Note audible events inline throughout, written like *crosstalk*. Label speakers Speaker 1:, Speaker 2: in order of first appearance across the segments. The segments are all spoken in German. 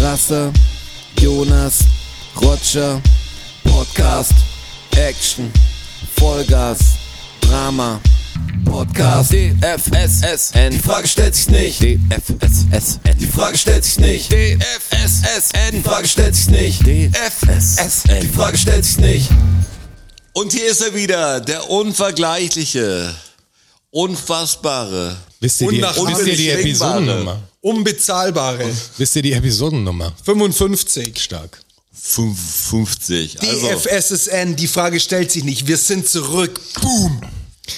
Speaker 1: Rasse, Jonas, Roger, Podcast, Action, Vollgas, Drama, Podcast, DFSSN, die Frage stellt sich nicht, DFSSN, die Frage stellt sich nicht, DFSSN, die Frage stellt sich nicht, DFSSN, die Frage stellt sich nicht.
Speaker 2: Und hier ist er wieder, der unvergleichliche, unfassbare,
Speaker 3: Wisst ihr, die, wisst ihr die
Speaker 2: Unnachahmlich
Speaker 3: Episodennummer?
Speaker 4: Unbezahlbare.
Speaker 2: *laughs*
Speaker 3: Wisst ihr die Episodennummer?
Speaker 4: 55.
Speaker 3: Stark.
Speaker 2: 55.
Speaker 4: E
Speaker 2: Also,
Speaker 4: DFSSN, die Frage stellt sich nicht. Wir sind zurück. Boom.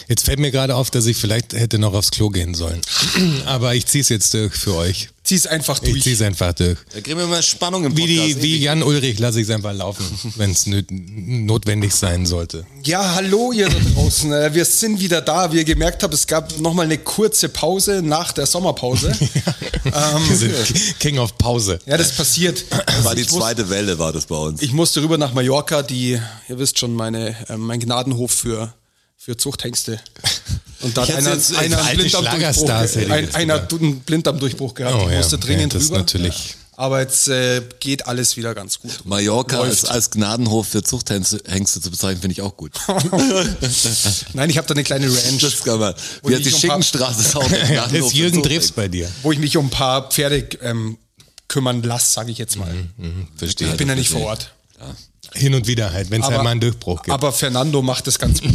Speaker 3: Jetzt fällt mir gerade auf, dass ich vielleicht hätte noch aufs Klo gehen sollen. *clears throat* Aber ich zieh's jetzt durch für euch.
Speaker 4: Zieh's einfach
Speaker 3: Ich
Speaker 4: durch.
Speaker 3: zieh's einfach durch.
Speaker 2: da kriegen wir mal Spannung im
Speaker 3: Wie,
Speaker 2: Podcast.
Speaker 3: die, wie Jan Ulrich lasse ich es einfach laufen, *laughs* wenn es notwendig sein sollte.
Speaker 4: Ja, hallo ihr da draußen. Äh, Wir sind wieder da. Wie ihr gemerkt habt, es gab nochmal eine kurze Pause nach der Sommerpause.
Speaker 3: Wir sind King of Pause.
Speaker 2: *laughs*
Speaker 4: Ja, das passiert. Also
Speaker 2: war die
Speaker 4: ich muss-
Speaker 2: zweite Welle, war das bei uns.
Speaker 4: Ich musste rüber nach Mallorca, die, ihr wisst schon, meine, äh, mein Gnadenhof für, für Zuchthengste. Und da hat
Speaker 2: Ich hätte
Speaker 4: einer,
Speaker 2: jetzt-
Speaker 4: einer
Speaker 2: alte
Speaker 4: einen Blinddarmdurchbruch
Speaker 3: Schlagerstars hätte
Speaker 4: ge-
Speaker 3: ich
Speaker 4: ein,
Speaker 3: jetzt
Speaker 4: einer
Speaker 3: gedacht.
Speaker 4: hat einen Blinddarmdurchbruch gehabt.
Speaker 3: Oh
Speaker 4: ich
Speaker 3: ja,
Speaker 4: musste dringend
Speaker 3: ja, das
Speaker 4: rüber.
Speaker 3: natürlich.
Speaker 4: Aber jetzt äh, geht alles wieder ganz
Speaker 3: *laughs*
Speaker 4: gut.
Speaker 2: Mallorca als,
Speaker 4: Läuft.
Speaker 2: als Gnadenhof für Zuchthengste Hengste zu bezeichnen, finde ich auch gut.
Speaker 4: Nein, ich habe da eine kleine Ranch,
Speaker 2: Das kann man.
Speaker 4: Und
Speaker 2: Wie hat
Speaker 4: ich
Speaker 2: die
Speaker 4: noch ein paar-
Speaker 2: Schickenstraße ist auch der
Speaker 3: Ja,
Speaker 2: Gnadenhof
Speaker 3: ist
Speaker 2: für
Speaker 3: Jürgen
Speaker 2: Zuchthengste.
Speaker 3: Drews bei dir.
Speaker 4: wo ich mich um ein paar Pferde ähm, kümmern lasse, sage ich jetzt mal.
Speaker 3: Mhm, Verstehe.
Speaker 4: ich bin ja nicht vor Ort.
Speaker 3: Hin und wieder halt, wenn es
Speaker 4: Aber-
Speaker 3: einmal einen Durchbruch gibt.
Speaker 4: Aber Fernando macht
Speaker 3: *laughs*
Speaker 4: das ganz gut.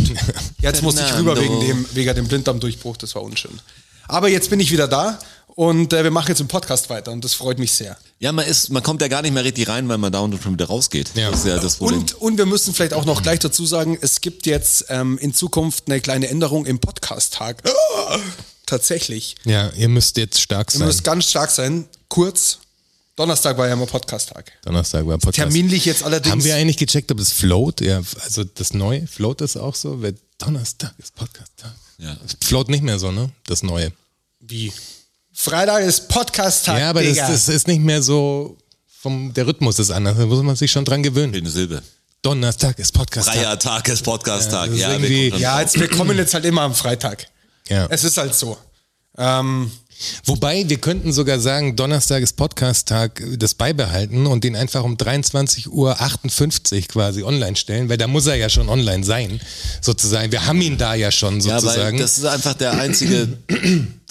Speaker 4: Jetzt musste ich rüber
Speaker 2: Fernando.
Speaker 4: wegen dem, wegen dem Blinddarmdurchbruch, das war unschön. Aber jetzt bin ich wieder da und äh, wir machen jetzt einen Podcast weiter und das freut mich sehr.
Speaker 2: Ja, man ist, man kommt ja gar nicht mehr richtig rein, weil man da und schon wieder rausgeht.
Speaker 3: Ja.
Speaker 2: Das ist ja das Problem.
Speaker 4: Und, und wir müssen vielleicht auch noch gleich dazu sagen, es gibt jetzt ähm, in Zukunft eine kleine Änderung im Podcast-Tag. Ah, Tatsächlich.
Speaker 3: ja, ihr müsst jetzt stark
Speaker 4: Ihr
Speaker 3: sein.
Speaker 4: müsst ganz stark sein. Kurz. Donnerstag war ja immer Podcast-Tag.
Speaker 3: Donnerstag war Podcast.
Speaker 4: Terminlich jetzt allerdings.
Speaker 3: Haben wir eigentlich gecheckt, ob es Float, ja, also das neue Float ist auch so, weil Donnerstag ist Podcast.
Speaker 2: Ja.
Speaker 3: Float nicht mehr so, ne? Das neue.
Speaker 4: Wie? Freitag ist Podcast-Tag.
Speaker 3: ja, aber das,
Speaker 4: Digga.
Speaker 3: das ist nicht mehr so vom der Rhythmus ist anders, da muss man sich schon dran gewöhnen.
Speaker 2: Eine Silbe.
Speaker 3: Donnerstag ist Podcast.
Speaker 2: Dreier Tag ist Podcast-Tag.
Speaker 3: Ja, das ist
Speaker 2: Ja, wir
Speaker 3: irgendwie-
Speaker 2: gucken.
Speaker 4: ja, jetzt, wir kommen jetzt halt immer am Freitag.
Speaker 3: Ja.
Speaker 4: Es ist halt so. Ähm,
Speaker 3: Wobei wir könnten sogar sagen, Donnerstag ist Podcast-Tag, das beibehalten und den einfach um 23.58 Uhr quasi online stellen, weil da muss er ja schon online sein, sozusagen. Wir haben ihn da ja schon
Speaker 2: ja, weil
Speaker 3: sozusagen.
Speaker 2: das ist einfach der einzige.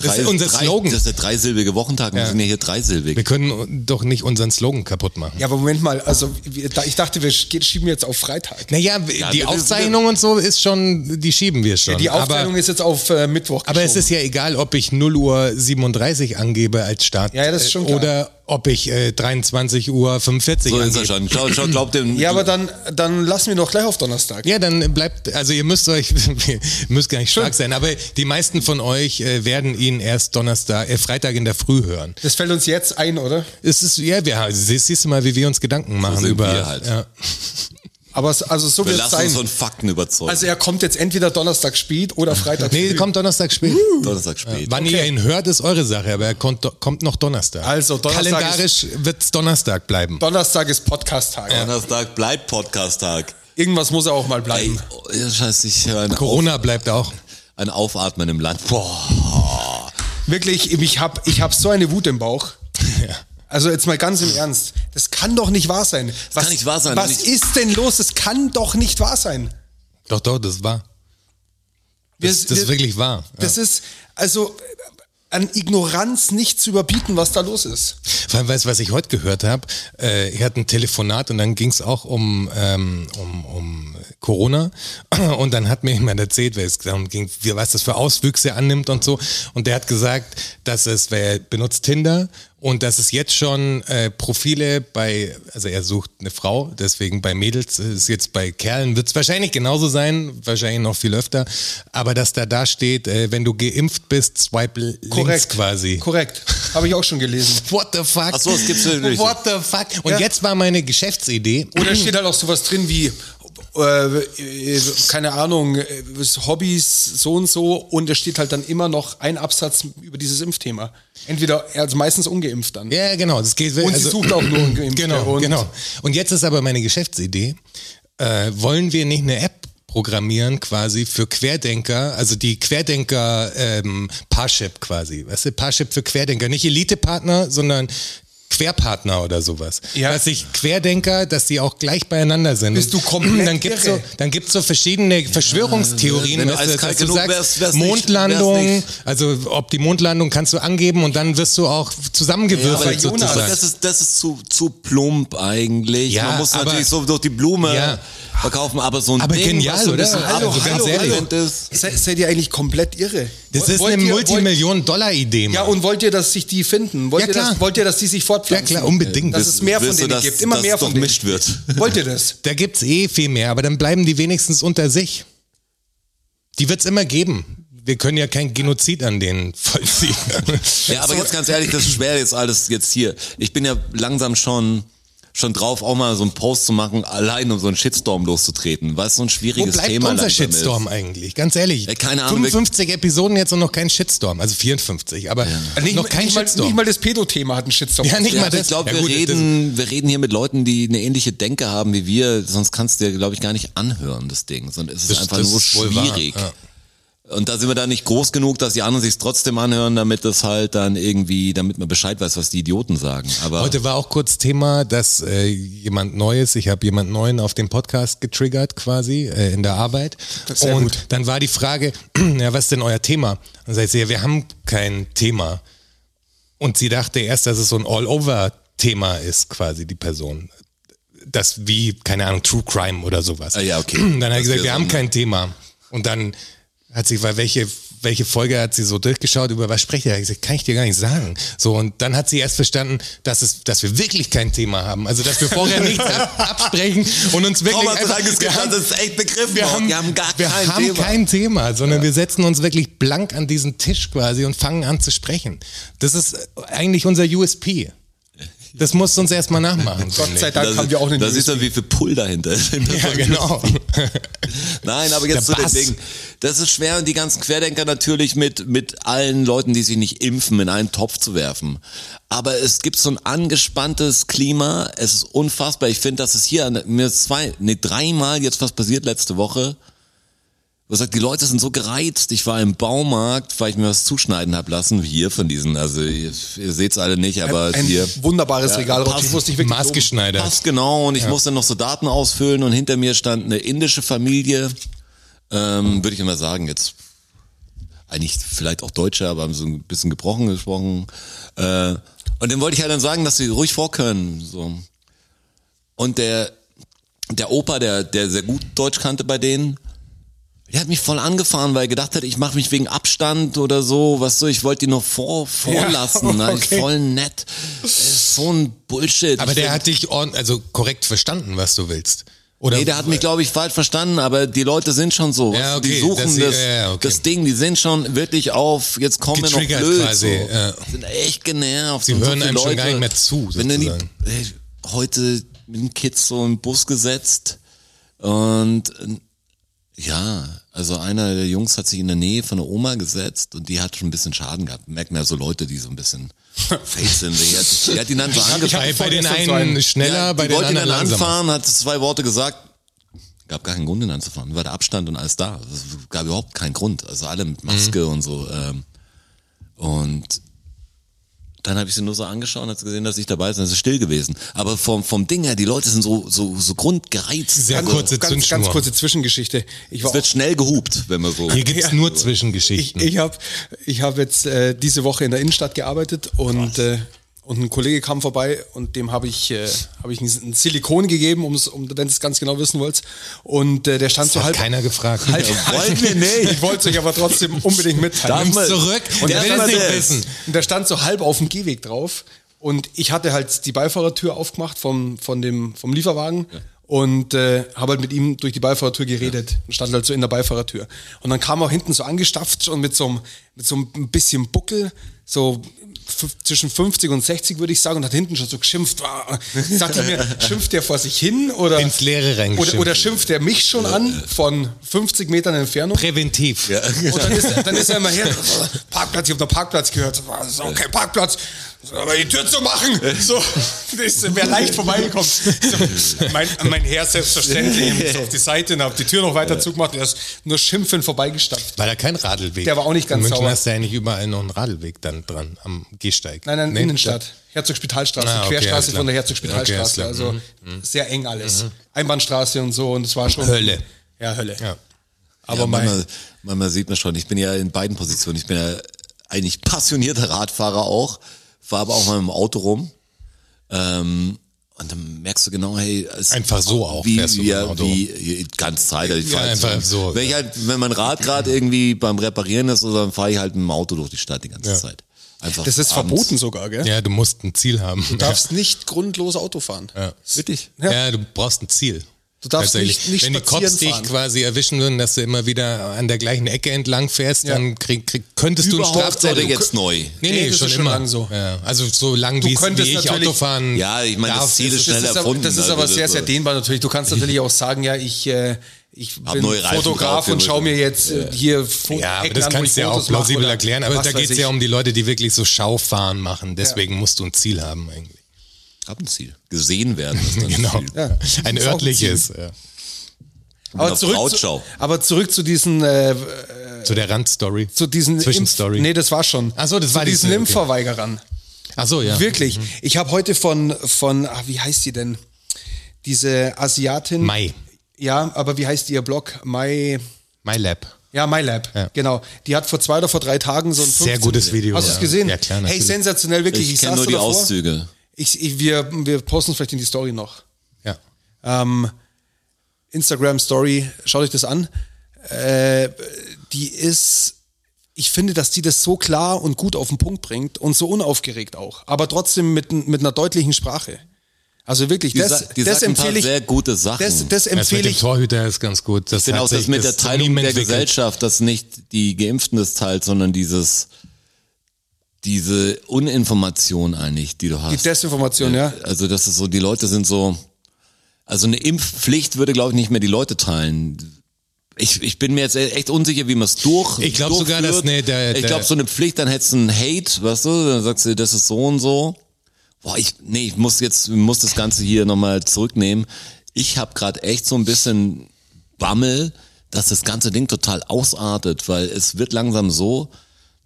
Speaker 3: Das ist unser
Speaker 2: drei,
Speaker 3: Slogan.
Speaker 2: Das ist der dreisilbige Wochentag. Wir
Speaker 3: Ja.
Speaker 2: sind ja hier dreisilbig.
Speaker 3: wir können doch nicht unseren Slogan kaputt machen.
Speaker 4: ja, aber Moment mal, also wir- da- ich dachte, wir sch- schieben jetzt auf Freitag.
Speaker 3: Naja,
Speaker 2: Ja,
Speaker 3: die
Speaker 2: wir-
Speaker 3: Aufzeichnung und so ist schon, die schieben wir schon.
Speaker 4: Ja, die Aufteilung
Speaker 3: aber,
Speaker 4: ist jetzt auf äh, Mittwoch.
Speaker 3: aber es
Speaker 4: geschoben.
Speaker 3: ist ja egal, ob ich 0 Uhr 37 angebe als Start
Speaker 4: Ja, ja, das ist
Speaker 3: äh,
Speaker 4: schon klar.
Speaker 3: oder ob ich äh, 23 Uhr 45
Speaker 2: So ist er
Speaker 3: angebe.
Speaker 2: schon. Schau, schau, glaubt dem.
Speaker 4: Ja, aber dann, dann lassen wir doch gleich auf Donnerstag.
Speaker 3: Ja, dann bleibt, also ihr müsst euch, *laughs* ihr müsst gar nicht stark sein, aber die meisten von euch äh, werden ihn erst Donnerstag, äh, Freitag in der Früh hören.
Speaker 4: Das fällt uns jetzt ein, oder?
Speaker 3: Es ist, ja, wir, sie- siehst du mal, wie wir uns Gedanken machen
Speaker 2: sind
Speaker 3: über.
Speaker 2: wir halt.
Speaker 3: ja.
Speaker 4: Aber es, also so
Speaker 2: wir
Speaker 4: wird es
Speaker 2: lassen uns
Speaker 4: sein.
Speaker 2: von Fakten überzeugen.
Speaker 4: also er kommt jetzt entweder Donnerstag spät oder Freitag
Speaker 3: Nee,
Speaker 4: früh.
Speaker 3: kommt Donnerstag spät.
Speaker 2: Donnerstag spät.
Speaker 3: Wann ihr ihn hört, ist eure Sache, aber er kommt, kommt noch Donnerstag.
Speaker 4: Also, Donnerstag
Speaker 3: Kalendarisch wird's Donnerstag bleiben.
Speaker 4: Donnerstag ist Podcast-Tag.
Speaker 2: Donnerstag bleibt Podcast-Tag.
Speaker 4: Irgendwas muss er auch mal bleiben.
Speaker 2: Ey, oh, ja, scheiße, ich höre ein, Auf,
Speaker 3: Corona bleibt auch. *laughs*
Speaker 2: ein Aufatmen im Land. Boah.
Speaker 4: Wirklich, ich hab, ich hab so eine Wut im Bauch.
Speaker 3: Ja.
Speaker 4: Also jetzt mal ganz im Ernst. Das kann doch nicht wahr sein. Das was,
Speaker 2: kann nicht wahr sein.
Speaker 4: Was
Speaker 2: Und ich-
Speaker 4: ist denn los? Das kann doch nicht wahr sein.
Speaker 3: Doch, doch, das war.
Speaker 4: Wir-
Speaker 3: Das, das ist
Speaker 4: wir-
Speaker 3: wirklich wahr. Ja.
Speaker 4: Das ist also äh, an Ignoranz nicht zu überbieten, was da los ist.
Speaker 3: Vor allem, weißt du, was ich heute gehört habe? Äh, ich hatte ein Telefonat und dann ging es auch um, ähm, um, um Corona. *clears throat* Und dann hat mir jemand erzählt, weil es darum ging, wie, was das für Auswüchse annimmt und so. Und der hat gesagt, dass es, weil er benutzt Tinder und dass es jetzt schon äh, Profile bei, also er sucht eine Frau, deswegen bei Mädels äh, ist jetzt bei Kerlen, wird es wahrscheinlich genauso sein, wahrscheinlich noch viel öfter, aber dass da da steht, äh, wenn du geimpft bist, swipe l- links
Speaker 4: Korrekt.
Speaker 3: quasi.
Speaker 4: Korrekt. Habe ich auch schon gelesen.
Speaker 3: What the fuck?
Speaker 2: Ach so, es gibt's natürlich.
Speaker 3: What the fuck? Und
Speaker 4: Ja.
Speaker 3: jetzt war meine Geschäftsidee.
Speaker 4: Oder steht halt auch sowas drin wie, äh, äh, keine Ahnung, äh, Hobbys so und so und es steht halt dann immer noch ein Absatz über dieses Impfthema. Entweder, also meistens ungeimpft dann.
Speaker 3: Ja, genau. Das geht,
Speaker 4: Und sie sucht auch nur
Speaker 3: *clears throat*
Speaker 4: Ungeimpfte
Speaker 3: Genau,
Speaker 4: und-
Speaker 3: genau. Und jetzt ist aber meine Geschäftsidee. Äh, wollen wir nicht eine App programmieren quasi für Querdenker, also die Querdenker ähm, Parship quasi, weißt du, Parship für Querdenker, nicht Elite-Partner, sondern Querpartner oder sowas.
Speaker 4: Ja.
Speaker 3: Dass sich Querdenker, dass die auch gleich beieinander sind.
Speaker 4: Bist du komplett
Speaker 3: dann gibt's
Speaker 4: irre.
Speaker 3: so, dann gibt's so verschiedene Verschwörungstheorien,
Speaker 2: wenn du
Speaker 3: weißt du,
Speaker 2: eiskalt
Speaker 3: dass du
Speaker 2: genug
Speaker 3: sagst,
Speaker 2: wärst, wär's nicht-
Speaker 3: Mondlandung,
Speaker 2: wär's nicht.
Speaker 3: also ob die Mondlandung kannst du angeben und dann wirst du auch zusammengewürfelt
Speaker 4: aber Jonas,
Speaker 3: sozusagen.
Speaker 2: das ist, das ist zu, zu plump eigentlich.
Speaker 3: Ja,
Speaker 2: Man muss
Speaker 3: aber-
Speaker 2: natürlich so durch die Blume
Speaker 3: Ja.
Speaker 2: verkaufen, aber so ein
Speaker 3: Aber
Speaker 2: Ding,
Speaker 3: genial,
Speaker 2: was so ein
Speaker 3: oder?
Speaker 2: bisschen
Speaker 4: Also,
Speaker 3: Hallo,
Speaker 2: abgerannt
Speaker 3: hallo, hallo.
Speaker 2: ist.
Speaker 4: Se, seid ihr eigentlich komplett irre?
Speaker 3: Das ist
Speaker 4: Wollt
Speaker 3: eine
Speaker 4: ihr- wollt-
Speaker 3: Multimillionen-Dollar-Idee.
Speaker 4: Ja,
Speaker 3: Mann.
Speaker 4: und wollt ihr, dass sich die finden? Wollt,
Speaker 3: Ja,
Speaker 4: ihr, dass,
Speaker 3: klar.
Speaker 4: wollt ihr, dass die sich
Speaker 3: ja
Speaker 4: fortpflanzen?
Speaker 3: klar, unbedingt.
Speaker 4: Das ist mehr von
Speaker 2: Willst du,
Speaker 4: denen
Speaker 2: dass-
Speaker 4: gibt. Immer
Speaker 2: dass
Speaker 4: mehr
Speaker 2: es
Speaker 4: von denen.
Speaker 2: durchmischt wird.
Speaker 4: Wollt ihr das?
Speaker 3: Da gibt's eh viel mehr, aber dann bleiben die wenigstens unter sich. Die wird's immer geben. Wir können ja kein Genozid an denen *laughs* vollziehen.
Speaker 2: Ja, aber jetzt ganz ehrlich, das ist schwer jetzt alles jetzt hier. Ich bin ja langsam schon schon drauf, auch mal so einen Post zu machen, allein um so einen Shitstorm loszutreten, weil es so ein
Speaker 3: Wo
Speaker 2: schwieriges
Speaker 3: bleibt
Speaker 2: Thema
Speaker 3: unser
Speaker 2: langsam
Speaker 3: Shitstorm
Speaker 2: ist.
Speaker 3: eigentlich? Ganz ehrlich.
Speaker 2: Ja, keine Ahnung.
Speaker 3: 55 Episoden jetzt und noch kein Shitstorm. Also 54, aber noch kein
Speaker 4: nicht, mal,
Speaker 3: Shitstorm.
Speaker 4: nicht mal das Pedo-Thema hat einen Shitstorm.
Speaker 3: Ja, nicht
Speaker 2: Ja,
Speaker 3: mal
Speaker 2: aber
Speaker 3: das.
Speaker 2: ich glaube,
Speaker 3: Ja,
Speaker 2: wir,
Speaker 3: gut, das-
Speaker 2: reden, wir reden hier mit Leuten, die eine ähnliche Denke haben wie wir, sonst kannst du dir, glaube ich, gar nicht anhören, das Ding. Sondern es ist
Speaker 3: Das-
Speaker 2: einfach
Speaker 3: das
Speaker 2: nur
Speaker 3: ist wohl wahr,
Speaker 2: schwierig.
Speaker 3: ja.
Speaker 2: Und da sind wir da nicht groß genug, dass die anderen sich trotzdem anhören, damit das halt dann irgendwie, damit man Bescheid weiß, was die Idioten sagen. Aber
Speaker 3: Heute war auch kurz Thema, dass äh, jemand Neues, ich habe jemand Neuen auf dem Podcast getriggert quasi äh, in der Arbeit.
Speaker 4: sehr
Speaker 3: und
Speaker 4: gut.
Speaker 3: dann war die Frage, *clears throat* ja, was ist denn euer Thema? Und sagt sie, ja, wir haben kein Thema. Und sie dachte erst, dass es so ein All-Over-Thema ist quasi, die Person. Das wie, keine Ahnung, True Crime oder sowas.
Speaker 2: Ah, ja, okay.
Speaker 3: *clears throat* Dann
Speaker 2: Das
Speaker 3: hat sie gesagt,
Speaker 2: ist
Speaker 3: wir
Speaker 2: so
Speaker 3: haben
Speaker 2: ein-
Speaker 3: kein Thema. Und dann hat sie, weil welche, welche Folge hat sie so durchgeschaut, über was spricht er? Ich gesagt, kann ich dir gar nicht sagen. So, und dann hat sie erst verstanden, dass es, dass wir wirklich kein Thema haben. Also, dass
Speaker 2: *laughs*
Speaker 3: wir vorher nichts ab, absprechen und uns wirklich
Speaker 2: Thomas
Speaker 3: einfach,
Speaker 2: hat es
Speaker 3: wir
Speaker 2: gesagt,
Speaker 3: haben,
Speaker 2: das ist echt begriffen.
Speaker 3: wir haben,
Speaker 2: wir haben gar
Speaker 3: wir
Speaker 2: kein
Speaker 3: haben
Speaker 2: Thema.
Speaker 3: kein Thema, sondern wir setzen uns wirklich blank an diesen Tisch quasi und fangen an zu sprechen. Das ist eigentlich unser USP. Das musst du uns erstmal nachmachen.
Speaker 4: Gott
Speaker 3: finde
Speaker 4: sei
Speaker 3: ich.
Speaker 4: Dank haben wir auch einen
Speaker 2: Da siehst
Speaker 4: USP.
Speaker 2: du, wie viel Pull dahinter
Speaker 4: *laughs*
Speaker 2: ist.
Speaker 3: Ja,
Speaker 2: *laughs*
Speaker 3: genau.
Speaker 2: Nein, aber jetzt zu
Speaker 3: Der
Speaker 2: den
Speaker 3: Bass.
Speaker 2: Dingen. Das ist schwer und die ganzen Querdenker natürlich mit, mit allen Leuten, die sich nicht impfen, in einen Topf zu werfen. Aber es gibt so ein angespanntes Klima. Es ist unfassbar. Ich finde, dass es hier an- mir ist zwei, nee, dreimal jetzt was passiert letzte Woche. Wo sagt, die Leute sind so gereizt. Ich war im Baumarkt, weil ich mir was zuschneiden hab lassen. Hier von diesen, also ihr, ihr seht's alle nicht, aber
Speaker 4: Ein
Speaker 2: hier.
Speaker 4: wunderbares Regal, Rotti.
Speaker 2: passt.
Speaker 4: Ich wusste nicht wirklich. loben.
Speaker 3: Maßgeschneidert.
Speaker 2: Passt genau. Und ich musste noch so Daten ausfüllen und hinter mir stand eine indische Familie. Ähm, Würde ich immer sagen, jetzt eigentlich vielleicht auch Deutsche, aber haben so ein bisschen gebrochen gesprochen. Äh, und dann wollte ich halt dann sagen, dass sie ruhig vor können. So. Und der, der Opa, der, der sehr gut Deutsch kannte bei denen, der hat mich voll angefahren, weil er gedacht hat, ich mache mich wegen Abstand oder so, was so, ich wollte die noch vor, vorlassen.
Speaker 4: Ja,
Speaker 2: Nein,
Speaker 4: okay.
Speaker 2: voll nett. Das ist so ein Bullshit.
Speaker 3: Aber
Speaker 2: Ich
Speaker 3: der
Speaker 2: find-
Speaker 3: hat dich ordn- also korrekt verstanden, was du willst. Oder
Speaker 2: Nee, der hat mich, glaube ich, falsch verstanden, aber die Leute sind schon so. weißt
Speaker 3: Ja,
Speaker 2: du, die
Speaker 3: okay,
Speaker 2: suchen
Speaker 3: dass sie-
Speaker 2: das,
Speaker 3: ja, ja, okay.
Speaker 2: das Ding, die sind schon wirklich auf, jetzt kommen wir noch
Speaker 3: Getriggert
Speaker 2: blöd.
Speaker 3: quasi,
Speaker 2: so.
Speaker 3: ja.
Speaker 2: Sind echt genervt.
Speaker 3: Sie
Speaker 2: und
Speaker 3: hören
Speaker 2: so viele
Speaker 3: einem schon
Speaker 2: Leute,
Speaker 3: gar nicht mehr zu,
Speaker 2: Wenn du die,
Speaker 3: sozusagen.
Speaker 2: ey, heute mit den Kids so im Bus gesetzt und äh, ja, also einer der Jungs hat sich in der Nähe von der Oma gesetzt und die hat schon ein bisschen Schaden gehabt. Merkt man ja so Leute, die so ein
Speaker 3: *laughs*
Speaker 2: bisschen fake sind. Die hat, die hat ihn dann so angepackt.
Speaker 3: bei, bei den
Speaker 4: vorgestern so
Speaker 3: einen
Speaker 4: einen-
Speaker 3: schneller,
Speaker 2: Ja,
Speaker 3: bei
Speaker 2: die
Speaker 3: den
Speaker 2: wollte ihn
Speaker 3: anderen
Speaker 2: dann
Speaker 3: langsamer.
Speaker 2: anfahren, hat zwei Worte gesagt. Gab gar keinen Grund, ihn anzufahren. War der Abstand und alles da. Es gab überhaupt keinen Grund. Also alle mit Maske
Speaker 3: Mhm.
Speaker 2: und so. Ähm, und dann habe ich sie nur so angeschaut und hat gesehen, dass ich dabei bin. Es ist still gewesen. Aber vom, vom Ding her, die Leute sind so, so, so grundgereizt.
Speaker 3: Sehr
Speaker 2: also,
Speaker 3: kurze
Speaker 4: ganz,
Speaker 3: Zündschnur.
Speaker 4: ganz kurze Zwischengeschichte. Ich war
Speaker 2: Es wird schnell gehupt, wenn man so. *laughs*
Speaker 3: Hier gibt's
Speaker 4: Ja.
Speaker 3: nur Zwischengeschichten.
Speaker 4: Ich, ich habe ich hab jetzt äh, diese Woche in der Innenstadt gearbeitet und, äh, und ein Kollege kam vorbei und dem habe ich, äh, hab ich ein, ein Silikon gegeben, um's, um, wenn du es ganz genau wissen wolltest. Und äh, der stand so
Speaker 3: hat
Speaker 4: halb.
Speaker 3: keiner gefragt.
Speaker 4: halb-
Speaker 3: halt
Speaker 2: Wollen wir nicht.
Speaker 4: Ich wollte es euch aber trotzdem unbedingt mitteilen.
Speaker 2: Darf
Speaker 3: Nimm's
Speaker 2: man-
Speaker 3: zurück und
Speaker 2: Der
Speaker 3: will es
Speaker 2: Mann
Speaker 3: nicht
Speaker 2: ist-
Speaker 3: wissen.
Speaker 4: Und der stand so halb auf dem Gehweg drauf. Und ich hatte halt die Beifahrertür aufgemacht vom, von dem, vom Lieferwagen und äh, habe halt mit ihm durch die Beifahrertür geredet und stand halt so in der Beifahrertür. Und dann kam er hinten so angestafft und mit so einem, mit so einem bisschen Buckel, so fünf- zwischen 50 und 60 würde ich sagen, und hat hinten schon so geschimpft. Ah, Sagte
Speaker 3: *laughs*
Speaker 4: ich mir, schimpft der vor sich hin oder,
Speaker 3: Ins Leere reingeschimpft.
Speaker 4: oder, oder schimpft er mich schon an von 50 Metern Entfernung?
Speaker 3: Präventiv.
Speaker 4: Und dann ist, dann ist er immer her, Parkplatz, ich habe noch Parkplatz gehört. So, Okay, Parkplatz. aber die Tür zu machen. So, *laughs* das wäre leicht vorbeigekommen. Mein, mein Herr selbstverständlich so auf die Seite und hab die Tür noch weiter zugemacht. Er ist nur schimpfend vorbeigestapft.
Speaker 3: War da kein Radlweg?
Speaker 4: Der war auch nicht ganz
Speaker 3: In München
Speaker 4: sauber.
Speaker 3: hast du ja nicht überall noch einen Radlweg dann dran, am Gehsteig.
Speaker 4: Nein, nein,
Speaker 3: Nee,
Speaker 4: Innenstadt. Herzogspitalstraße,
Speaker 3: Ah, okay, alles
Speaker 4: Querstraße
Speaker 3: klar.
Speaker 4: von der
Speaker 3: Okay, alles
Speaker 4: Herzogspitalstraße.
Speaker 3: klar.
Speaker 4: also
Speaker 3: Mhm.
Speaker 4: sehr eng alles. Einbahnstraße und so und es war schon.
Speaker 3: Hölle.
Speaker 4: Ja, Hölle.
Speaker 3: da- Ja.
Speaker 4: Aber
Speaker 2: ja,
Speaker 4: mein,
Speaker 2: manchmal, manchmal sieht man schon, ich bin ja in beiden Positionen. Ich bin ja eigentlich passionierter Radfahrer auch, fahre aber auch mal im Auto rum. Ähm, und dann merkst du genau, hey, es-
Speaker 3: Einfach so auch
Speaker 2: wie,
Speaker 3: fährst du
Speaker 2: wie,
Speaker 3: mit dem Auto
Speaker 2: wie ganz Zeit. Ich fahr
Speaker 3: Ja,
Speaker 2: jetzt-
Speaker 3: einfach so,
Speaker 2: Wenn, ich halt, wenn mein Rad gerade irgendwie beim Reparieren ist, oder dann fahre ich halt mit dem Auto durch die Stadt die ganze
Speaker 3: Ja.
Speaker 2: Zeit. Einfach
Speaker 4: das ist
Speaker 2: abends.
Speaker 4: verboten sogar, gell?
Speaker 3: ja, du musst ein Ziel haben.
Speaker 4: Du darfst nicht grundlos Auto fahren.
Speaker 3: Ja.
Speaker 2: Wirklich?
Speaker 3: Ja. ja, du brauchst ein Ziel.
Speaker 4: Du darfst
Speaker 3: Tatsächlich.
Speaker 4: nicht- nicht
Speaker 3: Wenn die
Speaker 4: spazieren
Speaker 3: Cops dich
Speaker 4: fahren.
Speaker 3: quasi erwischen würden, dass du immer wieder an der gleichen Ecke entlang fährst,
Speaker 4: Ja.
Speaker 3: dann krieg, krieg, könntest du einen
Speaker 2: Überhaupt oder
Speaker 3: Strafzettel.
Speaker 2: jetzt neu?
Speaker 3: Nee,
Speaker 4: Nee,
Speaker 3: nee,
Speaker 4: das ist
Speaker 3: schon
Speaker 4: schon
Speaker 3: immer.
Speaker 4: lang so.
Speaker 3: Ja. Also so lang wie, es-
Speaker 4: könntest
Speaker 3: wie ich
Speaker 4: natürlich-
Speaker 3: Auto fahren
Speaker 2: Ja, ich meine, das
Speaker 3: darf,
Speaker 2: Ziel ist
Speaker 3: es-
Speaker 2: schnell
Speaker 4: das ist aber,
Speaker 2: erfunden.
Speaker 4: das ist
Speaker 2: also
Speaker 4: aber sehr,
Speaker 2: das-
Speaker 4: sehr dehnbar natürlich.
Speaker 3: *laughs*
Speaker 4: Du kannst natürlich auch sagen, ja, ich, äh, ich
Speaker 2: Hab
Speaker 4: bin
Speaker 2: neue Reifen
Speaker 4: Fotograf
Speaker 2: drauf,
Speaker 4: und schaue mir jetzt äh, hier Fo-
Speaker 3: Ja, aber
Speaker 4: Ecken
Speaker 3: das
Speaker 4: an, wo
Speaker 3: kannst
Speaker 4: ich
Speaker 3: du ja auch
Speaker 4: Fotos mache
Speaker 3: plausibel
Speaker 4: oder
Speaker 3: erklären. Aber
Speaker 4: was
Speaker 3: da
Speaker 4: weiß
Speaker 3: geht's
Speaker 4: ich.
Speaker 3: ja um die Leute, die wirklich so Schaufahren machen. Deswegen musst du ein Ziel haben eigentlich.
Speaker 2: Hab ein Ziel. Gesehen werden.
Speaker 3: *laughs*
Speaker 2: ist dann das
Speaker 3: Genau.
Speaker 2: Ziel.
Speaker 3: Ein
Speaker 4: Ist auch ein
Speaker 3: örtliches. ja.
Speaker 4: aber
Speaker 2: Oder
Speaker 3: Um
Speaker 4: zurück, zu,
Speaker 2: Brautschau.
Speaker 4: aber zurück zu diesen, äh,
Speaker 3: Zu der Randstory.
Speaker 4: zu diesen
Speaker 3: Zwischenstory.
Speaker 4: Impf- Nee, das war schon.
Speaker 3: Ach so, das
Speaker 4: zu
Speaker 3: war diese,
Speaker 4: diesen
Speaker 3: okay.
Speaker 4: Impfverweigerern.
Speaker 3: Ach so, ja. Mhm.
Speaker 4: Wirklich. Ich habe heute von, von ah, wie heißt sie denn? Diese Asiatin.
Speaker 3: Mai.
Speaker 4: Ja, aber wie heißt ihr Blog? My,
Speaker 3: MyLab.
Speaker 4: ja, MyLab.
Speaker 3: Ja.
Speaker 4: Genau. Die hat vor zwei oder vor drei Tagen so ein
Speaker 3: Sehr
Speaker 4: 15
Speaker 3: gutes Video.
Speaker 4: Hast du es
Speaker 3: ja.
Speaker 4: gesehen?
Speaker 3: Ja, klar,
Speaker 4: hey,
Speaker 3: natürlich.
Speaker 4: sensationell, wirklich.
Speaker 2: Ich,
Speaker 4: Ich,
Speaker 2: kenne nur
Speaker 4: saß da
Speaker 2: die
Speaker 4: davor.
Speaker 2: Auszüge.
Speaker 4: Ich, ich, wir, wir posten es vielleicht in die Story noch.
Speaker 3: ja.
Speaker 4: Ähm, Instagram Story, schaut euch das an. Äh, die ist, ich finde, dass die das so klar und gut auf den Punkt bringt und so unaufgeregt auch, aber trotzdem mit, n- mit einer deutlichen Sprache. Also wirklich,
Speaker 2: Die,
Speaker 4: das,
Speaker 2: sa- die
Speaker 4: das
Speaker 2: sagt ein paar
Speaker 4: empfehle ich.
Speaker 2: sehr gute Sachen.
Speaker 4: Das, das
Speaker 3: Das mit
Speaker 4: empfehle
Speaker 3: dem
Speaker 4: ich.
Speaker 3: Torhüter ist ganz gut. Das
Speaker 2: Genau,
Speaker 3: hat
Speaker 2: das
Speaker 3: sich-
Speaker 2: mit der
Speaker 3: das
Speaker 2: Teilung
Speaker 3: Meme
Speaker 2: der
Speaker 3: entwickelt.
Speaker 2: Gesellschaft, dass nicht die Geimpften das teilt, sondern dieses, diese Uninformation eigentlich, die du
Speaker 4: Die
Speaker 2: hast.
Speaker 4: Desinformation, ja.
Speaker 2: Also das ist so, die Leute sind so, also eine Impfpflicht würde, glaube ich, nicht mehr die Leute teilen. Ich, ich bin mir jetzt e- echt unsicher, wie man es durch.
Speaker 3: Ich glaub sogar,
Speaker 2: durchführt.
Speaker 3: dass, nee, der-
Speaker 2: ich
Speaker 3: der-
Speaker 2: glaube, so eine Pflicht, dann hättest du einen Hate, weißt du, dann sagst du, das ist so und so. Boah, ich, nee, ich muss jetzt, muss das Ganze hier nochmal zurücknehmen. Ich habe gerade echt so ein bisschen Bammel, dass das ganze Ding total ausartet, weil es wird langsam so,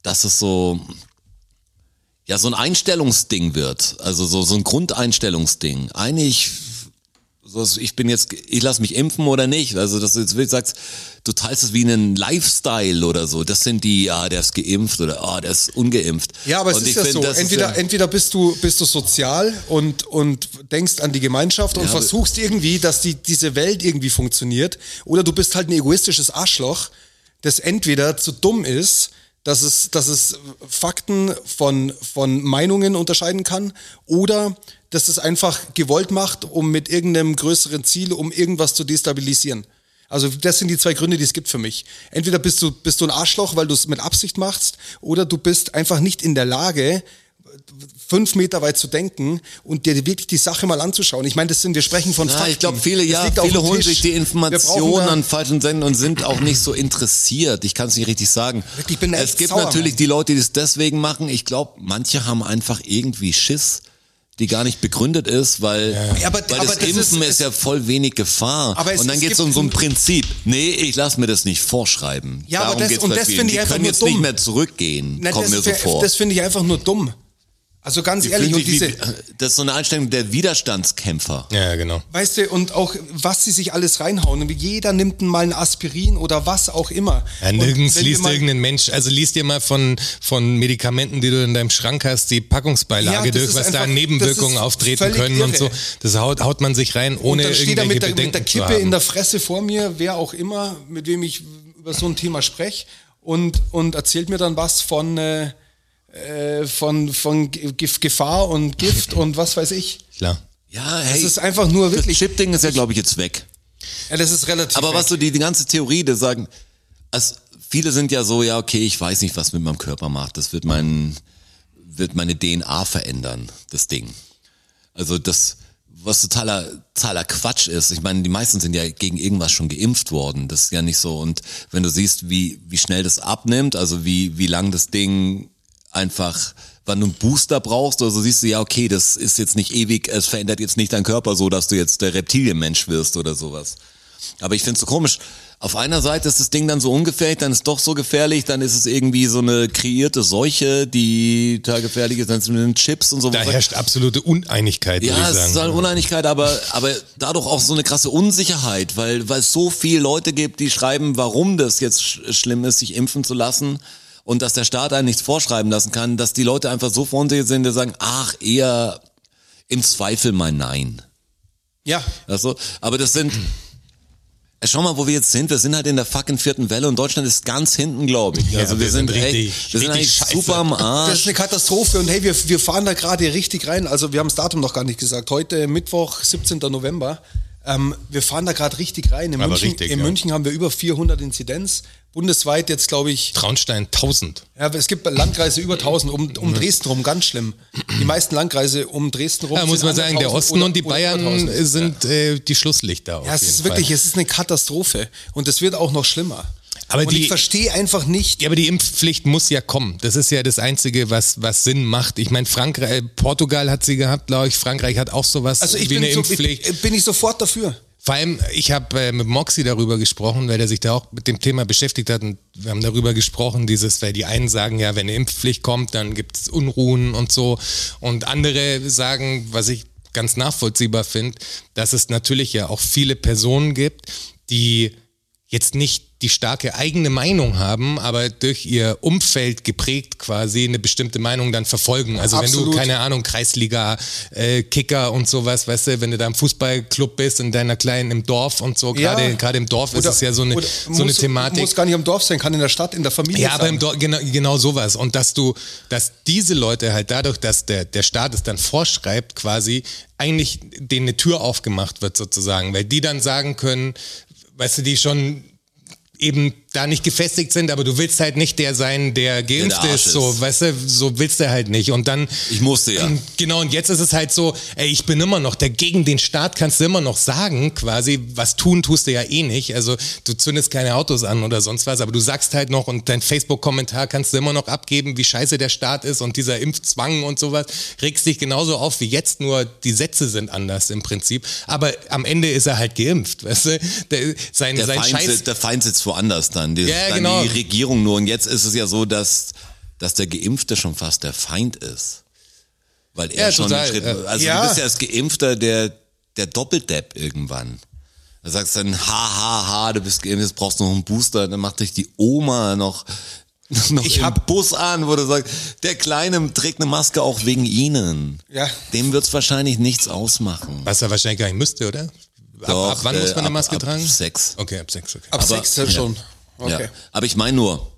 Speaker 2: dass es so, ja, so ein Einstellungsding wird. Also so, so ein Grundeinstellungsding. Eigentlich, so, was- ich bin jetzt, ich lasse mich impfen oder nicht. Also, dass du jetzt wirklich sagst, du teilst es wie einen Lifestyle oder so. Das sind die, ah, der ist geimpft oder ah, der ist ungeimpft.
Speaker 4: Ja, aber es
Speaker 2: Und
Speaker 4: ist
Speaker 2: ich
Speaker 4: ja
Speaker 2: find,
Speaker 4: so.
Speaker 2: das ist
Speaker 4: Entweder,
Speaker 2: ja-
Speaker 4: entweder bist du bist du sozial und und denkst an die Gemeinschaft und
Speaker 2: Ja, aber-
Speaker 4: versuchst irgendwie, dass die diese Welt irgendwie funktioniert, oder du bist halt ein egoistisches Arschloch, das entweder zu dumm ist, dass es dass es Fakten von von Meinungen unterscheiden kann, oder dass es einfach gewollt macht, um mit irgendeinem größeren Ziel, um irgendwas zu destabilisieren. Also das sind die zwei Gründe, die es gibt für mich. Entweder bist du, bist du ein Arschloch, weil du es mit Absicht machst, oder du bist einfach nicht in der Lage, fünf Meter weit zu denken und dir wirklich die Sache mal anzuschauen. Ich meine, das sind, wir sprechen von
Speaker 2: Ja,
Speaker 4: Fakten.
Speaker 2: ich glaube, viele,
Speaker 4: Das
Speaker 2: ja,
Speaker 4: liegt auf
Speaker 2: viele
Speaker 4: dem
Speaker 2: holen
Speaker 4: Tisch.
Speaker 2: sich die
Speaker 4: Wir brauchen
Speaker 2: Informationen
Speaker 4: da-
Speaker 2: an falschen Senden und sind auch nicht so interessiert. Ich kann es nicht richtig sagen.
Speaker 4: Wirklich, ich bin da
Speaker 2: es
Speaker 4: echt
Speaker 2: gibt
Speaker 4: sauer,
Speaker 2: natürlich
Speaker 4: Mann.
Speaker 2: die Leute, die es deswegen machen. Ich glaube, manche haben einfach irgendwie Schiss, die gar nicht begründet ist, weil,
Speaker 4: Ja, aber-
Speaker 2: weil
Speaker 4: aber
Speaker 2: das,
Speaker 4: das ist-
Speaker 2: Impfen ist,
Speaker 4: es-
Speaker 2: ja voll wenig Gefahr.
Speaker 4: Aber es-
Speaker 2: und dann
Speaker 4: es
Speaker 2: geht es
Speaker 4: gibt-
Speaker 2: um so ein Prinzip. Nee, ich lasse mir das nicht vorschreiben.
Speaker 4: Ja, aber
Speaker 2: Darum
Speaker 4: das-
Speaker 2: geht's
Speaker 4: und
Speaker 2: bei
Speaker 4: das
Speaker 2: vielen.
Speaker 4: finde ich
Speaker 2: die
Speaker 4: einfach
Speaker 2: können
Speaker 4: nur
Speaker 2: jetzt
Speaker 4: dumm.
Speaker 2: nicht mehr zurückgehen,
Speaker 4: Nein,
Speaker 2: kommt
Speaker 4: das
Speaker 2: mir so
Speaker 4: wär-
Speaker 2: vor.
Speaker 4: das finde ich einfach nur dumm. Also ganz ehrlich, und
Speaker 2: Fühlen sich
Speaker 4: diese,
Speaker 2: wie, *laughs* das ist so eine Einstellung der Widerstandskämpfer.
Speaker 3: Ja, genau.
Speaker 4: Weißt du, und auch was sie sich alles reinhauen. Jeder nimmt mal ein Aspirin oder was auch immer.
Speaker 3: Ja,
Speaker 4: Und
Speaker 3: nirgends
Speaker 4: wenn wir
Speaker 3: liest
Speaker 4: mal-
Speaker 3: irgendein Mensch, also liest dir mal von, von Medikamenten, die du in deinem Schrank hast, die Packungsbeilage
Speaker 4: Ja, das
Speaker 3: durch,
Speaker 4: ist
Speaker 3: was da
Speaker 4: einfach-
Speaker 3: an Nebenwirkungen
Speaker 4: das ist
Speaker 3: auftreten
Speaker 4: völlig
Speaker 3: können und so.
Speaker 4: irre.
Speaker 3: Das haut, haut man sich rein, ohne
Speaker 4: und dann steht er
Speaker 3: irgendwelche
Speaker 4: mit der,
Speaker 3: Bedenken
Speaker 4: mit der
Speaker 3: zu
Speaker 4: Kippe
Speaker 3: haben.
Speaker 4: in der Fresse vor mir, wer auch immer, mit wem ich über so ein Thema spreche und, und erzählt mir dann was von, äh, äh, von, von Ge- Ge- Gefahr und Gift und was weiß ich.
Speaker 3: Klar.
Speaker 2: Ja, hey,
Speaker 4: Das ist einfach nur wirklich-
Speaker 2: Das Chip-Ding ist ja, glaube ich, jetzt weg.
Speaker 4: Ja, das ist relativ.
Speaker 2: Aber was
Speaker 4: weg.
Speaker 2: so die, die ganze Theorie, das sagen, also viele sind ja so, ja, okay, ich weiß nicht, was mit meinem Körper macht. Das wird mein, wird meine DNA verändern, das Ding. Also das, was totaler, totaler Quatsch ist. Ich meine, die meisten sind ja gegen irgendwas schon geimpft worden. Das ist ja nicht so. Und wenn du siehst, wie, wie schnell das abnimmt, also wie, wie lang das Ding einfach wann du einen Booster brauchst oder so, siehst du, ja, okay, das ist jetzt nicht ewig, es verändert jetzt nicht deinen Körper so, dass du jetzt der Reptilienmensch wirst oder sowas. Aber ich find's so komisch. Auf einer Seite ist das Ding dann so ungefährlich, dann ist es doch so gefährlich, dann ist es irgendwie so eine kreierte Seuche, die total gefährlich ist, dann sind es Chips und so.
Speaker 3: Da
Speaker 2: Was-
Speaker 3: herrscht absolute Uneinigkeit,
Speaker 2: ja,
Speaker 3: würde ich
Speaker 2: es ist
Speaker 3: sagen.
Speaker 2: eine Uneinigkeit, aber, aber dadurch auch so eine krasse Unsicherheit, weil, weil es so viele Leute gibt, die schreiben, warum das jetzt sch schlimm ist, sich impfen zu lassen und dass der Staat einem nichts vorschreiben lassen kann, dass die Leute einfach so verunsichert sind, die sagen, ach, eher im Zweifel mein Nein.
Speaker 4: Ja,
Speaker 2: Also, aber das sind, Äh, schau mal, wo wir jetzt sind. Wir sind halt in der fucking vierten Welle und Deutschland ist ganz hinten, glaube ich. Also wir,
Speaker 3: wir
Speaker 2: sind,
Speaker 3: sind
Speaker 2: echt,
Speaker 3: richtig-
Speaker 2: wir sind
Speaker 3: richtig
Speaker 2: eigentlich
Speaker 3: scheiße.
Speaker 2: super am
Speaker 4: das
Speaker 2: Arsch.
Speaker 4: ist eine Katastrophe und hey, wir, wir fahren da gerade richtig rein. Also wir haben das Datum noch gar nicht gesagt. Heute Mittwoch, 17. November. Ähm, wir fahren da gerade richtig rein. In,
Speaker 3: Aber
Speaker 4: München,
Speaker 3: richtig,
Speaker 4: in
Speaker 3: ja.
Speaker 4: München haben wir über 400 Inzidenz. Bundesweit jetzt, glaube ich,
Speaker 3: Traunstein 1000.
Speaker 4: ja, es gibt Landkreise über 1000, um, um Dresden rum, ganz schlimm. Die meisten Landkreise um Dresden rum.
Speaker 3: Da muss
Speaker 4: sind
Speaker 3: man sagen, der
Speaker 4: 1.000
Speaker 3: Osten
Speaker 4: oder-
Speaker 3: und die
Speaker 4: oder
Speaker 3: Bayern
Speaker 4: 1.000.
Speaker 3: sind äh, die Schlusslichter. Auf
Speaker 4: Ja, es
Speaker 3: jeden
Speaker 4: ist wirklich,
Speaker 3: Fall.
Speaker 4: es ist eine Katastrophe. Und es wird auch noch schlimmer.
Speaker 3: Aber
Speaker 4: und
Speaker 3: die-
Speaker 4: ich verstehe einfach nicht.
Speaker 3: Ja, aber die Impfpflicht muss ja kommen. Das ist ja das Einzige, was, was Sinn macht. Ich meine, Frankreich, äh, Portugal hat sie gehabt, glaube ich. Frankreich hat auch sowas
Speaker 4: Also ich
Speaker 3: wie
Speaker 4: bin,
Speaker 3: eine
Speaker 4: so,
Speaker 3: Impfpflicht.
Speaker 4: ich, bin ich sofort dafür.
Speaker 3: Vor allem, ich habe äh, mit Moxie darüber gesprochen, weil er sich da auch mit dem Thema beschäftigt hat und wir haben darüber gesprochen, dieses, weil die einen sagen, ja, wenn eine Impfpflicht kommt, dann gibt es Unruhen und so und andere sagen, was ich ganz nachvollziehbar finde, dass es natürlich ja auch viele Personen gibt, die jetzt nicht die starke eigene Meinung haben, aber durch ihr Umfeld geprägt quasi eine bestimmte Meinung dann verfolgen. Also wenn
Speaker 4: Absolut.
Speaker 3: du keine Ahnung, Kreisliga, äh, Kicker und sowas, weißt du, wenn du da im Fußballclub bist, in deiner kleinen, im Dorf und so,
Speaker 4: Ja.
Speaker 3: gerade gerade im Dorf ist es ja so eine,
Speaker 4: oder
Speaker 3: so
Speaker 4: muss,
Speaker 3: eine Thematik.
Speaker 4: Muss gar nicht am Dorf sein, kann in der Stadt, in der Familie
Speaker 3: Ja,
Speaker 4: sein.
Speaker 3: aber im Dor- genau, genau sowas. Und dass du, dass diese Leute halt dadurch, dass der, der Staat es dann vorschreibt, quasi eigentlich denen eine Tür aufgemacht wird sozusagen, weil die dann sagen können, weißt du, die schon eben da nicht gefestigt sind, aber du willst halt nicht der sein, der geimpft
Speaker 2: Arsch
Speaker 3: ist,
Speaker 2: ist.
Speaker 3: so, weißt du, so willst du halt nicht. Und dann
Speaker 2: Ich musste ja.
Speaker 3: Genau, und jetzt ist es halt so, ey, ich bin immer noch, der gegen den Staat kannst du immer noch sagen, quasi, was tun tust du ja eh nicht. Also du zündest keine Autos an oder sonst was, aber du sagst halt noch und dein Facebook-Kommentar kannst du immer noch abgeben, wie scheiße der Staat ist und dieser Impfzwang und sowas, regst dich genauso auf wie jetzt, nur die Sätze sind anders im Prinzip. Aber am Ende ist er halt geimpft, weißt du? Der, sein,
Speaker 2: Der
Speaker 3: sein
Speaker 2: Feind,
Speaker 3: Scheiß.
Speaker 2: sitzt, der Feind sitzt woanders dann. Die,
Speaker 3: Ja,
Speaker 2: dann
Speaker 3: genau.
Speaker 2: die Regierung nur. Und jetzt ist es ja so, dass, dass der Geimpfte schon fast der Feind ist. Weil er
Speaker 3: Ja,
Speaker 2: schon
Speaker 3: total,
Speaker 2: einen Schritt,
Speaker 3: ja.
Speaker 2: also
Speaker 4: Ja.
Speaker 2: du bist ja als Geimpfter der, der Doppeldepp irgendwann. Da sagst du dann, ha, ha, ha, du bist geimpft, jetzt brauchst du noch einen Booster, dann macht dich die Oma noch, *laughs* noch ich hab Bus an, wo du sagst, der Kleine trägt eine Maske auch wegen ihnen.
Speaker 4: Ja.
Speaker 2: Dem wird's wahrscheinlich nichts ausmachen.
Speaker 3: Was er wahrscheinlich gar nicht müsste, oder? Ab,
Speaker 2: Doch,
Speaker 3: ab wann
Speaker 2: äh,
Speaker 3: muss man eine
Speaker 2: ab-
Speaker 3: Maske
Speaker 2: ab
Speaker 3: tragen?
Speaker 2: sechs.
Speaker 3: Okay, ab sechs, okay.
Speaker 4: Ab sechs ja schon.
Speaker 2: Ja.
Speaker 4: Okay.
Speaker 2: Aber ich meine nur,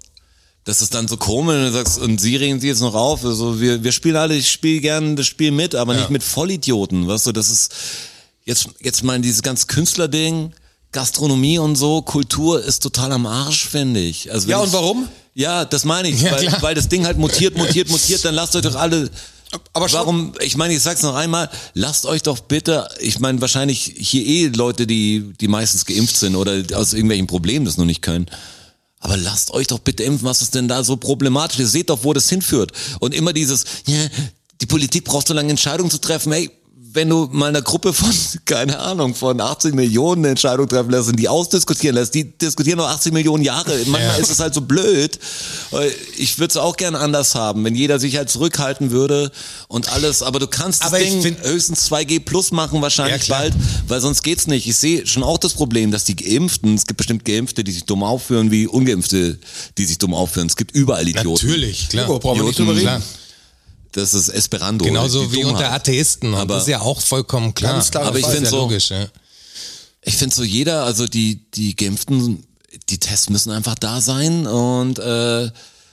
Speaker 2: das ist dann so komisch, wenn du sagst, und sie regen sie jetzt noch auf. Also wir, wir spielen alle, ich spiele gern das Spiel mit, aber nicht mit Vollidioten, weißt du, das ist jetzt, jetzt mal dieses ganze Künstlerding, Gastronomie und so, Kultur ist total am Arsch, finde ich. Also wenn
Speaker 4: Ja, und
Speaker 2: ich-
Speaker 4: warum?
Speaker 2: Ja, das meine ich,
Speaker 3: Ja,
Speaker 2: weil,
Speaker 3: klar.
Speaker 2: weil das Ding halt mutiert, mutiert, mutiert, dann lasst euch doch alle
Speaker 4: Aber schon-
Speaker 2: Warum, ich meine, ich sag's noch einmal, lasst euch doch bitte, ich meine, wahrscheinlich hier eh Leute, die, die meistens geimpft sind oder aus irgendwelchen Problemen das noch nicht können. Aber lasst euch doch bitte impfen, was ist denn da so problematisch? Ihr seht doch, wo das hinführt. Und immer dieses, ja, die Politik braucht so lange Entscheidungen zu treffen, hey, wenn du mal einer Gruppe von, *laughs* keine Ahnung, von 80 Millionen eine Entscheidung treffen lässt und die ausdiskutieren lässt, die diskutieren noch 80 Millionen Jahre. Manchmal
Speaker 3: Ja.
Speaker 2: ist es halt so blöd. Ich würde es auch gern anders haben, wenn jeder sich halt zurückhalten würde und alles. Aber du kannst das
Speaker 3: Aber ich
Speaker 2: Ding
Speaker 3: find-
Speaker 2: höchstens 2G plus machen wahrscheinlich
Speaker 3: Ja, klar.
Speaker 2: bald, weil sonst geht's nicht. Ich sehe schon auch das Problem, dass die Geimpften, es gibt bestimmt Geimpfte, die sich dumm aufführen, wie Ungeimpfte, die sich dumm aufführen. Es gibt überall Idioten.
Speaker 3: Natürlich, klar.
Speaker 4: Hugo, brauchen wir nicht
Speaker 3: Idioten,
Speaker 4: drüber
Speaker 3: klar.
Speaker 4: reden.
Speaker 2: Das ist Esperanto.
Speaker 3: Genauso
Speaker 2: die
Speaker 3: wie
Speaker 2: Dummheit.
Speaker 3: unter Atheisten. Und
Speaker 2: Aber-
Speaker 3: das ist ja auch vollkommen klar.
Speaker 4: Ganz klarer
Speaker 2: Aber ich Fall. find's
Speaker 3: ja
Speaker 2: so-
Speaker 3: logisch, ja.
Speaker 2: Ich finde so jeder, also die, die Geimpften, die Tests müssen einfach da sein und, äh,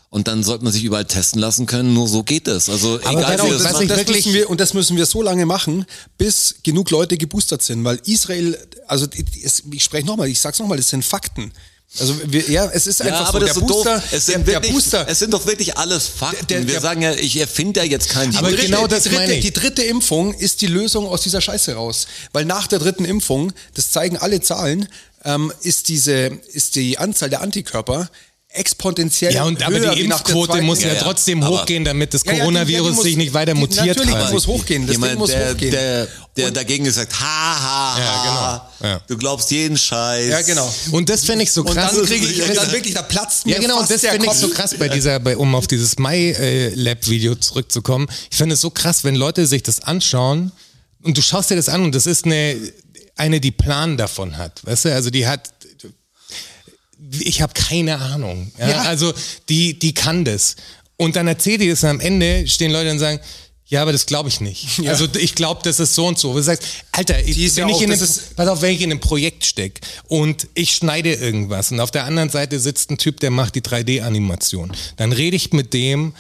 Speaker 2: und dann sollte man sich überall testen lassen können. Nur so geht es. Also egal
Speaker 3: genau,
Speaker 2: wie das
Speaker 3: was
Speaker 2: macht.
Speaker 3: ich
Speaker 4: das
Speaker 3: wirklich-
Speaker 4: müssen wir, und das müssen wir so lange machen, bis genug Leute geboostert sind, weil Israel, also die- die- es- ich spreche nochmal, ich sag's nochmal, das sind Fakten. Also wir, ja, es ist einfach
Speaker 2: Ja,
Speaker 4: so,
Speaker 2: aber das
Speaker 4: der
Speaker 2: ist doof.
Speaker 4: Booster,
Speaker 2: Es
Speaker 4: der,
Speaker 2: sind,
Speaker 4: der
Speaker 2: wirklich,
Speaker 4: Booster,
Speaker 2: es sind doch wirklich alles Fakten.
Speaker 4: Der- der-
Speaker 2: wir
Speaker 4: der-
Speaker 2: sagen ja, ich erfinde ja jetzt keinen
Speaker 3: Aber
Speaker 2: Virus.
Speaker 4: dritte-
Speaker 3: genau das
Speaker 4: die dritte,
Speaker 3: meine ich.
Speaker 4: Die dritte Impfung ist die Lösung aus dieser Scheiße raus. Weil nach der dritten Impfung, das zeigen alle Zahlen, ähm, ist, diese, ist die Anzahl der Antikörper exponentiell
Speaker 3: Ja, und aber
Speaker 4: höher
Speaker 3: die
Speaker 4: wie nach der
Speaker 3: Impfquote
Speaker 4: zweiten
Speaker 3: muss ja,
Speaker 2: Ja, ja.
Speaker 3: trotzdem
Speaker 2: Aber-
Speaker 3: hochgehen, damit das
Speaker 4: Ja, ja, die-
Speaker 3: Coronavirus
Speaker 4: ja, die muss-
Speaker 3: sich nicht weiter
Speaker 4: die-
Speaker 3: mutiert
Speaker 4: natürlich
Speaker 3: hat.
Speaker 4: Das muss hochgehen, das Ding muss
Speaker 2: der,
Speaker 4: hochgehen.
Speaker 2: Der, der dagegen gesagt, haha,
Speaker 3: Ja, genau. Ja.
Speaker 2: du glaubst jeden Scheiß.
Speaker 4: Ja, genau.
Speaker 3: Und das fände ich so
Speaker 4: Und
Speaker 3: krass.
Speaker 4: dann kriege ich,
Speaker 2: ja,
Speaker 4: und dann
Speaker 2: genau.
Speaker 4: Also wirklich, da platzt mir
Speaker 3: ja, genau, und
Speaker 4: fast
Speaker 3: das
Speaker 4: der
Speaker 3: finde ich
Speaker 4: Kopf.
Speaker 3: so krass bei dieser, bei, um auf dieses MyLab-Video zurückzukommen. Ich finde es so krass, wenn Leute sich das anschauen und du schaust dir das an und das ist eine, eine, die Plan davon hat. Weißt du, also die hat, ich habe keine Ahnung. Ja?
Speaker 4: Ja.
Speaker 3: Also die, die kann das. Und dann erzählt die das und am Ende stehen Leute und sagen, ja, aber das glaube ich nicht.
Speaker 4: Ja.
Speaker 3: Also ich glaube, das ist so und so. Du sagst, Alter, ich,
Speaker 4: Die ist
Speaker 3: wenn
Speaker 4: ja
Speaker 3: ich
Speaker 4: auch-
Speaker 3: in einem,
Speaker 4: das ist-
Speaker 3: pass auf, wenn ich in einem Projekt stecke und ich schneide irgendwas und auf der anderen Seite sitzt ein Typ, der macht die 3D-Animation, dann rede ich mit dem,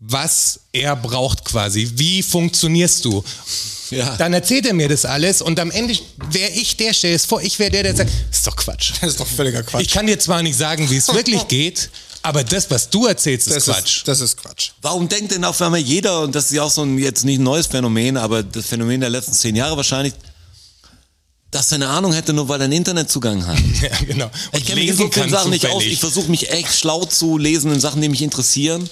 Speaker 3: was er braucht quasi. Wie funktionierst du?
Speaker 2: Ja.
Speaker 3: Dann erzählt er mir das alles und am Ende wäre ich der, stell es vor, ich wäre der, der sagt, das ist doch Quatsch.
Speaker 4: Das ist doch völliger Quatsch.
Speaker 3: Ich kann dir zwar nicht sagen, wie es
Speaker 2: *laughs*
Speaker 3: wirklich geht, aber das, was du erzählst, ist
Speaker 4: das
Speaker 3: Quatsch. *laughs*
Speaker 4: Ist, das ist Quatsch.
Speaker 2: Warum denkt denn auf einmal jeder, und das ist ja auch so ein jetzt nicht ein neues Phänomen, aber das Phänomen der letzten zehn Jahre wahrscheinlich, dass er eine Ahnung hätte, nur weil er einen Internetzugang hat.
Speaker 3: ja, genau. Und
Speaker 2: Ich kenne mich in so vielen Sachen nicht aus. Ich versuche mich echt schlau zu lesen in Sachen, die mich interessieren.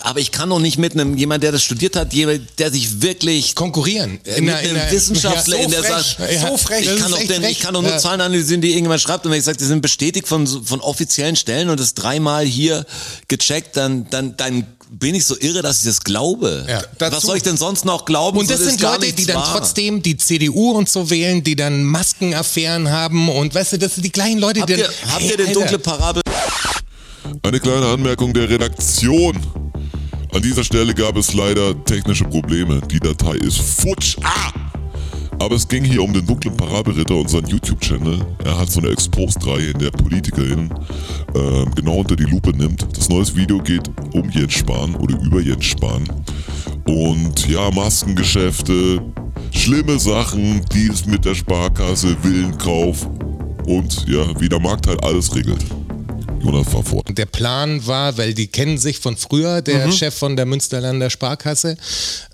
Speaker 2: Aber ich kann doch nicht mit einem, jemand, der das studiert hat, jemand, der sich wirklich
Speaker 3: konkurrieren.
Speaker 2: Äh, mit einem Wissenschaftler in der
Speaker 3: frech,
Speaker 2: Sache.
Speaker 3: ja.
Speaker 2: So frech.
Speaker 3: Das
Speaker 2: Ich
Speaker 3: ist
Speaker 2: kann, doch
Speaker 3: echt
Speaker 2: denn,
Speaker 3: frech.
Speaker 2: ich kann doch nur
Speaker 3: Ja.
Speaker 2: Zahlen analysieren, die irgendjemand schreibt. Und wenn ich sage, die sind bestätigt von, so- von offiziellen Stellen und das dreimal hier gecheckt, dann, dann, dann bin ich so irre, dass ich das glaube.
Speaker 3: Ja.
Speaker 2: Was
Speaker 4: Dazu-
Speaker 2: soll ich denn sonst noch glauben?
Speaker 3: Und das
Speaker 2: So,
Speaker 3: sind
Speaker 2: ist gar
Speaker 3: Leute,
Speaker 2: nichts
Speaker 3: die dann
Speaker 2: wahr.
Speaker 3: trotzdem die CDU und so wählen, die dann Maskenaffären haben und weißt du, das sind die kleinen Leute,
Speaker 2: Habt
Speaker 3: die
Speaker 2: ihr,
Speaker 3: dann,
Speaker 2: habt
Speaker 3: Hey,
Speaker 2: ihr den
Speaker 3: Alter.
Speaker 2: dunkle Parabel?
Speaker 5: Eine kleine Anmerkung der Redaktion. An dieser Stelle gab es leider technische Probleme. Die Datei ist futsch. Ah! Aber es ging hier um den dunklen Parabelritter und seinen YouTube-Channel. Er hat so eine Exposed-Reihe, in der PolitikerInnen ähm, genau unter die Lupe nimmt. Das neues Video geht um Jens Spahn oder über Jens Spahn. Und ja, Maskengeschäfte, schlimme Sachen, Deals mit der Sparkasse, Willenkauf und ja, wie der Markt halt alles regelt. Jonas fahr fort.
Speaker 3: Der Plan war, weil die kennen sich von früher, der Chef von der Münsterlander Sparkasse,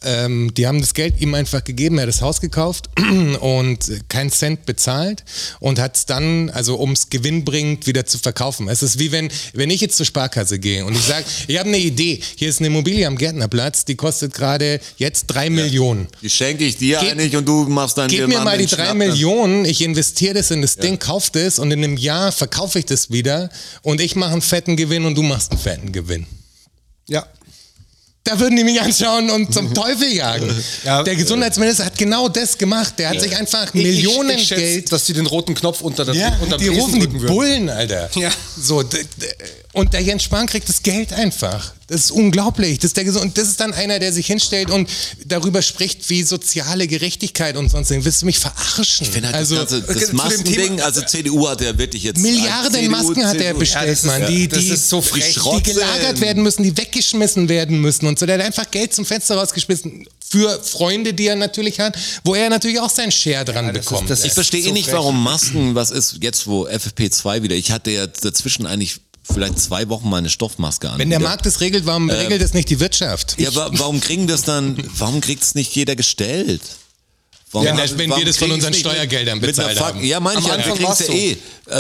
Speaker 3: ähm, die haben das Geld ihm einfach gegeben, er hat das Haus gekauft *clears throat* und keinen Cent bezahlt und hat es dann, also um es gewinnbringend wieder zu verkaufen. Es ist wie wenn, wenn ich jetzt zur Sparkasse gehe und ich sage, ich habe eine Idee, hier ist eine Immobilie am Gärtnerplatz, die kostet gerade jetzt drei Millionen.
Speaker 2: Die schenke ich dir
Speaker 3: Gib-
Speaker 2: eigentlich und du machst dann
Speaker 3: Gib
Speaker 2: dir
Speaker 3: mir mal die
Speaker 2: den
Speaker 3: drei
Speaker 2: Schnapp.
Speaker 3: Millionen, ich investiere das in das Ding, kauf das und in einem Jahr verkaufe ich das wieder und ich mache einen fetten Gewinn und du machst einen fetten Gewinn.
Speaker 4: Ja.
Speaker 3: Da würden die mich anschauen und zum Teufel jagen.
Speaker 4: Ja,
Speaker 3: der Gesundheitsminister hat genau das gemacht. Der hat sich einfach Millionen
Speaker 4: ich, ich schätz,
Speaker 3: Geld.
Speaker 4: dass die den roten Knopf unter der
Speaker 3: Ja,
Speaker 4: unter
Speaker 3: die rufen die Bullen, Alter.
Speaker 4: Ja.
Speaker 3: So, d- d- und der Jens Spahn kriegt das Geld einfach. Das ist unglaublich. Das ist, der Gesund und das ist dann einer, der sich hinstellt und darüber spricht, wie soziale Gerechtigkeit und sonst. Willst du mich verarschen?
Speaker 2: Ich finde halt
Speaker 3: also,
Speaker 2: das ganze
Speaker 4: okay, zu
Speaker 2: das
Speaker 4: dem
Speaker 2: Maskending,
Speaker 4: Thema-
Speaker 2: also CDU hat ja wirklich jetzt.
Speaker 3: Milliarden
Speaker 2: CDU,
Speaker 3: Masken hat er
Speaker 2: CDU.
Speaker 3: bestellt,
Speaker 4: Ja, das ist-
Speaker 3: Mann.
Speaker 4: ja,
Speaker 3: Die,
Speaker 4: das
Speaker 3: die,
Speaker 4: ist so frech.
Speaker 3: die gelagert werden müssen, die weggeschmissen werden müssen und so. Der hat einfach Geld zum Fenster rausgeschmissen für Freunde, die er natürlich hat, wo er natürlich auch seinen Share dran
Speaker 4: das ist-
Speaker 3: bekommt.
Speaker 4: das
Speaker 2: Ich
Speaker 4: ist-
Speaker 2: verstehe eh
Speaker 4: so
Speaker 2: nicht,
Speaker 4: frech.
Speaker 2: warum Masken, was ist jetzt, wo FFP2 wieder, ich hatte ja dazwischen eigentlich vielleicht zwei Wochen meine Stoffmaske an.
Speaker 3: Wenn der
Speaker 2: wieder.
Speaker 3: Markt es regelt, warum
Speaker 4: Ähm,
Speaker 3: regelt es nicht die Wirtschaft?
Speaker 2: Ja, wa warum kriegen das dann, warum kriegt es nicht jeder gestellt? Warum,
Speaker 3: Wenn das- wenn
Speaker 2: warum
Speaker 3: wir das von
Speaker 2: kriegen
Speaker 3: unseren
Speaker 2: es nicht
Speaker 3: Steuergeldern
Speaker 2: mit- mit einer
Speaker 3: bezahlt
Speaker 2: Fuck-
Speaker 3: haben?
Speaker 2: Ja, meine ich
Speaker 4: Am
Speaker 2: ja, wir
Speaker 4: Anfang
Speaker 2: kriegen es ja
Speaker 4: war's
Speaker 2: eh.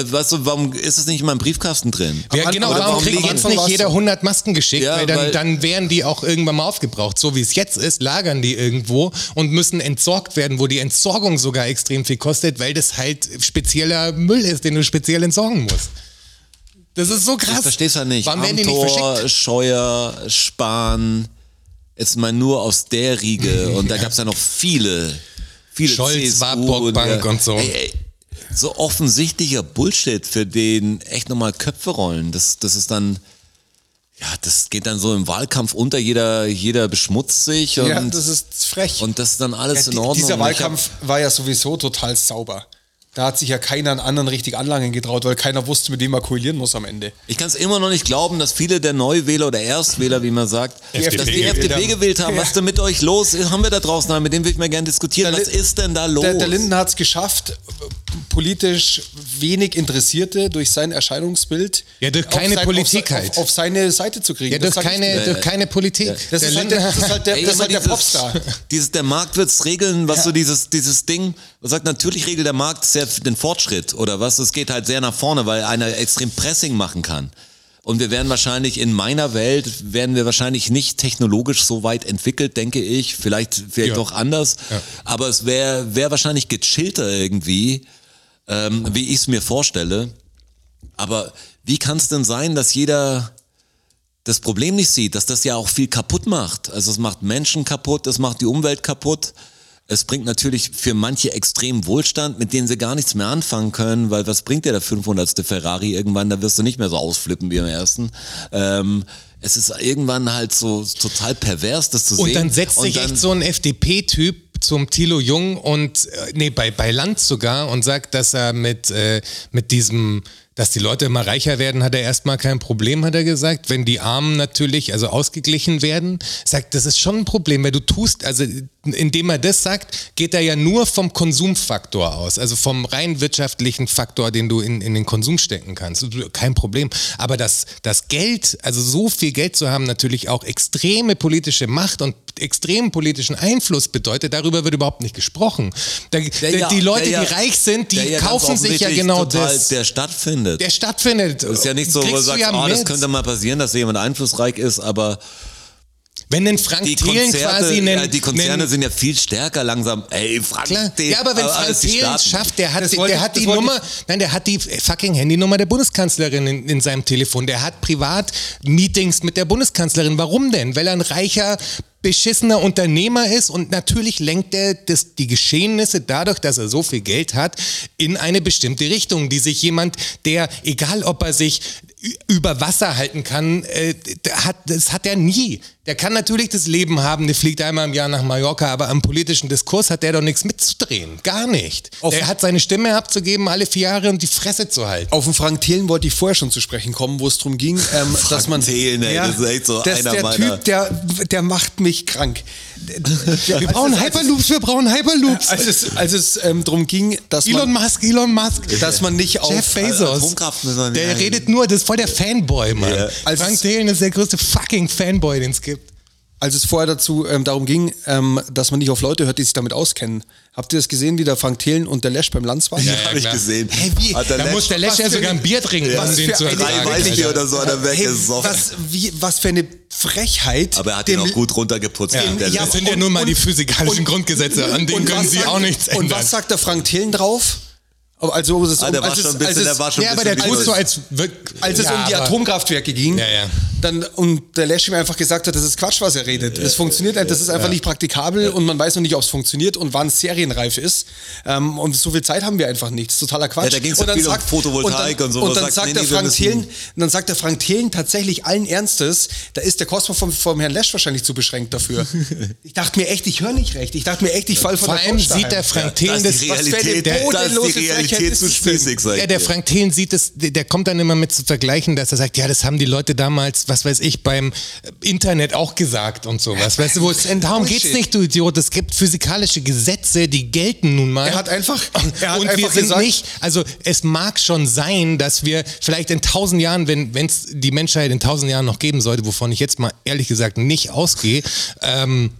Speaker 2: Äh, weißt du, warum ist es nicht in meinem Briefkasten drin?
Speaker 3: Ja,
Speaker 4: Am
Speaker 3: genau,
Speaker 4: Anfang-
Speaker 3: warum
Speaker 4: am
Speaker 3: kriegt
Speaker 4: Anfang
Speaker 3: jetzt nicht
Speaker 4: war's
Speaker 3: jeder
Speaker 4: so.
Speaker 3: 100 Masken geschickt?
Speaker 2: Ja,
Speaker 3: weil dann,
Speaker 2: weil-
Speaker 3: dann wären die auch irgendwann mal aufgebraucht. So wie es jetzt ist, lagern die irgendwo und müssen entsorgt werden, wo die Entsorgung sogar extrem viel kostet, weil das halt spezieller Müll ist, den du speziell entsorgen musst. Das ist so krass.
Speaker 2: Ich versteh's ja nicht.
Speaker 3: Warum werden die nicht
Speaker 2: Amthor,
Speaker 3: verschickt?
Speaker 2: Scheuer, Spahn, jetzt mal nur aus der
Speaker 3: *laughs*
Speaker 2: Riege. Und da gab's ja noch viele, viele
Speaker 3: Scholz,
Speaker 2: CSU
Speaker 3: Warburg Bank und so.
Speaker 2: äh, Ey, ey, so offensichtlicher Bullshit, für den echt nochmal Köpfe rollen. Das, das ist dann, ja, das geht dann so im Wahlkampf unter. Jeder, jeder beschmutzt sich und,
Speaker 4: Ja, das ist frech.
Speaker 2: und das ist dann alles
Speaker 4: Ja,
Speaker 2: in
Speaker 4: di-
Speaker 2: Ordnung. Und
Speaker 4: Dieser
Speaker 2: ich
Speaker 4: Wahlkampf war ja sowieso total sauber. Da hat sich ja keiner einen anderen richtig anlangen getraut, weil keiner wusste, mit wem er koalieren muss am Ende.
Speaker 2: Ich kann es immer noch nicht glauben, dass viele der Neuwähler oder Erstwähler, wie man sagt,
Speaker 3: FDP
Speaker 2: dass die
Speaker 3: gewählt
Speaker 2: FDP gewählt haben. Was ist denn mit euch los? Haben wir da draußen einen? Mit dem will ich mal gerne diskutieren.
Speaker 4: Der
Speaker 2: Was
Speaker 4: Lin-
Speaker 2: ist denn da los?
Speaker 4: Der, der Linden hat es geschafft, äh, politisch wenig Interessierte durch sein Erscheinungsbild
Speaker 3: Ja, durch
Speaker 4: auf
Speaker 3: keine
Speaker 4: sein-
Speaker 3: Politik
Speaker 4: auf, se-
Speaker 3: halt.
Speaker 4: Auf, auf seine Seite zu kriegen.
Speaker 3: Ja, durch
Speaker 4: sag ich
Speaker 3: keine,
Speaker 4: dir.
Speaker 3: durch keine Politik.
Speaker 4: das,
Speaker 3: Der
Speaker 4: ist halt der,
Speaker 3: Lindner-
Speaker 4: das ist halt der,
Speaker 2: Ey,
Speaker 4: das ist
Speaker 2: immer
Speaker 4: halt der
Speaker 2: dieses-
Speaker 4: Popstar.
Speaker 2: *laughs* Dieses, der Markt wird's regeln, was so dieses, dieses Ding, man sagt, natürlich regelt der Markt sehr f- den Fortschritt oder was, es geht halt sehr nach vorne, weil einer extrem Pressing machen kann. Und wir werden wahrscheinlich in meiner Welt, werden wir wahrscheinlich nicht technologisch so weit entwickelt, denke ich, vielleicht, vielleicht
Speaker 3: Ja.
Speaker 2: doch anders, aber es wäre wär wahrscheinlich gechillter irgendwie, ähm, wie ich es mir vorstelle. Aber wie kann es denn sein, dass jeder das Problem nicht sieht, dass das ja auch viel kaputt macht. Also es macht Menschen kaputt, es macht die Umwelt kaputt. Es bringt natürlich für manche extrem Wohlstand, mit denen sie gar nichts mehr anfangen können, weil was bringt dir der 500. Ferrari irgendwann? Da wirst du nicht mehr so ausflippen wie im ersten. Ähm, es ist irgendwann halt so total pervers, das zu sehen.
Speaker 3: Und dann setzt
Speaker 2: Und
Speaker 3: sich
Speaker 2: dann-
Speaker 3: echt so ein FDP-Typ zum Thilo Jung und äh, nee, bei, bei Land sogar und sagt, dass er mit, äh, mit diesem, dass die Leute immer reicher werden, hat er erstmal kein Problem, hat er gesagt. Wenn die Armen natürlich, also ausgeglichen werden, sagt, das ist schon ein Problem, weil du tust, also indem er das sagt, geht er ja nur vom Konsumfaktor aus, also vom rein wirtschaftlichen Faktor, den du in, in den Konsum stecken kannst. Kein Problem. Aber das, das Geld, also so viel Geld zu haben, natürlich auch extreme politische Macht und extremen politischen Einfluss bedeutet, darüber wird überhaupt nicht gesprochen. Da, da,
Speaker 2: ja-
Speaker 3: die Leute,
Speaker 2: der ja-
Speaker 3: die reich sind, die
Speaker 2: der ja ganz
Speaker 3: kaufen sich ja
Speaker 2: offensichtlich
Speaker 3: genau
Speaker 2: total,
Speaker 3: das. Der,
Speaker 2: Der stattfindet.
Speaker 3: stattfindet.
Speaker 2: ist ja nicht so, wo du
Speaker 3: Kriegst du
Speaker 2: sagst,
Speaker 3: ja
Speaker 2: oh, das
Speaker 3: mit.
Speaker 2: könnte mal passieren, dass jemand einflussreich ist, aber
Speaker 3: Wenn denn Frank
Speaker 2: die
Speaker 3: Thelen
Speaker 2: Konzerne,
Speaker 3: quasi einen,
Speaker 2: ja, die Konzerne
Speaker 3: einen
Speaker 2: sind ja viel stärker langsam. Ey, Frank,
Speaker 3: Klar.
Speaker 2: den-
Speaker 3: ja, aber wenn
Speaker 2: als
Speaker 3: Frank
Speaker 2: die
Speaker 3: Thelen
Speaker 2: Staaten.
Speaker 3: schafft, der hat,
Speaker 4: Das wollte
Speaker 3: der
Speaker 4: ich-
Speaker 3: hat
Speaker 4: das
Speaker 3: die
Speaker 4: wollte ich-
Speaker 3: Nummer, nein, der hat die fucking Handynummer der Bundeskanzlerin in, in seinem Telefon. Der hat privat Meetings mit der Bundeskanzlerin. Warum denn? Weil er ein reicher, beschissener Unternehmer ist und natürlich lenkt er das, die Geschehnisse dadurch, dass er so viel Geld hat, in eine bestimmte Richtung, die sich jemand, der, egal ob er sich ü- über Wasser halten kann, äh, der hat, das hat er nie. Der kann natürlich das Leben haben, der fliegt einmal im Jahr nach Mallorca, aber am politischen Diskurs hat der doch nichts mitzudrehen. Gar nicht. Er hat seine Stimme abzugeben alle vier Jahre und die Fresse zu halten.
Speaker 4: Auf den Frank Thelen wollte ich vorher schon zu sprechen kommen, wo es darum ging, ähm, dass man.
Speaker 2: Thelen, ey, das ist echt so
Speaker 4: dass
Speaker 2: einer
Speaker 4: der
Speaker 2: meiner-
Speaker 4: Typ, der, der macht mich krank. *laughs*
Speaker 3: Wir
Speaker 4: Also
Speaker 3: brauchen Hyperloops, wir brauchen Hyperloops.
Speaker 4: Als es, als es ähm, darum ging, dass
Speaker 3: Elon
Speaker 4: man,
Speaker 3: Musk, Elon Musk.
Speaker 4: dass man also nicht auf.
Speaker 3: Jeff Bezos.
Speaker 2: Atomkraft müssen wir nicht
Speaker 3: Der
Speaker 2: rein.
Speaker 3: redet nur, das ist voll der Fanboy, Mann.
Speaker 2: Ja.
Speaker 4: Also
Speaker 3: Frank
Speaker 4: es-
Speaker 3: Thelen ist der größte fucking Fanboy, den es gibt.
Speaker 4: als es vorher dazu ähm, darum ging, ähm, dass man nicht auf Leute hört, die sich damit auskennen. Habt ihr das gesehen, wie der Frank Thelen und der Lesch beim Lanz waren?
Speaker 2: Ja, Hab ich gesehen.
Speaker 3: Hey, wie?
Speaker 2: Hat der
Speaker 3: da
Speaker 2: Lesch-
Speaker 3: muss der Lesch
Speaker 4: was
Speaker 3: ja
Speaker 4: für
Speaker 3: sogar
Speaker 4: eine-
Speaker 3: ein Bier trinken,
Speaker 2: Ja.
Speaker 3: um den
Speaker 4: für
Speaker 3: zu
Speaker 4: eine-
Speaker 2: drei
Speaker 3: ertragen.
Speaker 2: Weiche oder so hat er
Speaker 4: Hey,
Speaker 2: weggesoffen.
Speaker 4: was, wie, was für eine Frechheit.
Speaker 2: aber er hat
Speaker 4: dem-
Speaker 2: ihn auch gut runtergeputzt.
Speaker 3: Ja.
Speaker 2: der
Speaker 4: Ja,
Speaker 2: Lesch.
Speaker 3: Das sind ja
Speaker 4: und-
Speaker 3: nun mal
Speaker 4: und-
Speaker 3: die physikalischen
Speaker 4: und-
Speaker 3: Grundgesetze, an denen
Speaker 4: und
Speaker 3: können
Speaker 4: was
Speaker 3: sie
Speaker 4: sagt-
Speaker 3: auch nichts ändern.
Speaker 4: Und was sagt der Frank Thelen drauf? Aber Also, als es,
Speaker 2: Ah, der war
Speaker 4: als
Speaker 2: schon
Speaker 4: es,
Speaker 2: ein bisschen,
Speaker 4: als es,
Speaker 2: der war schon
Speaker 3: ja,
Speaker 2: ein
Speaker 3: aber
Speaker 2: bisschen
Speaker 3: der tut
Speaker 2: wie-
Speaker 3: so, als wird,
Speaker 4: als es
Speaker 3: ja,
Speaker 4: um die
Speaker 3: aber-
Speaker 4: Atomkraftwerke ging,
Speaker 3: Ja, ja.
Speaker 4: dann und der Lesch ihm einfach gesagt hat, das ist Quatsch, was er redet. Es funktioniert nicht, das ist einfach nicht praktikabel und man weiß noch nicht, ob es funktioniert und wann es serienreif ist. Ähm, und so viel Zeit haben wir einfach nicht. Das ist totaler Quatsch.
Speaker 2: Ja, da ging's ja
Speaker 4: und dann
Speaker 2: viel um
Speaker 4: sagt-
Speaker 2: Photovoltaik und so, wo
Speaker 4: Und dann
Speaker 2: er sagt,
Speaker 4: sagt
Speaker 2: nee,
Speaker 4: der
Speaker 2: nee, wir
Speaker 4: Frank
Speaker 2: müssen-
Speaker 4: Thelen, und dann sagt der Frank Thelen tatsächlich allen Ernstes, da ist der Kosmos vom, vom Herrn Lesch wahrscheinlich zu beschränkt dafür. ich dachte mir echt, ich höre nicht recht. Ich dachte mir echt, ich fall von
Speaker 3: Vor
Speaker 4: der
Speaker 3: allem
Speaker 4: Couch
Speaker 3: sieht
Speaker 4: daheim.
Speaker 3: der Frank
Speaker 2: Da
Speaker 3: Thelen
Speaker 2: ist
Speaker 3: das.
Speaker 2: die
Speaker 4: was für eine
Speaker 2: Realität, da ist
Speaker 4: bodenlose
Speaker 2: die
Speaker 4: Frechheit
Speaker 2: Realität
Speaker 4: ist
Speaker 2: zu
Speaker 4: es denn?
Speaker 2: spießig, sag
Speaker 3: Ja,
Speaker 2: ich
Speaker 3: der
Speaker 2: dir.
Speaker 3: Frank Thelen sieht es, der kommt dann immer mit zu vergleichen, dass er sagt, ja, das haben die Leute damals, was weiß ich, beim Internet auch gesagt und sowas. Weißt du, wo es, darum geht's
Speaker 4: Bullshit.
Speaker 3: nicht, du Idiot. Es gibt physikalische Gesetze, die gelten nun mal.
Speaker 4: Er hat einfach- er hat
Speaker 3: und wir
Speaker 4: einfach
Speaker 3: sind
Speaker 4: gesagt-
Speaker 3: nicht, also es mag schon sein, dass wir vielleicht in tausend Jahren, wenn es die Menschheit in tausend Jahren noch geben sollte, wovon ich jetzt mal ehrlich gesagt nicht ausgehe, ähm,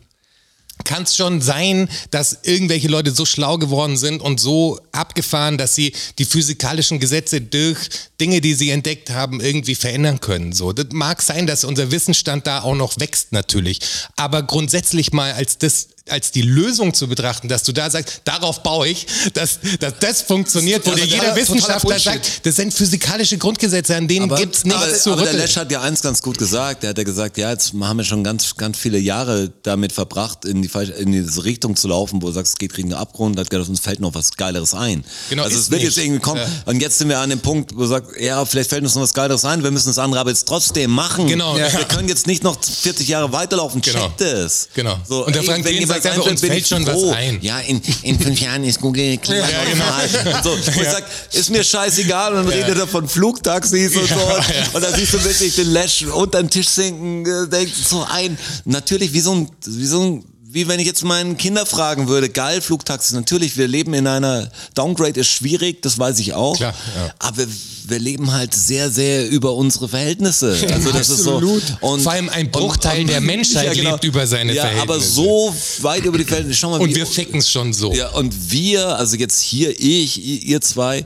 Speaker 3: kann es schon sein, dass irgendwelche Leute so schlau geworden sind und so abgefahren, dass sie die physikalischen Gesetze durch Dinge, die sie entdeckt haben, irgendwie verändern können. So, das mag sein, dass unser Wissensstand da auch noch wächst natürlich, aber grundsätzlich mal als das als die Lösung zu betrachten, dass du da sagst, darauf baue ich, dass, dass das funktioniert, wo
Speaker 4: Das
Speaker 3: dir
Speaker 4: ist
Speaker 3: jeder
Speaker 4: totaler-
Speaker 3: Wissenschaftler
Speaker 4: totaler
Speaker 3: sagt,
Speaker 4: Bullshit.
Speaker 3: das sind physikalische Grundgesetze, an denen gibt's nichts zu
Speaker 2: aber, aber der
Speaker 3: rütteln.
Speaker 2: Lesch hat ja eins ganz gut gesagt. Der hat ja gesagt, ja, jetzt haben wir schon ganz, ganz viele Jahre damit verbracht, in die falsche, in diese Richtung zu laufen, wo du sagst, es geht gegen den Abgrund. Da hat gesagt, uns fällt noch was Geileres ein.
Speaker 3: Genau,
Speaker 2: also
Speaker 3: ist
Speaker 2: es wird jetzt
Speaker 3: nicht.
Speaker 2: irgendwie kommen. Und jetzt sind wir an dem Punkt, wo du sagst, ja, vielleicht fällt uns noch was Geileres ein. Wir müssen das andere aber jetzt trotzdem machen.
Speaker 3: Genau.
Speaker 2: Wir
Speaker 3: Ja.
Speaker 2: können jetzt nicht noch 40 Jahre weiterlaufen.
Speaker 3: Genau.
Speaker 2: Checkt es.
Speaker 3: Genau.
Speaker 2: So,
Speaker 3: Und der
Speaker 2: ey,
Speaker 3: Frank
Speaker 2: wenn
Speaker 3: Dehn
Speaker 2: ihr was
Speaker 3: sagt einfach,
Speaker 2: einfällt,
Speaker 3: uns
Speaker 2: bin
Speaker 3: fällt
Speaker 2: ich
Speaker 3: schon was
Speaker 2: froh.
Speaker 3: ein. genau.
Speaker 2: Ja, in, in fünf Jahren ist Google klimaneutral. So, und ich sag, ist mir scheißegal. Und dann redet er von Flugtaxis und so.
Speaker 3: Ja,
Speaker 2: Und,
Speaker 3: *laughs* ja.
Speaker 2: und dann siehst du wirklich den Lash unter den Tisch sinken, äh, denkst so ein, natürlich wie so ein, wie so ein, wie wenn ich jetzt meinen Kinder fragen würde, geil, Flugtaxis, natürlich, wir leben in einer, Downgrade ist schwierig, das weiß ich auch,
Speaker 3: Klar, ja.
Speaker 2: aber wir leben halt sehr, sehr über unsere Verhältnisse. Also das
Speaker 3: Absolut.
Speaker 2: ist so. Und,
Speaker 3: Vor allem ein Bruchteil der Menschheit lebt über seine
Speaker 2: ja, aber
Speaker 3: Verhältnisse.
Speaker 2: so weit über die Verhältnisse. Schau mal,
Speaker 3: Und
Speaker 2: wie-
Speaker 3: wir ficken es schon so.
Speaker 2: ja, und wir, also jetzt hier ich, i- ihr zwei,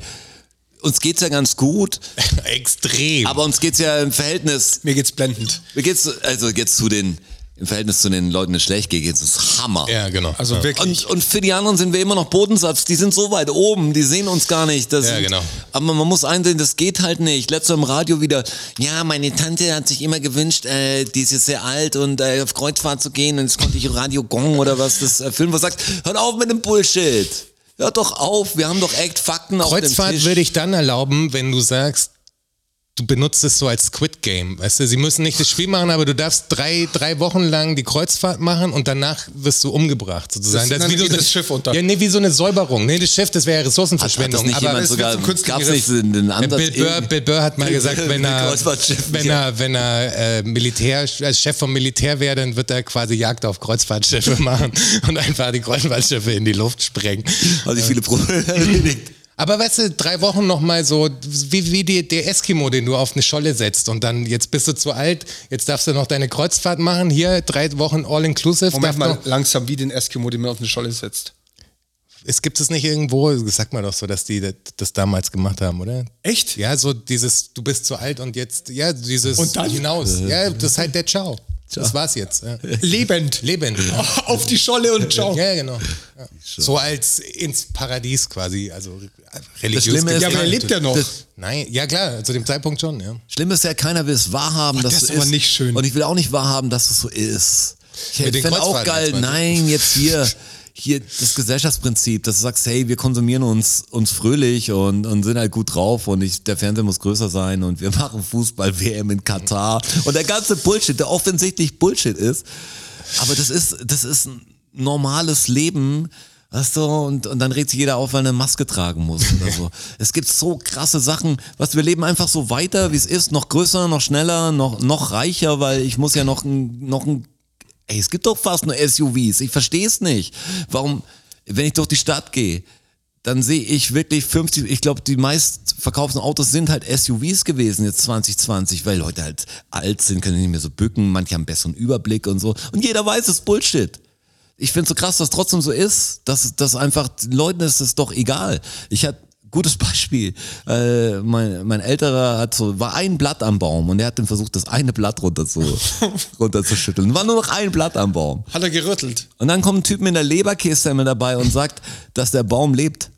Speaker 2: uns geht's ja ganz gut,
Speaker 3: *laughs* Extrem.
Speaker 2: aber uns geht's ja im Verhältnis,
Speaker 4: Mir geht's blendend.
Speaker 2: mir geht's also jetzt zu den, im Verhältnis zu den Leuten, die es schlecht geht, geht's uns Hammer.
Speaker 3: ja, genau.
Speaker 4: Also
Speaker 3: ja.
Speaker 4: wirklich.
Speaker 2: Und, und für die anderen sind wir immer noch Bodensatz. Die sind so weit oben, die sehen uns gar nicht. Das
Speaker 3: Ja,
Speaker 2: sind,
Speaker 3: genau.
Speaker 2: Aber man muss einsehen, das geht halt nicht. Letztes im Radio wieder, ja, meine Tante hat sich immer gewünscht, äh, die ist jetzt sehr alt und äh, auf Kreuzfahrt zu gehen und jetzt konnte ich Radio Gong oder was das äh, Film was sagt. Hört auf mit dem Bullshit. Hört doch auf, wir haben doch echt Fakten auf dem
Speaker 3: Kreuzfahrt
Speaker 2: Tisch.
Speaker 3: würde ich dann erlauben, wenn du sagst, du benutzt es so als Squid Game. Weißt du, sie müssen nicht das Spiel machen, aber du darfst drei, drei Wochen lang die Kreuzfahrt machen und danach wirst du umgebracht, sozusagen.
Speaker 4: Das-
Speaker 3: ist
Speaker 4: dann geht das Schiff unter.
Speaker 3: Ja, nee, wie so eine Säuberung. Nee, das Schiff, das wäre ja
Speaker 2: hat, hat das
Speaker 3: Ressourcenverschwendung.
Speaker 2: nicht
Speaker 3: aber
Speaker 2: jemand
Speaker 3: es wird
Speaker 2: sogar,
Speaker 3: zum künstlichen
Speaker 2: gab's
Speaker 3: Begriff.
Speaker 2: nicht den Ansatz?
Speaker 3: Bill Burr, Bill Burr hat mal gesagt, wenn er,
Speaker 2: Kreuzfahrtschiff,
Speaker 3: wenn
Speaker 2: ja.
Speaker 3: er, wenn er äh, Militär, als Chef vom Militär wäre, dann wird er quasi Jagd auf Kreuzfahrtschiffe *laughs* machen und einfach die Kreuzfahrtschiffe in die Luft sprengen.
Speaker 2: Hat sich viele Probleme *laughs* erledigt.
Speaker 3: Aber weißt du, drei Wochen nochmal so, wie, wie die, der Eskimo, den du auf eine Scholle setzt und dann, jetzt bist du zu alt, jetzt darfst du noch deine Kreuzfahrt machen, hier drei Wochen all-inclusive. darf
Speaker 4: Moment mal,
Speaker 3: noch-
Speaker 4: langsam wie den Eskimo, den man auf eine Scholle setzt.
Speaker 3: Es gibt es nicht irgendwo, sag mal doch so, dass die das, das damals gemacht haben, oder?
Speaker 4: Echt?
Speaker 3: Ja, so dieses, du bist zu alt und jetzt, ja, dieses
Speaker 4: Und dann?
Speaker 3: hinaus.
Speaker 2: Äh.
Speaker 3: Ja, das ist halt der Ciao. Das war's jetzt.
Speaker 2: *laughs*
Speaker 3: Ja.
Speaker 4: Lebend.
Speaker 3: Lebend.
Speaker 4: *laughs* auf die Scholle und ciao.
Speaker 3: Ja, genau. Ja. So als ins Paradies quasi, also religiös.
Speaker 2: Schlimme ist-
Speaker 4: Ja, aber er lebt ja noch.
Speaker 3: Nein, ja klar, zu dem Zeitpunkt schon, ja.
Speaker 2: Schlimm ist ja, keiner will es wahrhaben, dass
Speaker 4: das
Speaker 2: es
Speaker 4: ist aber
Speaker 2: ist.
Speaker 4: nicht schön.
Speaker 2: Und ich will auch nicht wahrhaben, dass es so ist. Ich
Speaker 3: Mit den
Speaker 2: fände auch
Speaker 3: Kreuzfahrten
Speaker 2: geil,
Speaker 3: jetzt meinst du?
Speaker 2: nein, jetzt hier, hier das Gesellschaftsprinzip, dass du sagst, hey, wir konsumieren uns, uns fröhlich und, und sind halt gut drauf und ich, der Fernseher muss größer sein und wir *laughs* machen Fußball-WM in Katar und der ganze Bullshit, der offensichtlich Bullshit ist. Aber das ist, das ist ein normales Leben. Weißt du, und, und dann regt sich jeder auf, weil er eine Maske tragen muss oder
Speaker 3: *laughs*
Speaker 2: so. Es gibt so krasse Sachen. Weißt du, wir leben einfach so weiter, wie es ist. Noch größer, noch schneller, noch, noch reicher, weil ich muss ja noch ein, noch ein, ey, es gibt doch fast nur SUVs. Ich verstehe es nicht. Warum, wenn ich durch die Stadt gehe, dann sehe ich wirklich 50, ich glaube, die meistverkauften Autos sind halt SUVs gewesen jetzt 2020, weil Leute halt alt sind, können nicht mehr so bücken, manche haben besseren Überblick und so. Und jeder weiß, es ist Bullshit. Ich finde so krass, dass trotzdem so ist, dass, dass einfach den Leuten ist es doch egal. Ich hatte gutes *laughs* Beispiel. Äh, mein, mein älterer hat so, war ein Blatt am Baum und er hat dann versucht, das eine Blatt runter
Speaker 4: *laughs*
Speaker 2: zu, runterzuschütteln. War nur noch ein Blatt am Baum.
Speaker 4: Hat er gerüttelt.
Speaker 2: Und dann kommt ein Typ mit einer Leberkässemmel dabei und sagt, dass der Baum lebt.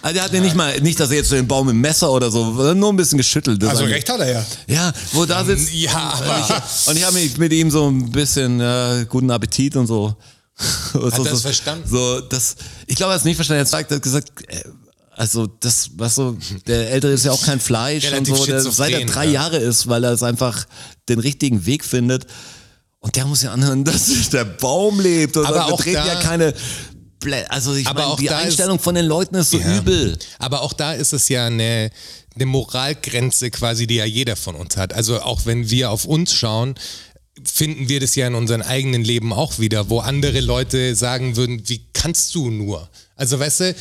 Speaker 2: Also der hat ja nicht mal, nicht, dass er jetzt so den Baum im Messer oder so, sondern nur ein bisschen geschüttelt. Das
Speaker 4: Also
Speaker 2: ist ein-
Speaker 4: recht hat er ja.
Speaker 2: Ja, wo da sitzt.
Speaker 3: *laughs* Ja, aber.
Speaker 2: Und ich habe mich mit ihm so ein bisschen äh, guten Appetit und so. *laughs* Hat so,
Speaker 3: er es
Speaker 2: so,
Speaker 3: verstanden?
Speaker 2: So, das, ich glaube, er hat es nicht verstanden. Er hat gesagt- er hat gesagt, äh, also das, was so, der Ältere ist ja auch kein Fleisch
Speaker 3: Relativ
Speaker 2: und so, der,
Speaker 3: schizophren,
Speaker 2: seit er drei
Speaker 3: ja.
Speaker 2: Jahre ist, weil er es einfach den richtigen Weg findet. Und der muss ja anhören, *laughs* dass der Baum lebt. Und
Speaker 3: Aber
Speaker 2: wir
Speaker 3: auch
Speaker 2: treten
Speaker 3: da-
Speaker 2: ja keine. Blä also ich
Speaker 3: Aber
Speaker 2: meine,
Speaker 3: auch
Speaker 2: die
Speaker 3: da ist-
Speaker 2: Einstellung von den Leuten ist so
Speaker 3: *laughs* Ja.
Speaker 2: übel.
Speaker 3: Aber auch da ist es ja eine, eine Moralgrenze quasi, die ja jeder von uns hat. Also auch wenn wir auf uns schauen, finden wir das ja in unserem eigenen Leben auch wieder, wo andere Leute sagen würden, wie kannst du nur? Also weißt du,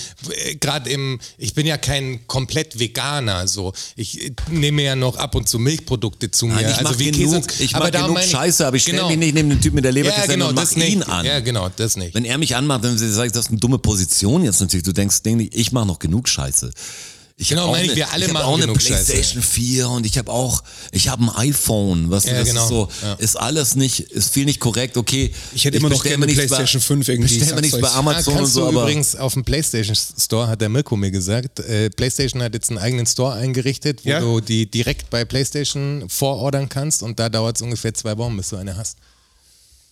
Speaker 3: gerade im, ich bin ja kein komplett Veganer, so. Ich äh, nehme ja noch ab und zu Milchprodukte zu mir.
Speaker 2: Nein, ich
Speaker 3: also
Speaker 2: mache
Speaker 3: wie
Speaker 2: genug,
Speaker 3: Käse.
Speaker 2: ich mach
Speaker 3: da
Speaker 2: genug
Speaker 3: meine ich-
Speaker 2: Scheiße, aber ich stelle
Speaker 3: genau,
Speaker 2: mich nicht neben den Typ mit der
Speaker 3: ja,
Speaker 2: Leberkässemmel
Speaker 3: genau,
Speaker 2: und
Speaker 3: das
Speaker 2: mache
Speaker 3: nicht.
Speaker 2: ihn an.
Speaker 3: Ja, genau, das nicht.
Speaker 2: Wenn er mich anmacht, dann sage ich, das ist eine dumme Position jetzt natürlich. Du denkst, denk nicht, ich mache noch genug Scheiße. Ich hab
Speaker 3: Genau,
Speaker 2: auch
Speaker 3: meine ich,
Speaker 2: eine-
Speaker 3: wir alle
Speaker 2: ich hab
Speaker 3: machen
Speaker 2: auch eine
Speaker 3: genug Scheiße.
Speaker 2: PlayStation 4 und ich habe auch, ich habe ein iPhone. Was
Speaker 3: Ja,
Speaker 2: das
Speaker 3: genau,
Speaker 2: ist so,
Speaker 3: ja.
Speaker 2: ist alles nicht, ist viel nicht korrekt. Okay,
Speaker 4: Ich hätte immer noch
Speaker 2: bestell
Speaker 4: gerne
Speaker 2: mir nichts
Speaker 4: PlayStation
Speaker 2: bei,
Speaker 4: 5 irgendwie,
Speaker 2: Bestell mir
Speaker 4: ich
Speaker 2: nichts bei
Speaker 4: sag's euch.
Speaker 2: Amazon
Speaker 3: ah,
Speaker 2: und
Speaker 3: kannst
Speaker 2: so,
Speaker 3: du
Speaker 2: aber
Speaker 3: übrigens auf dem PlayStation Store hat der Mirko mir gesagt, äh, PlayStation hat jetzt einen eigenen Store eingerichtet, wo
Speaker 4: Ja?
Speaker 3: du die direkt bei PlayStation vorordern kannst und da dauert es ungefähr zwei Wochen, bis du eine hast.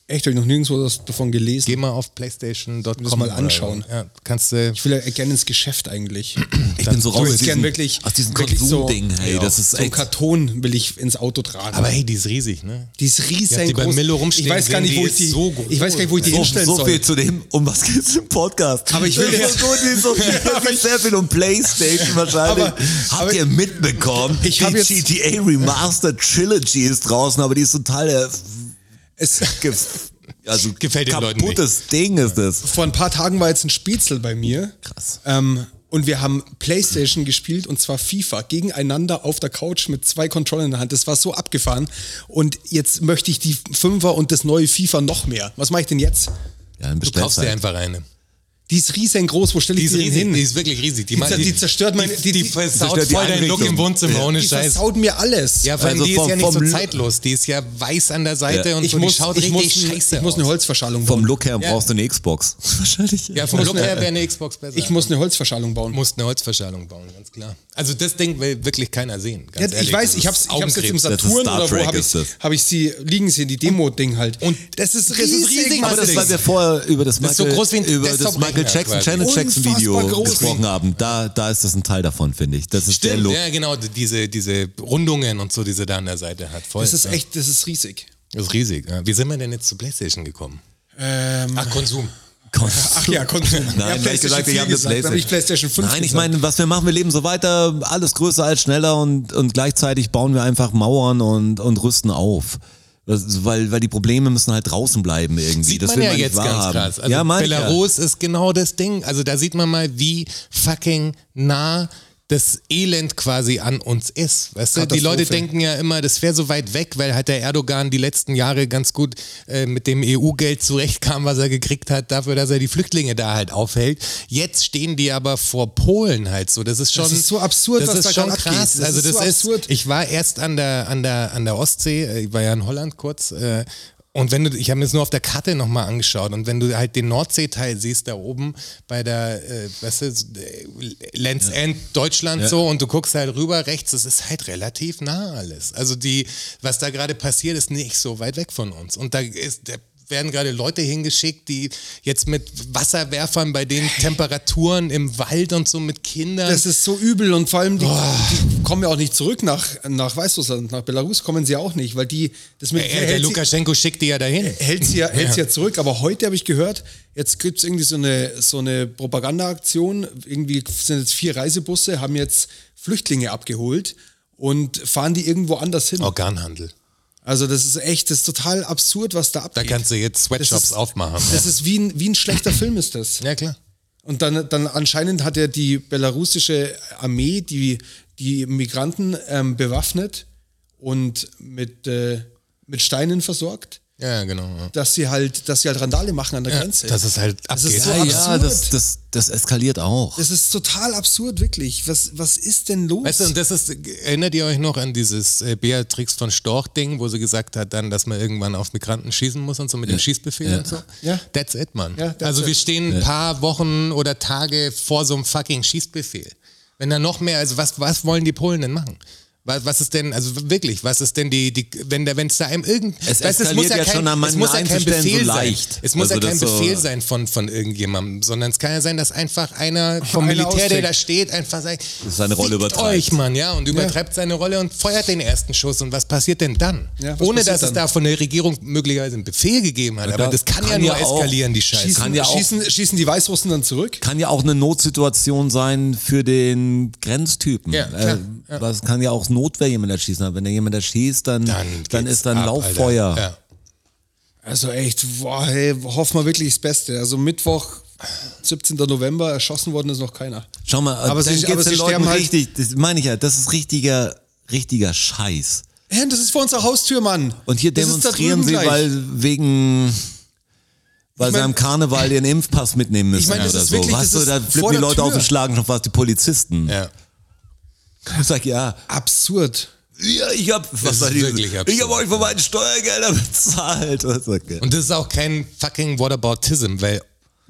Speaker 4: Echt, habe ich noch nirgendwo was davon gelesen.
Speaker 3: Geh mal auf PlayStation.com
Speaker 4: Muss mal
Speaker 3: oder-
Speaker 4: anschauen.
Speaker 3: Ja, kannst du.
Speaker 4: Ich will ja gerne ins Geschäft eigentlich.
Speaker 2: ich bin so
Speaker 4: Du,
Speaker 2: raus aus
Speaker 4: ich gern
Speaker 2: diesem,
Speaker 4: wirklich,
Speaker 2: aus diesem
Speaker 4: wirklich so-
Speaker 2: Konsumding. hey,
Speaker 4: Ja,
Speaker 2: das ist
Speaker 4: so einen
Speaker 2: echt.
Speaker 4: Karton will ich ins Auto tragen.
Speaker 3: Aber hey, die ist riesig, ne?
Speaker 4: die ist
Speaker 3: Ich hab
Speaker 4: riesengroß.
Speaker 3: die bei Milo rumstehen
Speaker 4: ich weiß gar
Speaker 3: sehen,
Speaker 4: nicht, wo
Speaker 3: die
Speaker 4: ich die,
Speaker 3: ist so groß.
Speaker 4: ich weiß gar nicht, wo ich die
Speaker 2: so,
Speaker 4: hinstellen
Speaker 2: so viel
Speaker 4: soll.
Speaker 2: zu dem, um was geht's im Podcast.
Speaker 4: Aber ich will
Speaker 2: das ist
Speaker 4: jetzt-
Speaker 2: so gut, die ist so viel,
Speaker 4: *laughs*
Speaker 2: das ist sehr viel um Playstation wahrscheinlich.
Speaker 4: Aber-
Speaker 2: Habt
Speaker 4: aber-
Speaker 2: ihr mitbekommen?
Speaker 4: Ich
Speaker 2: die
Speaker 4: hab jetzt-
Speaker 2: GTA Remastered Trilogy ist draußen, aber die ist total der
Speaker 4: Es
Speaker 2: Gibt's, also
Speaker 3: Gefällt den Leuten
Speaker 2: kaputtes Ding ist das.
Speaker 4: vor ein paar Tagen war jetzt ein Spitzel bei mir.
Speaker 2: Krass.
Speaker 4: Ähm, und wir haben Playstation gespielt und zwar FIFA gegeneinander auf der Couch mit zwei Controllern in der Hand. Das war so abgefahren. Und jetzt möchte ich die Fünfer und das neue FIFA noch mehr. Was mache ich denn jetzt?
Speaker 2: Ja, dann
Speaker 3: Du kaufst
Speaker 2: bestellst
Speaker 3: dir
Speaker 2: halt.
Speaker 3: einfach eine.
Speaker 4: Die ist riesengroß. Wo stelle
Speaker 3: Die
Speaker 4: ich
Speaker 3: ist
Speaker 4: die, denn
Speaker 3: riesig,
Speaker 4: hin?
Speaker 3: die ist wirklich riesig. Die,
Speaker 4: Die
Speaker 3: macht-
Speaker 4: zer- die zerstört meine-
Speaker 3: Die, die,
Speaker 4: die-
Speaker 3: die
Speaker 4: die
Speaker 3: versaut
Speaker 2: zerstört die
Speaker 3: voll deinen Look im
Speaker 2: Einrichtung.
Speaker 3: Wohnzimmer, ohne
Speaker 4: die
Speaker 3: Scheiß.
Speaker 4: versaut mir alles. Äh,
Speaker 3: Ja, vor allem
Speaker 2: Also
Speaker 3: die ist
Speaker 2: vom-
Speaker 3: ja nicht so
Speaker 2: vom-
Speaker 3: zeitlos. Die ist ja weiß an der Seite und
Speaker 4: ich,
Speaker 3: so,
Speaker 4: muss,
Speaker 3: die schaut
Speaker 4: ich, muss,
Speaker 3: richtig scheiße
Speaker 4: ich muss eine
Speaker 3: aus.
Speaker 4: Holzverschallung
Speaker 2: Vom
Speaker 4: bauen.
Speaker 2: Look her
Speaker 3: Ja.
Speaker 2: brauchst du eine
Speaker 3: *laughs*
Speaker 2: Xbox. Wahrscheinlich.
Speaker 3: Ja, vom
Speaker 4: muss
Speaker 3: Look
Speaker 4: eine-
Speaker 3: her wäre eine Xbox besser.
Speaker 4: Ich muss eine Holzverschallung bauen.
Speaker 3: musst eine Holzverschalung bauen, ganz klar. Also das Ding will wirklich keiner sehen. Ganz
Speaker 4: Ja,
Speaker 3: ehrlich.
Speaker 4: ich weiß,
Speaker 3: Das
Speaker 4: ich hab's,
Speaker 3: ist
Speaker 4: ich hab's jetzt im
Speaker 3: Augenkrebs.
Speaker 2: Das ist
Speaker 4: Saturn
Speaker 2: Star
Speaker 4: oder wo
Speaker 2: Trek
Speaker 4: habe
Speaker 2: ist
Speaker 4: ich,
Speaker 2: das.
Speaker 4: hab ich sie liegen sehen, die Demo-Ding halt.
Speaker 3: und
Speaker 4: das ist
Speaker 3: das ist
Speaker 4: riesig,
Speaker 3: riesig,
Speaker 2: Aber
Speaker 4: Mann.
Speaker 2: das,
Speaker 3: Ding.
Speaker 2: was wir vorher über das
Speaker 3: Das ist so
Speaker 2: Michael,
Speaker 3: groß wie ein
Speaker 2: über das Michael
Speaker 3: Desktop-Rechner
Speaker 2: Jackson,
Speaker 3: quasi.
Speaker 2: Janet Jackson
Speaker 4: Unfassbar
Speaker 2: Video
Speaker 4: groß.
Speaker 2: gesprochen haben, da, da ist das ein Teil davon, finde ich. Das ist der
Speaker 3: Stimmt,
Speaker 2: Look.
Speaker 3: ja genau, die- diese, diese Rundungen und so, die sie da an der Seite hat. Voll,
Speaker 4: Das ist
Speaker 3: ja.
Speaker 4: echt, das ist riesig.
Speaker 3: Das ist riesig. Ja. Wie sind wir denn jetzt zu Playstation gekommen?
Speaker 4: Ähm,
Speaker 3: Ach, Konsum.
Speaker 4: ach *laughs* ja, Konsum.
Speaker 2: Nein, ich hab gesagt, ich habe eine
Speaker 4: Dann hab ich PlayStation 5
Speaker 2: Nein, ich
Speaker 4: gesagt.
Speaker 2: meine, was wir machen, wir leben so weiter, alles größer als schneller und, und gleichzeitig bauen wir einfach Mauern und, und rüsten auf. Das, weil, weil die Probleme müssen halt draußen bleiben irgendwie.
Speaker 3: Sieht
Speaker 2: das
Speaker 3: man
Speaker 2: will
Speaker 3: ja
Speaker 2: man
Speaker 3: jetzt
Speaker 2: nicht
Speaker 3: ganz
Speaker 2: wahrhaben.
Speaker 3: krass. Also
Speaker 2: ja, mein ich ja.
Speaker 3: Belarus ist genau das Ding. Also da sieht man mal, wie fucking nah das Elend quasi an uns ist. Weißt du? Die
Speaker 4: Katastrophe.
Speaker 3: Leute denken ja immer, das wäre so weit weg, weil halt der Erdogan die letzten Jahre ganz gut äh, mit dem EU-Geld zurechtkam, was er gekriegt hat, dafür, dass er die Flüchtlinge da halt aufhält. Jetzt stehen die aber vor Polen halt so. Das ist schon
Speaker 4: Das ist so absurd,
Speaker 3: das
Speaker 4: was
Speaker 3: ist
Speaker 4: da
Speaker 3: schon
Speaker 4: gerade
Speaker 3: krass.
Speaker 4: abgeht. Das
Speaker 3: also
Speaker 4: ist
Speaker 3: das
Speaker 4: so
Speaker 3: ist,
Speaker 4: absurd.
Speaker 3: ich war erst an der an der an der Ostsee. äh, Ich war ja in Holland kurz. Äh, und wenn du, ich habe mir das nur auf der Karte nochmal angeschaut und wenn du halt den Nordseeteil siehst da oben bei der, äh, weißt du, so, äh, Lands End Deutschland so und du guckst halt rüber rechts, das ist halt relativ nah alles. Also die, was da gerade passiert, ist nicht so weit weg von uns. Und da ist, da werden gerade Leute hingeschickt, die jetzt mit Wasserwerfern bei den Temperaturen im Wald und so mit Kindern.
Speaker 4: Das ist so übel und vor allem, die, die kommen ja auch nicht zurück nach, nach Weißrussland, nach Belarus kommen sie ja auch nicht, weil die, das mit
Speaker 3: Ja, äh, der
Speaker 4: hält, sie,
Speaker 3: Lukaschenko schickt die ja dahin.
Speaker 4: hält, sie ja, hält sie ja zurück, aber heute habe ich gehört, jetzt gibt es irgendwie so eine, so eine Propagandaaktion, irgendwie sind jetzt vier Reisebusse, haben jetzt Flüchtlinge abgeholt und fahren die irgendwo anders hin.
Speaker 3: Organhandel.
Speaker 4: Also das ist echt, das ist total absurd, was da
Speaker 3: Da
Speaker 4: abgeht.
Speaker 3: kannst du jetzt
Speaker 4: Das
Speaker 3: Sweatshops
Speaker 4: ist-
Speaker 3: aufmachen.
Speaker 4: Das ist wie ein, wie ein *clears throat* schlechter Film ist das.
Speaker 3: Ja, klar.
Speaker 4: Und dann, dann anscheinend hat ja die belarussische Armee die, die Migranten ähm, bewaffnet und mit, äh, mit Steinen versorgt,
Speaker 3: Ja, genau. ja.
Speaker 4: dass sie halt, dass sie halt Randale machen an der
Speaker 3: Ja,
Speaker 4: Grenze.
Speaker 3: das ist halt
Speaker 4: Das ist
Speaker 3: abgeht.
Speaker 4: so
Speaker 2: Ja, ja,
Speaker 4: absurd.
Speaker 2: das, das, das eskaliert auch.
Speaker 4: das ist total absurd, wirklich. Was, was ist denn los?
Speaker 3: Weißt du, und das ist, erinnert ihr euch noch an dieses äh, Beatrix von Storch-Ding, wo sie gesagt hat dann, dass man irgendwann auf Migranten schießen muss und so mit dem Schießbefehl und so?
Speaker 4: Ja.
Speaker 3: That's it, Mann.
Speaker 4: Ja, that's
Speaker 3: also wir
Speaker 4: it.
Speaker 3: stehen ein paar Wochen oder Tage vor so einem fucking Schießbefehl. Wenn da noch mehr, also was, was wollen die Polen denn machen? Was, was ist denn, also wirklich, was ist denn die, die wenn da, wenn es da einem irgend,
Speaker 2: Es
Speaker 3: weißt du,
Speaker 2: eskaliert ja schon an
Speaker 3: es muss ja
Speaker 2: manchen
Speaker 3: kein
Speaker 2: Einzelstellen so
Speaker 3: Befehl
Speaker 2: leicht.
Speaker 3: sein. Es muss
Speaker 2: Also
Speaker 3: ja kein
Speaker 2: das so-
Speaker 3: Befehl sein von, von irgendjemandem, sondern es kann ja sein, dass einfach einer vom
Speaker 4: Einer
Speaker 3: Militär, der
Speaker 4: austickt.
Speaker 3: da steht, einfach sagt,
Speaker 2: seine Rolle
Speaker 3: "Fickt
Speaker 2: übertreibt."
Speaker 3: euch, Mann, ja, und übertreibt seine Rolle und feuert den ersten Schuss. Und was passiert denn dann?
Speaker 4: Ja, was
Speaker 3: Ohne
Speaker 4: passiert
Speaker 3: dass es
Speaker 4: dann?
Speaker 3: da von der Regierung möglicherweise einen Befehl gegeben hat. Aber
Speaker 2: da
Speaker 3: das kann,
Speaker 2: kann
Speaker 3: ja nur
Speaker 2: ja auch
Speaker 3: eskalieren, die Scheiße.
Speaker 4: schießen,
Speaker 2: kann ja auch-
Speaker 4: schießen, schießen die Weißrussen dann zurück?
Speaker 2: Kann ja auch eine Notsituation sein für den Grenztypen. Äh,
Speaker 3: Ja, klar, ja.
Speaker 2: Was kann ja auch Notwehr jemand erschießen. Aber wenn da jemand erschießt, dann, dann,
Speaker 3: geht's
Speaker 2: ist dann
Speaker 3: ab,
Speaker 2: Lauffeuer.
Speaker 3: Alter. Ja.
Speaker 4: Also echt, boah, hey, hoffen wir wirklich das Beste. Also Mittwoch, 17. November, erschossen worden ist noch keiner.
Speaker 2: Schau mal,
Speaker 4: Aber
Speaker 2: aber dann
Speaker 4: sie-
Speaker 2: geht's den
Speaker 4: aber sie
Speaker 2: Leuten
Speaker 4: sterben halt-
Speaker 2: richtig, das meine ich ja, das ist richtiger, richtiger Scheiß.
Speaker 4: Hä, das ist vor unserer Haustür, Mann.
Speaker 2: Und hier
Speaker 4: Das ist da
Speaker 2: demonstrieren
Speaker 4: drüben
Speaker 2: sie,
Speaker 4: gleich.
Speaker 2: weil wegen, weil
Speaker 4: Ich mein-
Speaker 2: sie am Karneval ihren Impfpass mitnehmen müssen
Speaker 4: Ich mein, das
Speaker 2: oder
Speaker 4: ist
Speaker 2: so.
Speaker 4: wirklich-
Speaker 2: weißt
Speaker 4: das
Speaker 2: du, da
Speaker 4: ist
Speaker 2: flippen
Speaker 4: vor
Speaker 2: die
Speaker 4: der
Speaker 2: Leute
Speaker 4: Tür.
Speaker 2: auf und schlagen schon fast die Polizisten.
Speaker 3: Ja.
Speaker 2: Ich sag, ja,
Speaker 4: Absurd.
Speaker 2: ja ich hab, was
Speaker 3: ist
Speaker 2: soll ich-
Speaker 3: wirklich
Speaker 2: ich hab
Speaker 3: absurd,
Speaker 2: euch von meinen Steuergeldern bezahlt. Was sag ich?
Speaker 3: Und das ist auch kein fucking Whataboutism, weil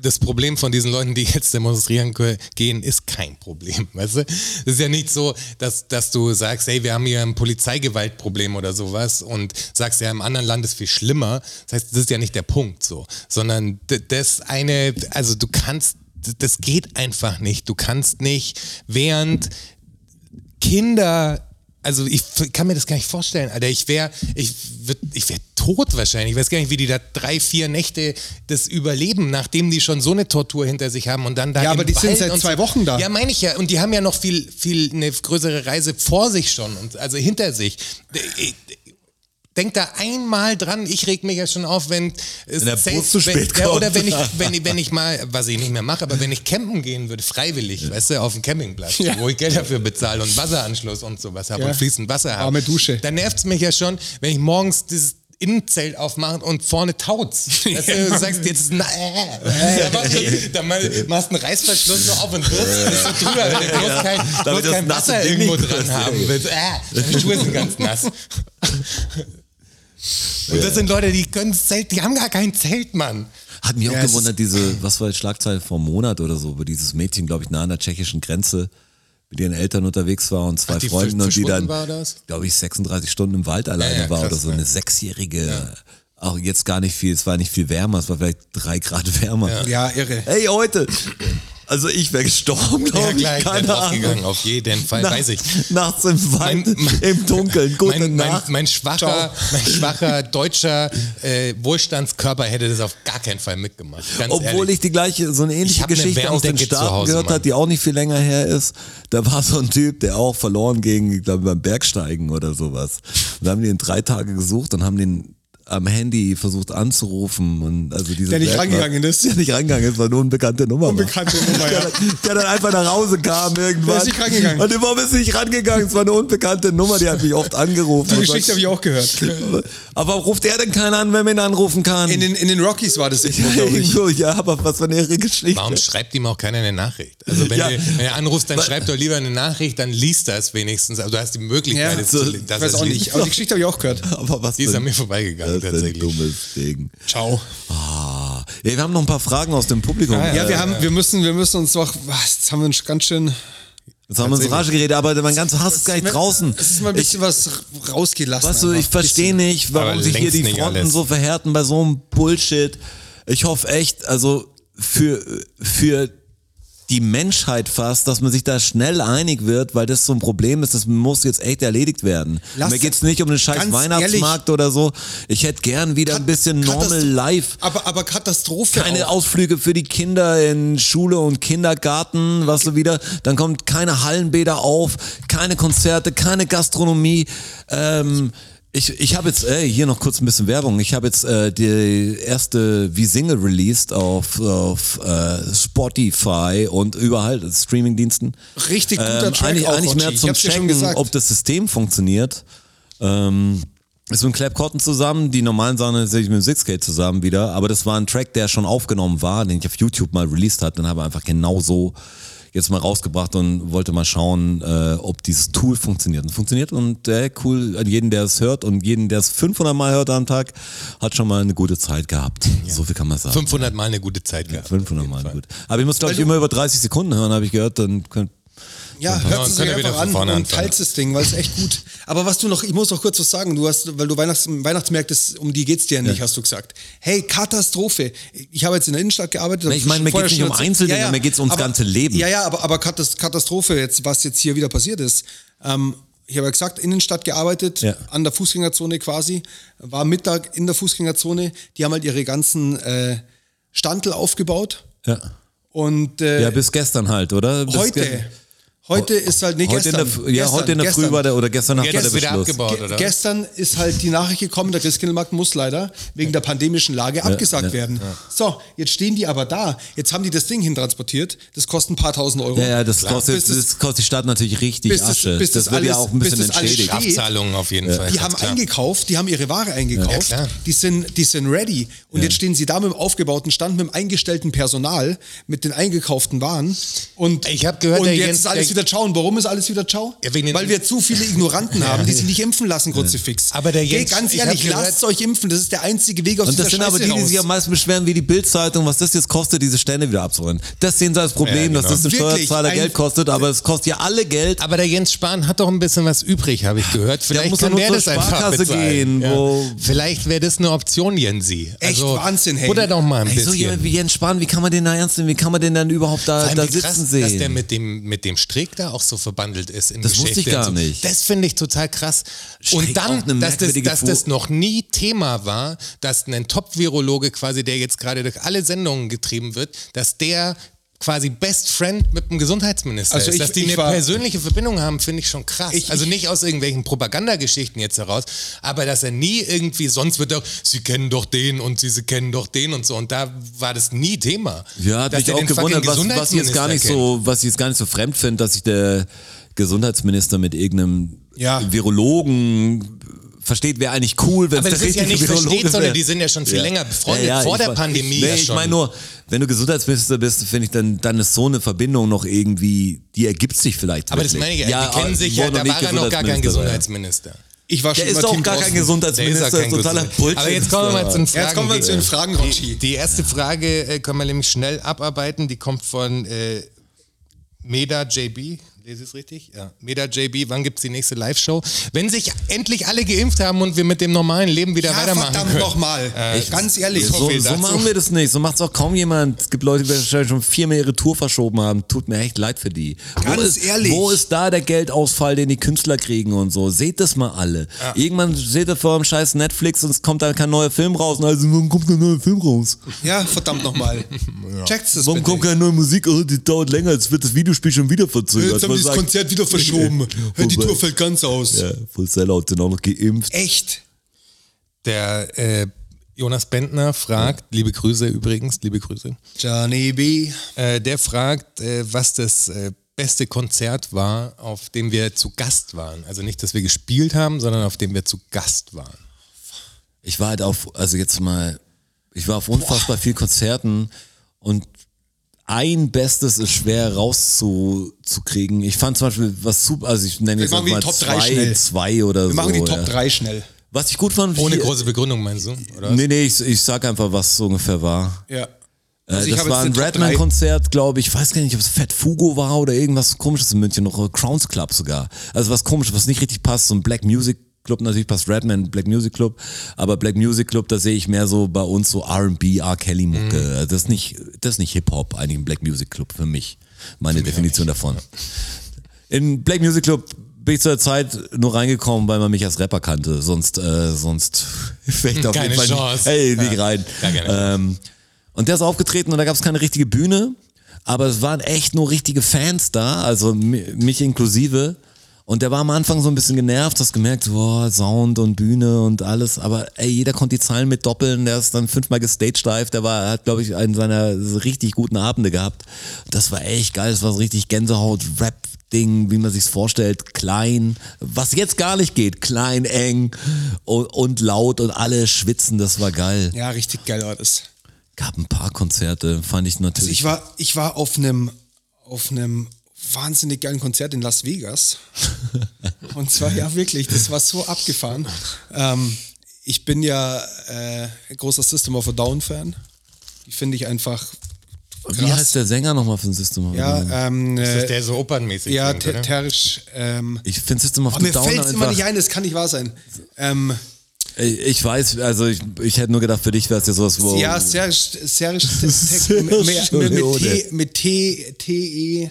Speaker 3: das Problem von diesen Leuten, die jetzt demonstrieren kö- gehen, ist kein Problem, *laughs* weißt du? Es ist ja nicht so, dass, dass du sagst, hey, wir haben hier ein Polizeigewaltproblem oder sowas und sagst, ja, im anderen Land ist viel schlimmer. Das heißt, das ist ja nicht der Punkt so, sondern d- das eine, also du kannst, d- das geht einfach nicht. Du kannst nicht, während Kinder, also ich f- kann mir das gar nicht vorstellen, Alter. Ich wäre, ich würd, ich wäre tot wahrscheinlich. Ich weiß gar nicht, wie die da drei, vier Nächte das überleben, nachdem die schon so eine Tortur hinter sich haben und dann da.
Speaker 4: Ja, aber
Speaker 3: im
Speaker 4: die sind
Speaker 3: Wald
Speaker 4: seit
Speaker 3: und
Speaker 4: zwei Wochen da.
Speaker 3: Ja, meine ich ja. Und die haben ja noch viel, viel eine größere Reise vor sich schon und also hinter sich. denk da einmal dran. Ich reg mich ja schon auf, wenn es
Speaker 2: der
Speaker 3: safe-
Speaker 2: Bus zu
Speaker 3: wenn-
Speaker 2: spät
Speaker 3: ja, Oder
Speaker 2: kommt.
Speaker 4: *laughs*
Speaker 3: wenn ich, wenn, ich- wenn ich mal, was ich nicht mehr mache, aber wenn ich campen gehen würde, freiwillig, weißt du, auf dem Campingplatz,
Speaker 4: Ja.
Speaker 3: wo ich Geld dafür bezahle und Wasseranschluss und sowas habe
Speaker 4: Ja.
Speaker 3: und fließend Wasser habe.
Speaker 4: Warme Dusche.
Speaker 3: Dann nervt's mich ja schon, wenn ich morgens dieses Innenzelt aufmachen und vorne taut's. Weißt du, du sagst jetzt, ist ein- äh, äh, äh, dann mal- machst einen Reißverschluss noch auf und wirst bist du drüber, weil du bloß kein, bloß
Speaker 2: Damit das
Speaker 3: kein
Speaker 2: nasse
Speaker 3: Wasser
Speaker 2: Ding
Speaker 3: irgendwo
Speaker 2: nicht
Speaker 3: dran
Speaker 2: passiert.
Speaker 3: haben willst. Äh, deine Schuhe sind ganz nass. Und das sind Leute, die können das Zelt, die haben gar kein Zelt, Mann.
Speaker 2: Hat mich auch
Speaker 3: Ja, es
Speaker 2: gewundert, diese, was war die Schlagzeile vor einem Monat oder so, wo dieses Mädchen, glaube ich, nah an der tschechischen Grenze mit ihren Eltern unterwegs war und zwei
Speaker 3: die
Speaker 2: Freunden
Speaker 3: ver-
Speaker 2: und die dann,
Speaker 3: verschwunden war oder was?
Speaker 2: glaube ich, 36 Stunden im Wald alleine
Speaker 3: Ja, ja,
Speaker 2: war
Speaker 3: krass,
Speaker 2: oder so.
Speaker 3: ja.
Speaker 2: Eine sechsjährige, auch jetzt gar nicht viel, es war nicht viel wärmer, es war vielleicht drei Grad wärmer.
Speaker 4: Ja, irre.
Speaker 2: Hey, heute! Also ich wäre gestorben, glaube ich.
Speaker 3: ich bin
Speaker 2: keine Ahnung.
Speaker 3: draufgegangen, auf jeden Fall,
Speaker 2: Nacht-
Speaker 3: weiß ich.
Speaker 2: Nachts im Wald,
Speaker 3: Mein- mein-
Speaker 2: im Dunkeln. Gute
Speaker 3: mein, mein,
Speaker 2: Nacht.
Speaker 3: mein, schwacher, mein schwacher deutscher äh, Wohlstandskörper hätte das auf gar keinen Fall mitgemacht. Ganz
Speaker 2: Obwohl
Speaker 3: ehrlich.
Speaker 2: ich die gleiche, so eine
Speaker 3: Ich
Speaker 2: ähnliche
Speaker 3: hab ne
Speaker 2: Geschichte aus den
Speaker 3: Wärmdecke zu
Speaker 2: Staaten
Speaker 3: Hause,
Speaker 2: gehört
Speaker 3: Mann.
Speaker 2: hat, die auch nicht viel länger her ist. Da war so ein Typ, der auch verloren ging, ich glaube beim Bergsteigen oder sowas. Und da haben die ihn drei Tage gesucht und haben den am Handy versucht anzurufen und also diese
Speaker 4: Der nicht
Speaker 2: Bergmann-
Speaker 4: rangegangen ist.
Speaker 2: Der nicht rangegangen ist, war nur unbekannte Nummer. war.
Speaker 4: Unbekannte Nummer,
Speaker 2: *laughs*
Speaker 4: ja.
Speaker 2: Der, der dann einfach nach Hause kam irgendwann.
Speaker 4: Der ist nicht rangegangen.
Speaker 2: Und überhaupt ist nicht rangegangen. Es war eine unbekannte Nummer, die hat mich oft angerufen.
Speaker 4: Die Geschichte habe ich auch gehört.
Speaker 2: Aber warum ruft er denn keinen an, wenn man ihn anrufen kann?
Speaker 4: In den, in den Rockies war das irgendwo,
Speaker 2: ja,
Speaker 4: glaube ich.
Speaker 2: irgendwo, ja, aber was für eine irre Geschichte.
Speaker 3: Warum schreibt ihm auch keiner eine Nachricht? Also wenn,
Speaker 2: Ja.
Speaker 3: du, wenn er anruft, dann
Speaker 2: Weil-
Speaker 3: schreibt doch lieber eine Nachricht, dann liest er es wenigstens. Also du hast die Möglichkeit,
Speaker 4: Ja,
Speaker 3: es
Speaker 4: so,
Speaker 3: zu,
Speaker 4: ich
Speaker 3: dass
Speaker 4: weiß
Speaker 3: er es
Speaker 4: auch
Speaker 3: liest.
Speaker 4: nicht, aber die Geschichte habe ich auch gehört.
Speaker 2: Aber was
Speaker 3: Die ist
Speaker 2: für-
Speaker 3: an mir vorbeigegangen
Speaker 2: das ist ein
Speaker 3: tatsächlich.
Speaker 2: dummes Ding.
Speaker 4: Ciao.
Speaker 2: Ah. Ey, wir haben noch ein paar Fragen aus dem Publikum.
Speaker 4: Ah, Ja, wir haben, wir müssen, wir müssen uns doch, was, jetzt haben wir uns ganz schön,
Speaker 2: Jetzt haben wir uns in Rage geredet, aber mein ganzer Hass ist gar nicht draußen.
Speaker 4: es ist mal ein
Speaker 2: Ich,
Speaker 4: bisschen was rausgelassen.
Speaker 2: weißt du, ich
Speaker 4: einfach.
Speaker 2: verstehe nicht, warum
Speaker 3: Aber
Speaker 2: sich hier
Speaker 3: längst
Speaker 2: die
Speaker 3: nicht
Speaker 2: Fronten
Speaker 3: alles.
Speaker 2: so verhärten bei so einem Bullshit. Ich hoffe echt, also für, für die Menschheit fast, dass man sich da schnell einig wird, weil das so ein Problem ist, das muss jetzt echt erledigt werden.
Speaker 4: Lass-
Speaker 2: Mir geht's nicht um den scheiß
Speaker 4: Ganz
Speaker 2: Weihnachtsmarkt oder so. Ich hätte gern wieder ein bisschen normal
Speaker 4: Katast-
Speaker 2: life.
Speaker 4: Aber, aber Katastrophe.
Speaker 2: keine
Speaker 4: auch.
Speaker 2: Ausflüge für die Kinder in Schule und Kindergarten, was so wieder, dann kommt keine Hallenbäder auf, keine Konzerte, keine Gastronomie. Ähm, ich ich habe jetzt ey, hier noch kurz ein bisschen Werbung. Ich habe jetzt äh, die erste V-Single released auf, auf äh, Spotify und überall Streamingdiensten.
Speaker 4: Richtig guter
Speaker 2: ähm,
Speaker 4: Track
Speaker 2: eigentlich,
Speaker 4: auch,
Speaker 2: eigentlich mehr
Speaker 4: Ochi. Ich
Speaker 2: zum
Speaker 4: hab's dir schon
Speaker 2: Checken,
Speaker 4: gesagt.
Speaker 2: ob das System funktioniert. Ähm, ist mit Clap Cotton zusammen, die normalen Sachen sehe ich mit dem Sixcade zusammen wieder, aber das war ein Track, der schon aufgenommen war, den ich auf YouTube mal released hat, den habe ich einfach genau so jetzt mal rausgebracht und wollte mal schauen, äh, ob dieses Tool funktioniert. Und funktioniert und äh, cool, an jeden, der es hört und jeden, der es 500 Mal hört am Tag, hat schon mal eine gute Zeit gehabt. So viel kann man sagen.
Speaker 3: 500 Mal eine gute Zeit gehabt.
Speaker 2: 500 Mal, gut. Aber ich muss, glaube ich, immer über 30 Sekunden hören, habe ich gehört, dann könnt,
Speaker 4: Ja, hört es
Speaker 3: können
Speaker 4: euch
Speaker 3: wir wieder
Speaker 4: einfach
Speaker 3: von
Speaker 4: an
Speaker 3: vorne
Speaker 4: und
Speaker 3: anfangen.
Speaker 4: teilt das Ding, weil es echt gut. Aber was du noch, ich muss noch kurz was sagen, du hast, weil du Weihnachts, Weihnachtsmärkte, um die geht's dir ja nicht, hast du gesagt. Hey, Katastrophe. Ich habe jetzt in der Innenstadt gearbeitet.
Speaker 2: Nee, ich meine, mir
Speaker 4: vorher
Speaker 2: geht's
Speaker 4: schon
Speaker 2: nicht um
Speaker 4: erzählt.
Speaker 2: Einzeldinger, mir geht's ums
Speaker 4: aber-
Speaker 2: ganze Leben.
Speaker 4: Ja, ja, aber, aber Katas- Katastrophe jetzt, was jetzt hier wieder passiert ist. Ähm, ich habe ja gesagt, Innenstadt gearbeitet,
Speaker 2: Ja.
Speaker 4: an der Fußgängerzone quasi, war Mittag in der Fußgängerzone, die haben halt ihre ganzen äh, Standel aufgebaut
Speaker 2: ja.
Speaker 4: und äh,
Speaker 2: ja, bis gestern halt, oder? Bis
Speaker 4: heute,
Speaker 2: ge-
Speaker 4: heute ist halt, nee,
Speaker 2: heute in
Speaker 4: gestern,
Speaker 2: der, F- ja,
Speaker 4: gestern,
Speaker 2: heute in der Früh
Speaker 4: gestern.
Speaker 2: war der, oder gestern Nacht war
Speaker 3: Jetzt
Speaker 2: der
Speaker 3: ist wieder
Speaker 2: Beschluss.
Speaker 3: abgebaut,
Speaker 4: Ge-
Speaker 3: oder?
Speaker 4: Gestern ist halt die Nachricht gekommen, der Christkindlmarkt muss leider wegen der pandemischen Lage abgesagt
Speaker 2: ja,
Speaker 4: werden. So, jetzt stehen die aber da. Jetzt haben die das Ding hintransportiert. Das kostet ein paar tausend Euro.
Speaker 2: Ja, ja, das kostet,
Speaker 4: Bis das-
Speaker 2: das kostet die Stadt natürlich richtig
Speaker 4: bis das-
Speaker 2: Asche.
Speaker 4: bis
Speaker 2: das
Speaker 4: das
Speaker 2: wird ja
Speaker 4: alles-
Speaker 2: auch ein
Speaker 4: bis
Speaker 2: bisschen
Speaker 4: das alles
Speaker 2: entschädigt.
Speaker 4: steht.
Speaker 3: Strafzahlungen auf jeden Fall.
Speaker 4: Die
Speaker 3: ganz
Speaker 4: haben
Speaker 3: klar.
Speaker 4: eingekauft, die haben ihre Ware eingekauft,
Speaker 3: Ja, klar.
Speaker 4: die, sind, die sind ready. Und jetzt stehen sie da mit dem aufgebauten Stand, mit dem eingestellten Personal, mit den eingekauften Waren. Und,
Speaker 3: Ich hab gehört,
Speaker 4: und
Speaker 3: der
Speaker 4: jetzt
Speaker 3: Jens-
Speaker 4: ist alles
Speaker 3: der-
Speaker 4: wieder ciao. Und warum ist alles wieder ciao?
Speaker 3: Ja, wegen den-
Speaker 4: Weil wir zu
Speaker 3: *laughs*
Speaker 4: viele Ignoranten haben, die sich nicht impfen lassen, Kruzifix.
Speaker 3: Aber der
Speaker 4: Geh,
Speaker 3: Jens-
Speaker 4: ganz
Speaker 3: ich hab
Speaker 4: ehrlich,
Speaker 3: gehört-
Speaker 4: lasst euch impfen. Das ist der einzige Weg aus
Speaker 2: Und
Speaker 4: dieser
Speaker 2: das sind aber
Speaker 4: Scheiße
Speaker 2: die, die
Speaker 4: raus.
Speaker 2: sich am meisten beschweren, wie die Bildzeitung, was das jetzt kostet, diese Stände wieder abzuräumen. Das sehen sie als Problem,
Speaker 3: Ja,
Speaker 2: dass das den
Speaker 4: genau. Wirklich,
Speaker 2: Steuerzahler
Speaker 4: ein-
Speaker 2: Geld kostet, aber es kostet ja alle Geld.
Speaker 3: Aber der Jens Spahn hat doch ein bisschen was übrig, habe ich gehört. Vielleicht
Speaker 2: muss
Speaker 3: kann
Speaker 2: doch nur
Speaker 3: der
Speaker 2: zur
Speaker 3: das einfach
Speaker 2: Sparkasse
Speaker 3: bezahlen.
Speaker 2: gehen, wo-
Speaker 3: Vielleicht wäre das eine Option, Jensi. Also
Speaker 4: Echt Wahnsinn, hey.
Speaker 3: Oder doch mal ein
Speaker 2: Ey,
Speaker 3: bisschen.
Speaker 2: so jemand wie Also Jens Spahn, wie kann man den da ernst nehmen? Wie kann man den dann überhaupt
Speaker 3: Vor
Speaker 2: da,
Speaker 3: allem,
Speaker 2: da
Speaker 3: wie krass,
Speaker 2: sitzen
Speaker 3: Dass der
Speaker 2: sehen?
Speaker 3: mit dem, mit dem Strick da auch so verbandelt ist. In
Speaker 2: Das wusste
Speaker 3: Geschäfte
Speaker 2: ich gar
Speaker 3: und so.
Speaker 2: nicht.
Speaker 3: Das finde ich total krass.
Speaker 2: Strick
Speaker 3: Und
Speaker 2: auch eine
Speaker 3: dann, dass das,
Speaker 2: merkwürdige
Speaker 3: dass das
Speaker 2: Fu-
Speaker 3: noch nie Thema war, dass ein Top-Virologe quasi, der jetzt gerade durch alle Sendungen getrieben wird, dass der quasi Best Friend mit dem Gesundheitsminister
Speaker 4: Also
Speaker 3: ist.
Speaker 4: ich-
Speaker 3: Dass die
Speaker 4: ich
Speaker 3: eine
Speaker 4: war-
Speaker 3: persönliche Verbindung haben, finde ich schon krass.
Speaker 4: Ich-
Speaker 3: also nicht aus irgendwelchen Propagandageschichten jetzt heraus, aber dass er nie irgendwie, sonst wird doch, sie kennen doch den und sie, sie kennen doch den und so. Und da war das nie Thema.
Speaker 2: Ja, hat
Speaker 3: Dass
Speaker 2: mich
Speaker 3: der
Speaker 2: auch
Speaker 3: den
Speaker 2: gewundert, was,
Speaker 3: fucking
Speaker 2: was ich jetzt gar nicht
Speaker 3: Gesundheitsminister
Speaker 2: so, was ich jetzt gar nicht so fremd finde, dass sich der Gesundheitsminister mit irgendeinem
Speaker 4: Ja.
Speaker 2: Virologen versteht, wäre eigentlich cool, wenn
Speaker 3: Aber
Speaker 2: es der
Speaker 3: das ist ja
Speaker 2: richtige
Speaker 3: nicht
Speaker 2: Virologe
Speaker 3: versteht, sondern
Speaker 2: wäre.
Speaker 3: die sind ja schon viel länger befreundet, vor
Speaker 2: ich
Speaker 3: der
Speaker 2: weiß-
Speaker 3: Pandemie
Speaker 2: Ich, nee,
Speaker 3: ja
Speaker 2: ich
Speaker 3: schon.
Speaker 2: meine nur, wenn du Gesundheitsminister bist, finde ich, dann, dann ist so eine Verbindung noch irgendwie, die ergibt sich vielleicht.
Speaker 3: Aber das
Speaker 2: wirklich.
Speaker 3: meine ich ja, die kennen sich
Speaker 2: wo
Speaker 3: ja, da
Speaker 2: nicht
Speaker 3: war er noch gar
Speaker 2: Gesundheitsminister war, ja.
Speaker 3: kein Gesundheitsminister.
Speaker 4: Ich war
Speaker 2: Der
Speaker 4: schon
Speaker 2: ist
Speaker 4: immer
Speaker 2: doch
Speaker 4: Team
Speaker 2: gar kein
Speaker 4: Drosten.
Speaker 3: Der ist ja
Speaker 2: Gesundheitsminister,
Speaker 3: kein
Speaker 2: ist totaler
Speaker 3: Gesundheitsminister.
Speaker 2: Bullshit.
Speaker 3: Aber jetzt kommen wir mal zu den Fragen.
Speaker 4: Jetzt kommen wir
Speaker 3: die-
Speaker 4: zu den Fragen,
Speaker 3: Die,
Speaker 4: Rotschi.
Speaker 3: die erste Frage äh, können wir nämlich schnell abarbeiten. Die kommt von äh, Meda JB. Lese ich es richtig? Ja. Meda JB, wann gibt es die nächste Live-Show? Wenn sich endlich alle geimpft haben und wir mit dem normalen Leben wieder
Speaker 4: Ja,
Speaker 3: weitermachen Äh,
Speaker 4: verdammt
Speaker 3: können.
Speaker 4: nochmal. Ganz ehrlich,
Speaker 2: So,
Speaker 3: viel
Speaker 2: so
Speaker 3: dazu.
Speaker 2: machen wir das nicht. So macht es auch kaum jemand. Es gibt Leute, die wahrscheinlich schon viermal ihre Tour verschoben haben. Tut mir echt leid für die.
Speaker 4: Ganz
Speaker 2: wo ist,
Speaker 4: ehrlich.
Speaker 2: Wo ist da der Geldausfall, den die Künstler kriegen und so? Seht das mal alle. Irgendwann seht ihr vor dem scheiß Netflix und es kommt dann kein neuer Film raus. Und also, warum kommt kein neuer Film raus?
Speaker 4: Ja,
Speaker 3: *laughs*
Speaker 4: verdammt nochmal. Checkt's das
Speaker 2: Warum
Speaker 4: bitte.
Speaker 2: kommt keine neue Musik? Oh, die dauert länger. Jetzt wird das Videospiel schon wieder verzögert.
Speaker 4: Jetzt haben
Speaker 2: Man
Speaker 4: die das
Speaker 2: sagt,
Speaker 4: Konzert wieder verschoben. Die
Speaker 2: Wobei-
Speaker 4: Tour fällt ganz aus.
Speaker 2: Ja, voll äh, Sellout, sind auch noch geimpft.
Speaker 4: Echt?
Speaker 3: Der äh, Jonas Bentner fragt, liebe Grüße übrigens, liebe Grüße.
Speaker 4: Johnny B.
Speaker 3: Äh, der fragt, äh, was das äh, beste Konzert war, auf dem wir zu Gast waren. Also nicht, dass wir gespielt haben, sondern auf dem wir zu Gast waren.
Speaker 2: ich war halt auf, also jetzt mal, ich war auf unfassbar viel Konzerten und ein Bestes ist schwer rauszukriegen. Ich fand zum Beispiel was super, also ich nenne jetzt
Speaker 4: machen
Speaker 2: mal
Speaker 4: die Top drei
Speaker 2: zwei,
Speaker 4: schnell.
Speaker 2: zwei oder
Speaker 4: Wir
Speaker 2: so.
Speaker 4: machen die Top
Speaker 2: Oh, ja.
Speaker 4: 3 schnell.
Speaker 2: Was ich gut fand,
Speaker 3: Ohne
Speaker 2: hier-
Speaker 3: große Begründung, meinst du? Oder?
Speaker 2: Nee, nee, ich, ich sag einfach, was so ungefähr war.
Speaker 4: Ja.
Speaker 2: Äh,
Speaker 4: Also ich
Speaker 2: das
Speaker 4: habe
Speaker 2: war
Speaker 4: jetzt
Speaker 2: ein
Speaker 4: eine Top drei.
Speaker 2: Redman-Konzert, glaube ich. Ich weiß gar nicht, ob es Fat Fugo war oder irgendwas komisches in München, noch äh, Crowns Club sogar. Also was komisches, was nicht richtig passt. So ein Black Music Club, natürlich passt Redman, Black Music Club. Aber Black Music Club, da sehe ich mehr so bei uns so R&B, R. Kelly Mucke.
Speaker 4: Mhm.
Speaker 2: Also Das ist nicht, das ist nicht Hip-Hop, eigentlich ein Black Music Club für mich. Meine Definition davon. In Black Music Club bin ich zur Zeit nur reingekommen, weil man mich als Rapper kannte. Sonst, äh, sonst *laughs* wäre ich da auf
Speaker 3: Keine
Speaker 2: jeden Fall nicht,
Speaker 3: Chance.
Speaker 2: hey, nicht rein.
Speaker 3: Gar keine
Speaker 2: Ähm, und der ist aufgetreten und da gab es keine richtige Bühne, aber es waren echt nur richtige Fans da, also mi- mich inklusive. Und der war am Anfang so ein bisschen genervt, hast gemerkt, boah, Sound und Bühne und alles, aber ey, jeder konnte die Zahlen mit doppeln, der ist dann fünfmal gestaged live, der war, hat glaube ich einen seiner richtig guten Abende gehabt. Das war echt geil, das war so richtig Gänsehaut-Rap, Ding, wie man sich's vorstellt, klein, was jetzt gar nicht geht, klein, eng und, und laut und alle schwitzen, das war geil.
Speaker 4: Ja, richtig geil war das.
Speaker 2: Gab ein paar Konzerte, fand ich
Speaker 4: Also
Speaker 2: natürlich.
Speaker 4: ich war, ich war auf einem, auf einem wahnsinnig geilen Konzert in Las Vegas. Also Und zwar, ja wirklich, das war so abgefahren. Ähm, ich bin ja äh, ein großer System of a Down-Fan. Die finde ich einfach
Speaker 2: Wie
Speaker 4: krass.
Speaker 2: heißt der Sänger nochmal von System of a Down?
Speaker 4: ja, ähm,
Speaker 3: Das ist
Speaker 4: äh,
Speaker 3: der so opernmäßig.
Speaker 4: ja,
Speaker 3: singt,
Speaker 4: ter
Speaker 3: oder?
Speaker 4: Tersch, ähm,
Speaker 2: Ich finde System of
Speaker 4: oh,
Speaker 2: a
Speaker 4: mir
Speaker 2: Down
Speaker 4: fällt es immer
Speaker 2: einfach.
Speaker 4: nicht ein, das kann nicht wahr sein. Ähm,
Speaker 2: Ich, ich weiß, also ich, ich hätte nur gedacht, für dich wäre es ja sowas, wo.
Speaker 4: ja, Serge, Serge,
Speaker 2: *laughs* Serge
Speaker 4: mit, mit,
Speaker 2: Leone.
Speaker 4: T- mit T, T, E,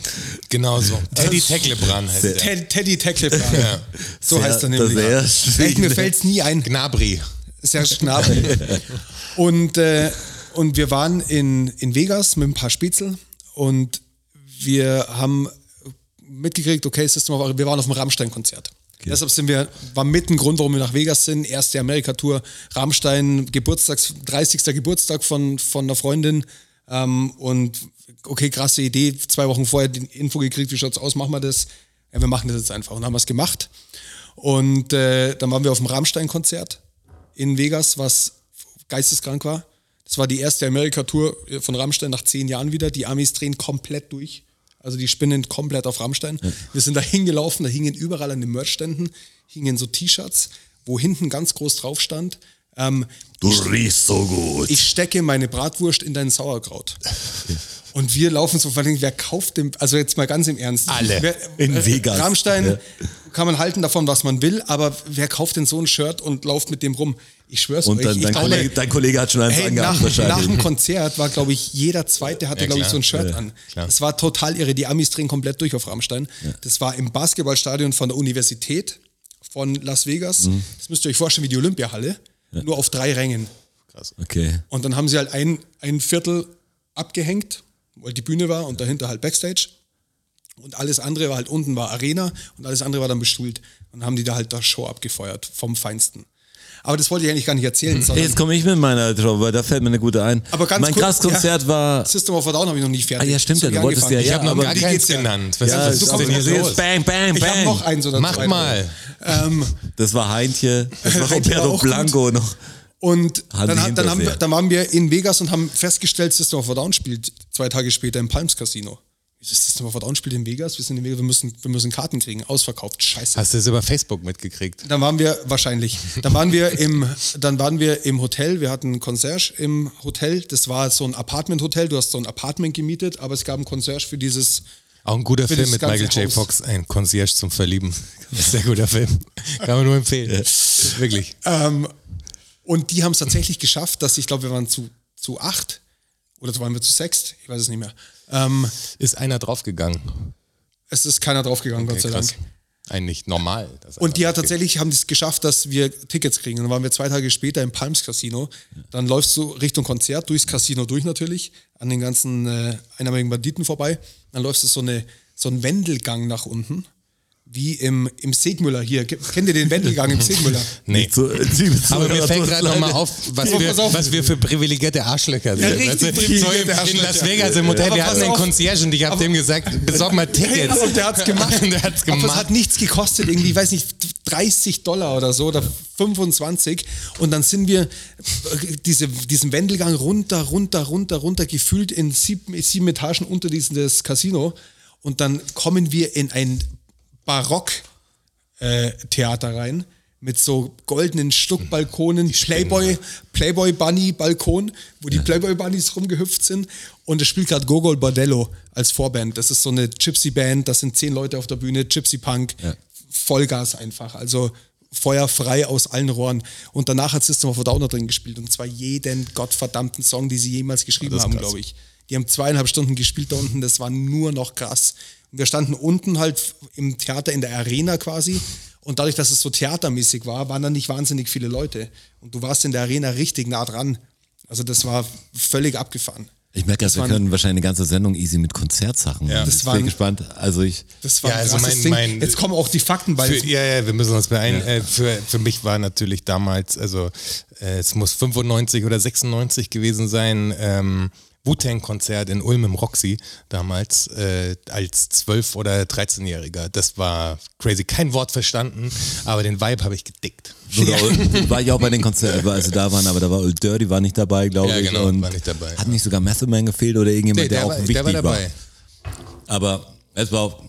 Speaker 3: Genau so. Teddy Tecklebran heißt der.
Speaker 4: Ted, Teddy Tecklebran. So
Speaker 2: Sehr-
Speaker 4: heißt er
Speaker 2: das
Speaker 4: nämlich.
Speaker 2: sehr
Speaker 4: Echt, mir fällt es nie ein.
Speaker 3: Gnabry.
Speaker 4: Serge
Speaker 2: *laughs*
Speaker 4: Gnabry. und, äh, und wir waren in, in Vegas mit ein paar Spitzel und wir haben mitgekriegt, okay, System of, a- wir waren auf dem Rammstein-Konzert. Deshalb sind wir, war mit ein Grund, warum wir nach Vegas sind. Erste Amerika-Tour, Rammstein, Geburtstags, 30. Geburtstag von, von einer Freundin. Ähm, und okay, krasse Idee. Zwei Wochen vorher die Info gekriegt, wie schaut's aus, machen wir das. Ja, wir machen das jetzt einfach. Und haben wir es gemacht. Und äh, dann waren wir auf dem Rammstein-Konzert in Vegas, was geisteskrank war. Das war die erste Amerika-Tour von Rammstein nach zehn Jahren wieder. Die Amis drehen komplett durch. Also die spinnen komplett auf Rammstein. Wir sind da hingelaufen, da hingen überall an den Merchständen, hingen so T-Shirts, wo hinten ganz groß drauf stand, ähm,
Speaker 2: Du riechst so gut.
Speaker 4: ich stecke meine Bratwurst in
Speaker 2: *laughs*
Speaker 4: dein Sauerkraut. Und wir laufen so vor allem, wer kauft dem, also jetzt mal ganz im Ernst.
Speaker 3: Alle.
Speaker 4: Wer,
Speaker 2: In
Speaker 4: äh,
Speaker 2: Vegas.
Speaker 4: Rammstein
Speaker 2: Ja.
Speaker 4: kann man halten davon, was man will, aber wer kauft denn so ein Shirt und läuft mit dem rum? Ich schwör's
Speaker 2: Und
Speaker 4: euch.
Speaker 2: dann,
Speaker 4: ich
Speaker 2: dein,
Speaker 4: glaube,
Speaker 2: Kollege, dein Kollege hat schon eins
Speaker 4: Hey,
Speaker 2: angehabt
Speaker 4: nach, nach dem
Speaker 2: wahrscheinlich.
Speaker 4: Konzert war, glaube ich, jeder Zweite hatte,
Speaker 3: Ja,
Speaker 4: glaube ich,
Speaker 3: klar.
Speaker 4: so ein Shirt
Speaker 3: Ja,
Speaker 4: an.
Speaker 3: klar.
Speaker 4: Das war total irre. Die Amis drehen komplett durch auf Rammstein. Das war im Basketballstadion von der Universität von Las Vegas.
Speaker 2: Mhm.
Speaker 4: Das müsst ihr euch vorstellen wie die Olympiahalle, nur auf drei Rängen.
Speaker 2: Okay.
Speaker 4: Und dann haben sie halt ein, ein Viertel abgehängt, weil die Bühne war und dahinter halt Backstage. Und alles andere war halt unten war Arena und alles andere war dann bestuhlt. Und haben die da halt da Show abgefeuert, vom Feinsten. Aber das wollte ich eigentlich gar nicht erzählen, sondern
Speaker 2: Jetzt komme ich mit meiner Show, weil da fällt mir eine gute ein.
Speaker 4: Aber ganz
Speaker 2: mein
Speaker 4: kurz,
Speaker 2: Kraskonzert
Speaker 4: ja. Also,
Speaker 2: war.
Speaker 4: System of a Down habe ich noch nie fertig.
Speaker 2: Ah, ja, stimmt
Speaker 4: so
Speaker 2: ja, du
Speaker 4: wie
Speaker 2: wolltest ja-
Speaker 4: angefangen.
Speaker 2: ja,
Speaker 4: Ich habe noch
Speaker 2: aber
Speaker 3: gar
Speaker 4: wie
Speaker 3: keins
Speaker 4: geht's ja?
Speaker 3: genannt. Was
Speaker 2: Ja,
Speaker 3: ist
Speaker 2: du
Speaker 3: das denn
Speaker 4: kommst
Speaker 3: hier
Speaker 4: jetzt
Speaker 3: los?
Speaker 4: los.
Speaker 2: Bang, bang, bang.
Speaker 4: Ich habe noch eins oder
Speaker 3: Macht
Speaker 4: zwei.
Speaker 3: mal.
Speaker 4: Ähm,
Speaker 2: Das war Heintje. Das war
Speaker 4: *laughs* Heintje war
Speaker 2: Roberto
Speaker 4: auch gut.
Speaker 2: Blanco noch.
Speaker 4: Und
Speaker 2: Haben die
Speaker 4: dann, hat- dann, haben wir,
Speaker 2: Hinterseher.
Speaker 4: dann waren wir in Vegas und haben festgestellt, System of a Down spielt zwei Tage später im Palms Casino. Wieso ist System of a Down spielt in Vegas? Wir sind in Vegas, wir müssen, wir müssen Karten kriegen. Ausverkauft, scheiße.
Speaker 3: Hast du es über Facebook mitgekriegt?
Speaker 4: Dann waren wir, wahrscheinlich, dann waren wir im, dann waren wir im Hotel, wir hatten einen Concierge im Hotel. Das war so ein Apartment-Hotel, du hast so ein Apartment gemietet, aber es gab einen Concierge für dieses,
Speaker 3: Auch ein guter
Speaker 4: Für
Speaker 3: Film
Speaker 4: das
Speaker 3: mit
Speaker 4: ganze
Speaker 3: Michael J.
Speaker 4: Haus.
Speaker 3: Fox, ein Concierge zum Verlieben. *laughs* Sehr guter Film. Kann man nur empfehlen. Wirklich.
Speaker 4: Ähm, und die haben es tatsächlich geschafft, dass ich glaube, wir waren zu, zu acht oder waren wir zu sechst, ich weiß es nicht mehr. Ähm,
Speaker 3: Ist einer draufgegangen.
Speaker 4: es ist keiner draufgegangen, Gott sei
Speaker 3: Okay, krass.
Speaker 4: Dank.
Speaker 3: Eigentlich normal. dass einer
Speaker 4: Und die hat
Speaker 3: draufgeht.
Speaker 4: tatsächlich, haben es geschafft, dass wir Tickets kriegen. Und dann waren wir zwei Tage später im Palms Casino. Dann läufst du Richtung Konzert, durchs Casino durch natürlich, an den ganzen äh, einarmigen Banditen vorbei. Dann läufst du so, eine, so einen Wendelgang nach unten, wie im, im Segmüller hier. Kennt ihr den Wendelgang im Segmüller?
Speaker 3: Nee.
Speaker 2: So,
Speaker 3: Aber mir fällt gerade nochmal auf, was
Speaker 4: Ja,
Speaker 3: wir,
Speaker 4: pass auf.
Speaker 3: was wir für privilegierte Arschlöcher sind.
Speaker 4: Ja, richtig
Speaker 3: Weißt du, so
Speaker 4: privilegierte
Speaker 3: in, in
Speaker 4: Arschlöcher.
Speaker 3: Las Vegas im Hotel,
Speaker 4: Aber
Speaker 3: wir
Speaker 4: pass
Speaker 3: hatten einen
Speaker 4: auf.
Speaker 3: Concierge und ich habe
Speaker 4: Aber-
Speaker 3: dem gesagt, besorg mal Tickets.
Speaker 4: *laughs* Und der
Speaker 3: *laughs*
Speaker 4: hat's gemacht.
Speaker 3: der hat's gemacht.
Speaker 4: Aber es hat nichts gekostet, irgendwie, ich weiß nicht, 30 Dollar oder so oder 25. Und dann sind wir äh, diese, diesen Wendelgang runter, runter, runter, runter, gefühlt in sieben, sieben Etagen unter diesem das Casino. Und dann kommen wir in ein Barock-Theater rein mit so goldenen Stuckbalkonen, Playboy, Playboy Bunny Balkon, wo die Playboy Bunnies rumgehüpft sind und es spielt gerade Gogol Bordello als Vorband. Das ist so eine Gypsy Band, das sind zehn Leute auf der Bühne, Gypsy Punk, Vollgas einfach, also feuerfrei aus allen Rohren. Und danach hat System of a Down da drin gespielt und zwar jeden gottverdammten Song, die sie jemals geschrieben haben, glaube ich. Die haben zweieinhalb Stunden gespielt da unten, das war nur noch krass. Und wir standen unten halt im Theater, in der Arena quasi. Und dadurch, dass es so theatermäßig war, waren da nicht wahnsinnig viele Leute. Und du warst in der Arena richtig nah dran. Also das war völlig abgefahren.
Speaker 2: Ich merke, dass wir
Speaker 4: waren-
Speaker 2: können wahrscheinlich eine ganze Sendung easy mit Konzertsachen machen.
Speaker 4: das
Speaker 2: ich
Speaker 4: waren-
Speaker 2: bin gespannt. Also ich. *laughs*
Speaker 4: Das war
Speaker 3: Ja,
Speaker 4: ein
Speaker 3: also
Speaker 4: krasses
Speaker 3: mein-
Speaker 4: Ding.
Speaker 3: mein-
Speaker 4: Jetzt kommen auch die Fakten bei.
Speaker 3: Für, ja, ja, wir müssen uns beeilen. Äh, für, für mich war natürlich damals, also äh, es muss 95 oder 96 gewesen sein, ähm, Wu-Tang-Konzert in Ulm im Roxy damals äh, als 12- oder 13-Jähriger. Das war crazy. Kein Wort verstanden, aber den Vibe habe ich gedickt. *laughs*
Speaker 2: Oder war ich auch bei den Konzerten, also da waren, aber da war Old Dirty, war nicht dabei, glaube
Speaker 3: Ja,
Speaker 2: ich.
Speaker 3: genau,
Speaker 2: und
Speaker 3: war nicht dabei.
Speaker 2: Hat nicht sogar Method Man gefehlt oder irgendjemand,
Speaker 3: Nee,
Speaker 2: der,
Speaker 3: der
Speaker 2: auch
Speaker 3: war-
Speaker 2: wichtig
Speaker 3: der war dabei.
Speaker 2: Aber es war auch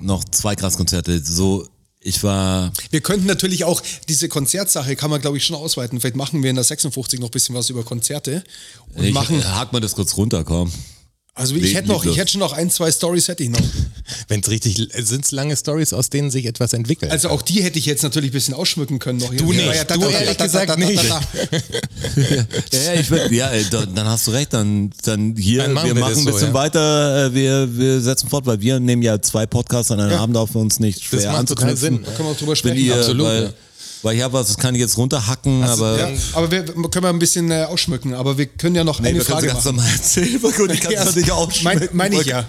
Speaker 2: noch zwei krass Konzerte. So, ich war
Speaker 4: Wir könnten natürlich auch diese Konzertsache kann man glaube ich schon ausweiten. Vielleicht machen wir in der 56 noch ein bisschen was über Konzerte und
Speaker 2: ich,
Speaker 4: machen.
Speaker 2: Hakt mal das kurz runter, komm.
Speaker 4: Also ich
Speaker 2: leg-
Speaker 4: hätte
Speaker 2: leg
Speaker 4: noch, ich
Speaker 2: los.
Speaker 4: hätte schon noch ein, zwei Stories hätte ich noch.
Speaker 3: Wenn es richtig, sind es lange Stories, aus denen sich etwas entwickelt.
Speaker 4: Also auch die hätte ich jetzt natürlich ein bisschen ausschmücken können noch. Du
Speaker 3: nicht. Du ehrlich gesagt nicht.
Speaker 2: Ja, ja, *laughs* ich will, ja ey, da, dann hast du recht. Dann, dann hier,
Speaker 3: Dann machen
Speaker 2: wir
Speaker 3: wir
Speaker 2: machen
Speaker 3: das
Speaker 2: ein
Speaker 3: so,
Speaker 2: bisschen
Speaker 3: ja.
Speaker 2: weiter. Äh, wir, wir setzen fort, weil wir nehmen ja zwei Podcasts an einem Abend auf um uns nicht schwer
Speaker 3: das macht total
Speaker 2: anzuknüpfen.
Speaker 3: Sinn.
Speaker 4: Da können wir auch drüber
Speaker 2: Wenn
Speaker 4: sprechen.
Speaker 2: ihr,
Speaker 3: Absolut,
Speaker 2: weil,
Speaker 3: ja.
Speaker 2: weil ich habe was, das kann ich jetzt runterhacken, aber.
Speaker 4: Also, Ja, aber wir können wir ein bisschen äh, ausschmücken, aber wir können ja noch eine
Speaker 2: wir können
Speaker 4: Frage
Speaker 2: sie ganz
Speaker 4: machen.
Speaker 2: normal erzählen. Voll gut, ich kann
Speaker 4: Ja,
Speaker 2: es natürlich auch
Speaker 4: mein-
Speaker 2: schmecken.
Speaker 4: meine ich
Speaker 2: Voll-
Speaker 4: ja.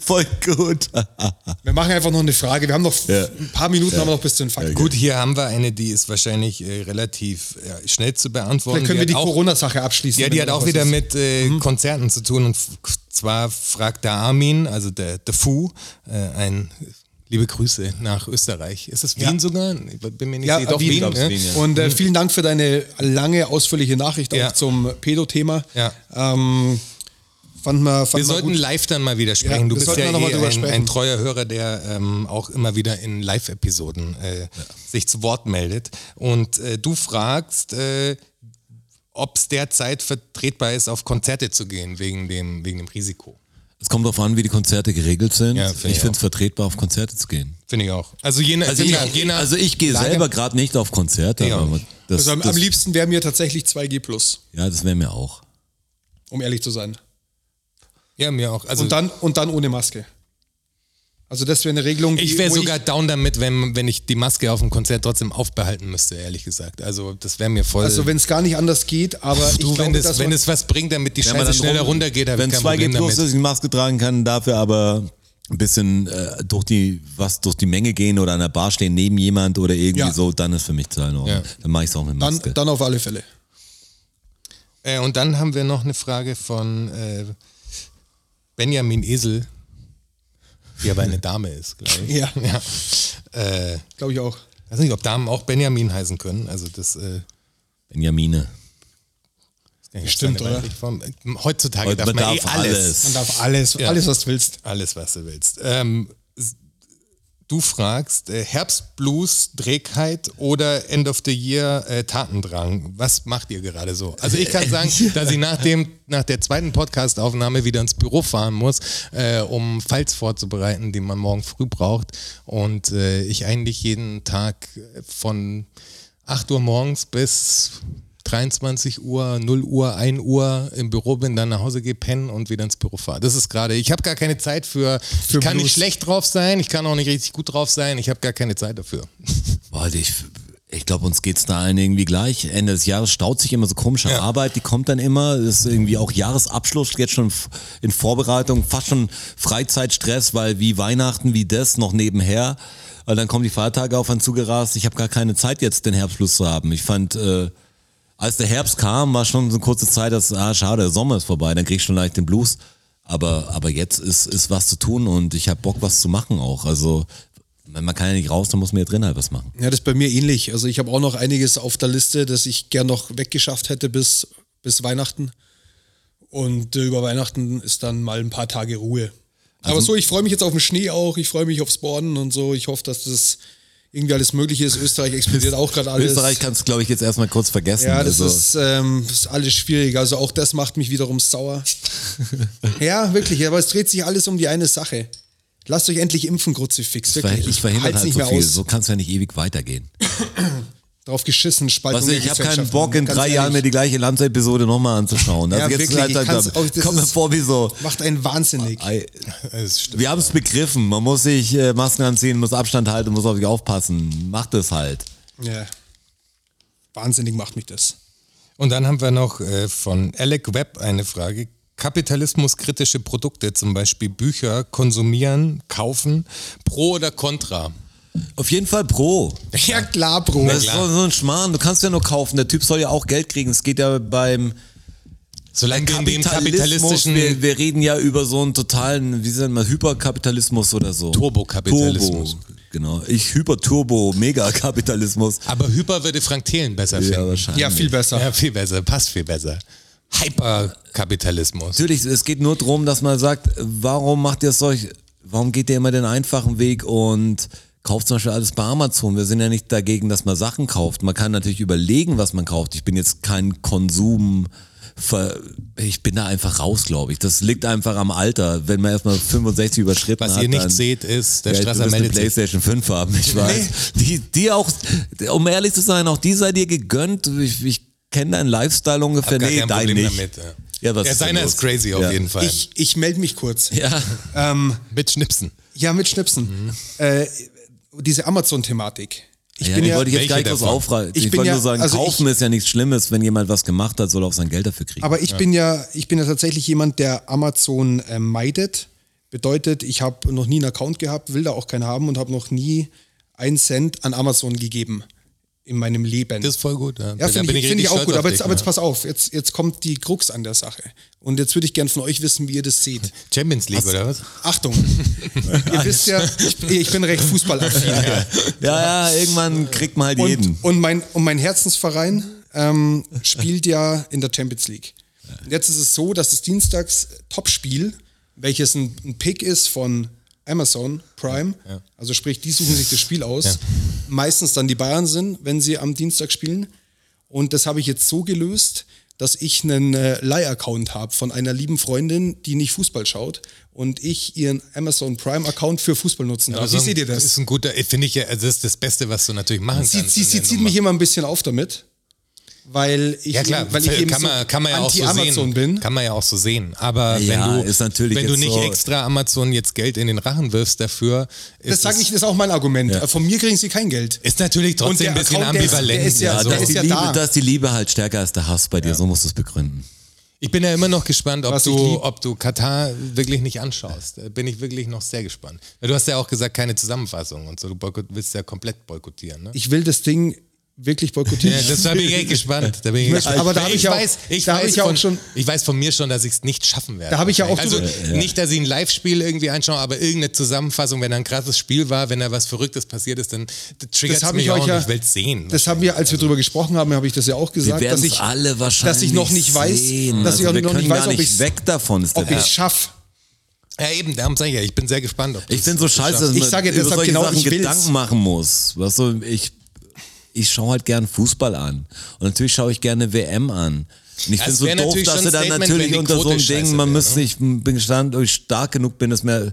Speaker 2: Voll gut. *laughs*
Speaker 4: Wir machen einfach noch eine Frage. Wir haben noch
Speaker 2: Ja.
Speaker 4: ein paar Minuten, haben wir noch bis zu den Fakten.
Speaker 3: Gut, hier haben wir eine, die ist wahrscheinlich äh, relativ ja, schnell zu beantworten.
Speaker 4: Dann können wir die
Speaker 3: hat auch-
Speaker 4: Corona-Sache abschließen.
Speaker 3: Ja,
Speaker 4: wenn
Speaker 3: die hat
Speaker 4: noch
Speaker 3: auch
Speaker 4: was
Speaker 3: wieder
Speaker 4: ist. Mhm.
Speaker 3: mit äh, Konzerten zu tun. Und f- zwar fragt der Armin, also der, der Fu, äh, ein liebe Grüße nach Österreich. Ist es Wien sogar? Ich bin mir nicht
Speaker 4: Ja,
Speaker 3: sicher. Doch,
Speaker 4: Wien,
Speaker 3: Wien.
Speaker 4: glaub ich,
Speaker 3: ne?
Speaker 2: Wien, ja.
Speaker 4: Und äh, vielen Dank für deine lange, ausführliche Nachricht
Speaker 3: Ja.
Speaker 4: auch zum Pedo-Thema.
Speaker 3: Ja.
Speaker 4: Ähm, fand man, fand
Speaker 3: Wir
Speaker 4: man
Speaker 3: sollten
Speaker 4: gut.
Speaker 3: live dann mal wieder sprechen.
Speaker 4: Ja,
Speaker 3: du
Speaker 4: wir
Speaker 3: bist
Speaker 4: sollten
Speaker 3: ja
Speaker 4: da noch mal
Speaker 3: eh
Speaker 4: drüber
Speaker 3: ein,
Speaker 4: sprechen.
Speaker 3: ein treuer Hörer, der ähm, auch immer wieder in Live-Episoden äh, sich zu Wort meldet. Und äh, du fragst, äh, ob es derzeit vertretbar ist, auf Konzerte zu gehen, wegen dem, wegen dem Risiko.
Speaker 2: Es kommt darauf an, wie die Konzerte geregelt sind.
Speaker 3: Ja,
Speaker 2: ich
Speaker 3: finde ich
Speaker 2: finde es vertretbar, auf Konzerte zu gehen.
Speaker 3: Finde ich auch. Also je nach,
Speaker 2: Also
Speaker 3: je nach,
Speaker 2: ich,
Speaker 3: je nach
Speaker 2: also ich gehe
Speaker 3: Lage-
Speaker 2: selber gerade nicht auf Konzerte.
Speaker 3: Ja.
Speaker 2: Aber das,
Speaker 4: also am,
Speaker 2: das,
Speaker 4: am liebsten wäre mir tatsächlich 2G plus,
Speaker 2: ja, das wäre mir auch.
Speaker 4: um ehrlich zu sein.
Speaker 3: Ja, mir auch. Also
Speaker 4: Und dann, und dann ohne Maske. Also das wäre eine Regelung, die-
Speaker 3: Ich wäre
Speaker 4: wo
Speaker 3: sogar down damit, wenn, wenn ich die Maske auf dem Konzert trotzdem aufbehalten müsste, ehrlich gesagt. Also das wäre mir voll.
Speaker 4: also wenn es gar nicht anders geht, aber ich
Speaker 3: du,
Speaker 4: glaube,
Speaker 3: wenn,
Speaker 4: dass
Speaker 3: das, wenn
Speaker 4: man-
Speaker 3: es was bringt, damit die
Speaker 2: Wenn man
Speaker 3: Scheiße
Speaker 2: dann
Speaker 3: schneller
Speaker 2: rum-
Speaker 3: runtergeht, habe
Speaker 2: Wenn
Speaker 3: ich kein Problem
Speaker 2: 2G plus
Speaker 3: damit.
Speaker 2: ist, ich eine Maske tragen kann, dafür aber ein bisschen äh, durch die was durch die Menge gehen oder an der Bar stehen neben jemand oder irgendwie
Speaker 4: Ja.
Speaker 2: so, dann ist für mich total in Ordnung.
Speaker 3: Ja.
Speaker 2: Dann mache ich es auch mit
Speaker 4: dann,
Speaker 2: Maske.
Speaker 4: dann auf alle Fälle.
Speaker 3: Äh, und dann haben wir noch eine Frage von äh, Benjamin Esel, die aber eine Dame ist, glaube ich.
Speaker 4: *laughs* Ja.
Speaker 3: ja. Äh,
Speaker 4: Glaube ich auch.
Speaker 3: weiß nicht, ob Damen auch Benjamin heißen können. Also das äh,
Speaker 2: Benjamine.
Speaker 3: ist
Speaker 4: Stimmt,
Speaker 3: eine
Speaker 4: oder?
Speaker 3: weibliche Form. Heutzutage
Speaker 2: Heute
Speaker 3: darf man
Speaker 2: bedarf
Speaker 3: eh alles.
Speaker 2: alles.
Speaker 4: Man darf alles,
Speaker 3: Ja.
Speaker 4: alles, was du willst.
Speaker 3: Alles, was du willst. Ähm, s- du fragst, äh, Herbstblues, Trägheit oder End of the Year äh, Tatendrang. Was macht ihr gerade so? Also ich kann sagen, dass ich nach, dem, nach der zweiten Podcastaufnahme wieder ins Büro fahren muss, äh, um Files vorzubereiten, die man morgen früh braucht. Und äh, ich eigentlich jeden Tag äh, von 8 Uhr morgens bis 23 Uhr, 0 Uhr, 1 Uhr im Büro bin, dann nach Hause gehe, pennen und wieder ins Büro fahre. Das ist gerade, ich habe gar keine Zeit für, ich kann nicht
Speaker 4: Blues.
Speaker 3: schlecht drauf sein, ich kann auch nicht richtig gut drauf sein, ich habe gar keine Zeit dafür.
Speaker 2: Boah, ich, ich glaube, uns geht's da allen irgendwie gleich. Ende des Jahres staut sich immer so komische Arbeit, die kommt dann immer. Das ist irgendwie auch Jahresabschluss, jetzt schon f- in Vorbereitung, fast schon Freizeitstress, weil wie Weihnachten, wie das noch nebenher. Weil dann kommen die Feiertage auf einen zugerast. Ich habe gar keine Zeit, jetzt den Herbstschluss zu haben. Ich fand, äh, als der Herbst kam, war schon so eine kurze Zeit, dass, ah, schade, der Sommer ist vorbei, dann krieg ich schon leicht den Blues. Aber, aber jetzt ist, ist was zu tun und ich habe Bock, was zu machen auch. Also, man kann ja nicht raus, dann muss man ja drin halt was machen.
Speaker 4: Ja, das ist bei mir ähnlich. Also ich habe auch noch einiges auf der Liste, das ich gern noch weggeschafft hätte bis, bis Weihnachten. Und äh, über Weihnachten ist dann mal ein paar Tage Ruhe.
Speaker 3: Also
Speaker 4: Aber so, ich freue mich jetzt auf den Schnee auch, ich freue mich aufs Boarden und so. Ich hoffe, dass das irgendwie alles möglich ist. Österreich explodiert auch gerade alles.
Speaker 2: Österreich kannst du, glaube ich, jetzt erstmal kurz vergessen.
Speaker 4: ja, das
Speaker 2: also,
Speaker 4: ist, ähm, ist alles schwierig. Also auch das macht mich wiederum
Speaker 2: *laughs*
Speaker 4: sauer. ja, wirklich, aber es dreht sich alles um die eine Sache. Lasst euch endlich impfen, Kruzifix.
Speaker 2: ver-
Speaker 4: Wirklich,
Speaker 2: das verhindert
Speaker 4: halt's
Speaker 2: halt
Speaker 4: nicht
Speaker 2: so
Speaker 4: mehr
Speaker 2: viel.
Speaker 4: aus.
Speaker 2: So kannst du ja nicht ewig weitergehen.
Speaker 4: Drauf geschissen, Spaltung
Speaker 2: Weißt du,
Speaker 4: der
Speaker 2: ich habe keinen
Speaker 4: Gesellschaft,
Speaker 2: Bock, in
Speaker 4: ganz
Speaker 2: drei Jahren
Speaker 4: ehrlich.
Speaker 2: mir die gleiche Lanze-Episode nochmal anzuschauen. Also
Speaker 4: Ja,
Speaker 2: jetzt
Speaker 4: wirklich,
Speaker 2: halt,
Speaker 4: ich
Speaker 2: halt,
Speaker 4: kann's auch- das
Speaker 2: kommt mir
Speaker 4: ist-
Speaker 2: vor wie so.
Speaker 4: Macht einen wahnsinnig.
Speaker 2: *laughs* Ei,
Speaker 3: Das stimmt.
Speaker 2: Wir haben es begriffen. Man muss sich äh, Masken anziehen, muss Abstand halten, muss auf sich aufpassen. Macht es halt.
Speaker 4: Ja. Wahnsinnig macht mich das.
Speaker 3: Und dann haben wir noch äh, von Alec Webb eine Frage. Kapitalismuskritische Produkte, zum Beispiel Bücher, konsumieren, kaufen, pro oder contra?
Speaker 2: Auf jeden Fall pro.
Speaker 4: Ja klar, Bro.
Speaker 2: Das ist so, so ein Schmarrn. Du kannst ja nur kaufen. Der Typ soll ja auch Geld kriegen. Es geht ja beim
Speaker 3: Solange wir in dem
Speaker 2: Kapitalismus.
Speaker 3: kapitalistischen
Speaker 2: Wir, wir reden ja über so einen totalen, wie sagen wir, Hyperkapitalismus oder so.
Speaker 3: Turbokapitalismus.
Speaker 2: Turbo, genau. Ich Hyperturbo, Megakapitalismus.
Speaker 3: Aber Hyper würde Frank Thelen besser finden.
Speaker 2: wahrscheinlich.
Speaker 4: Ja, viel besser.
Speaker 3: Ja, viel besser, passt viel besser. Hyperkapitalismus.
Speaker 2: Natürlich, es geht nur darum, dass man sagt, warum macht ihr es euch, warum geht ihr immer den einfachen Weg und kauft zum Beispiel alles bei Amazon? Wir sind ja nicht dagegen, dass man Sachen kauft. Man kann natürlich überlegen, was man kauft. Ich bin jetzt kein Konsum. Ver ich bin da einfach raus, glaube ich. Das liegt einfach am Alter. Wenn man erstmal 65 überschritten
Speaker 3: Was
Speaker 2: hat,
Speaker 3: ihr nicht
Speaker 2: dann,
Speaker 3: seht, ist, der
Speaker 2: ja, du
Speaker 3: Strasser
Speaker 2: wirst eine
Speaker 3: meldet sich.
Speaker 2: Playstation 5 haben, ich weiß. Die, die auch, um ehrlich zu sein, auch die sei dir gegönnt. Ich, ich kenne deinen Lifestyle ungefähr.
Speaker 3: Gar
Speaker 2: Nee,
Speaker 3: kein
Speaker 2: dein
Speaker 3: Problem
Speaker 2: nicht.
Speaker 3: damit. Ja,
Speaker 2: Ja, was
Speaker 3: ja
Speaker 2: ist denn
Speaker 3: seiner
Speaker 2: los?
Speaker 3: ist crazy auf
Speaker 2: Ja.
Speaker 3: jeden Fall.
Speaker 4: Ich, ich melde mich kurz.
Speaker 2: Ja. Mhm.
Speaker 4: Ähm,
Speaker 3: Mit Schnipsen.
Speaker 4: ja, mit Schnipsen. Äh, diese Amazon-Thematik. Ich
Speaker 2: ja,
Speaker 4: bin
Speaker 2: die
Speaker 4: ja,
Speaker 2: wollte ich jetzt gar
Speaker 3: welche
Speaker 2: nicht groß
Speaker 3: davon?
Speaker 2: aufreißen.
Speaker 4: Ich
Speaker 2: Ich,
Speaker 4: bin
Speaker 2: wollte
Speaker 4: ja-
Speaker 2: nur sagen,
Speaker 4: also ich-
Speaker 2: kaufen ist ja nichts Schlimmes. Wenn jemand was gemacht hat, soll er auch sein Geld dafür kriegen.
Speaker 4: aber ich bin ja, ich bin ja tatsächlich jemand, der Amazon äh, meidet. Bedeutet, ich habe noch nie einen Account gehabt, will da auch keinen haben und habe noch nie einen Cent an Amazon gegeben in meinem Leben.
Speaker 3: Das ist voll gut. Ja,
Speaker 4: Ja,
Speaker 3: Da
Speaker 4: finde ich,
Speaker 3: richtig
Speaker 4: find ich auch
Speaker 3: stolz
Speaker 4: gut.
Speaker 3: auf
Speaker 4: Aber jetzt,
Speaker 3: dich,
Speaker 4: aber jetzt
Speaker 3: ja.
Speaker 4: pass auf, jetzt, jetzt kommt die Krux an der Sache. Und jetzt würde ich gern von euch wissen, wie ihr das
Speaker 3: *laughs*
Speaker 4: seht.
Speaker 3: Champions League, oder was?
Speaker 4: Achtung, *laughs* ihr wisst ja, ich, ich bin
Speaker 3: *laughs*
Speaker 4: recht fußballaffin.
Speaker 2: ja, ja, irgendwann kriegt man halt jeden.
Speaker 4: Und, und, mein, und mein Herzensverein ähm, spielt ja in der Champions League. Und jetzt ist es so, dass das Dienstags Topspiel, welches ein, ein Pick ist von Amazon Prime, also sprich, die suchen sich das Spiel aus, meistens dann die Bayern sind, wenn sie am Dienstag spielen. Und das habe ich jetzt so gelöst, dass ich einen äh, Leih-Account habe von einer lieben Freundin, die nicht Fußball schaut und ich ihren Amazon Prime-Account für Fußball nutzen darf.
Speaker 3: Also,
Speaker 4: Wie seht ihr
Speaker 3: Das
Speaker 4: das?
Speaker 3: ist ein guter, finde ich, ja, also das ist das Beste, was du natürlich machen
Speaker 4: Sie,
Speaker 3: kannst.
Speaker 4: sie,
Speaker 3: in
Speaker 4: sie
Speaker 3: der
Speaker 4: zieht
Speaker 3: Nummer.
Speaker 4: mich immer ein bisschen auf damit. weil ich,
Speaker 3: Ja klar,
Speaker 4: weil ich eben
Speaker 3: kann,
Speaker 4: so
Speaker 3: man, kann man ja auch so
Speaker 4: anti-Amazon
Speaker 3: sehen.
Speaker 4: bin.
Speaker 3: Kann man ja auch so sehen. Aber
Speaker 2: Ja,
Speaker 3: wenn du,
Speaker 2: ist natürlich
Speaker 3: wenn du
Speaker 2: jetzt
Speaker 3: nicht
Speaker 2: so-
Speaker 3: extra Amazon jetzt Geld in den Rachen wirfst dafür, ist,
Speaker 4: Das sage
Speaker 3: es-
Speaker 4: ich, das ist auch mein Argument.
Speaker 2: Ja.
Speaker 4: Von mir kriegen sie kein Geld.
Speaker 3: ist natürlich
Speaker 4: Und der
Speaker 3: trotzdem ein bisschen
Speaker 4: Account, der ist-
Speaker 3: ambivalent.
Speaker 4: der ist ja-
Speaker 3: also.
Speaker 4: der
Speaker 2: dass,
Speaker 4: ist
Speaker 2: die
Speaker 4: ja
Speaker 2: Liebe,
Speaker 4: da.
Speaker 2: dass die Liebe halt stärker ist der Hass bei dir, so musst du es begründen.
Speaker 3: ich bin ja immer noch gespannt, ob
Speaker 4: Was ich lieb.
Speaker 3: du, ob du Katar wirklich nicht anschaust. Da Bin ich wirklich noch sehr gespannt. Weil Du hast ja auch gesagt, keine Zusammenfassung und so. Du boykott, willst ja komplett boykottieren. Ne?
Speaker 4: Ich will das Ding wirklich boykottieren.
Speaker 3: Ja, das, da bin ich echt gespannt. Da bin ich
Speaker 4: möchte-
Speaker 3: gespannt.
Speaker 4: aber da hab ich auch-
Speaker 3: weiß, ich
Speaker 4: da hab
Speaker 3: weiß
Speaker 4: ich auch
Speaker 3: von,
Speaker 4: schon-
Speaker 3: Ich weiß von mir schon, dass ich es nicht schaffen werde.
Speaker 4: Da hab ich ja auch
Speaker 3: Also
Speaker 4: drüber-
Speaker 3: nicht, dass ich ein Live-Spiel irgendwie anschaue, aber irgendeine Zusammenfassung, wenn da ein krasses Spiel war, wenn da was Verrücktes passiert ist, dann triggert es
Speaker 4: das habe
Speaker 3: mich
Speaker 4: ich
Speaker 3: auch
Speaker 4: euch
Speaker 3: und
Speaker 4: ja.
Speaker 3: ich will es sehen.
Speaker 4: Das haben wir, als wir drüber gesprochen haben, habe ich das ja auch gesagt,
Speaker 2: wir
Speaker 4: dass
Speaker 2: werden
Speaker 4: ich,
Speaker 2: es alle wahrscheinlich
Speaker 4: dass ich noch nicht weiß,
Speaker 2: sehen.
Speaker 4: dass ich
Speaker 2: also
Speaker 4: auch
Speaker 2: wir
Speaker 4: noch
Speaker 2: können
Speaker 4: nicht weiß,
Speaker 2: gar
Speaker 4: ob
Speaker 2: nicht
Speaker 4: ich
Speaker 2: weg davon ist der
Speaker 4: ob ich
Speaker 2: Witz.
Speaker 4: es schaffe.
Speaker 3: ja, eben, darum sage ich ja, ich bin sehr gespannt. Ob
Speaker 2: Ich
Speaker 3: das-
Speaker 2: bin so
Speaker 3: ob das
Speaker 2: scheiße,
Speaker 3: schafft.
Speaker 2: dass
Speaker 4: Ich
Speaker 2: man
Speaker 4: sage ja
Speaker 2: über
Speaker 4: deshalb
Speaker 2: solche
Speaker 4: genau,
Speaker 2: Sachen
Speaker 4: ich will's.
Speaker 2: Gedanken machen muss. Weißt du, ich, ich schaue halt gern Fußball an. Und natürlich schaue ich gerne WM an. Und ich
Speaker 3: Ja,
Speaker 2: finde
Speaker 3: es
Speaker 2: so
Speaker 3: wär
Speaker 2: doof,
Speaker 3: natürlich
Speaker 2: dass
Speaker 3: schon
Speaker 2: du
Speaker 3: ein
Speaker 2: dann
Speaker 3: Statement, wenn
Speaker 2: natürlich
Speaker 3: die
Speaker 2: unter so einem
Speaker 3: Quote
Speaker 2: Ding,
Speaker 3: scheiße
Speaker 2: man
Speaker 3: wäre,
Speaker 2: müsste
Speaker 3: ne?
Speaker 2: nicht, bin gestanden, ob ich stark genug bin, dass mir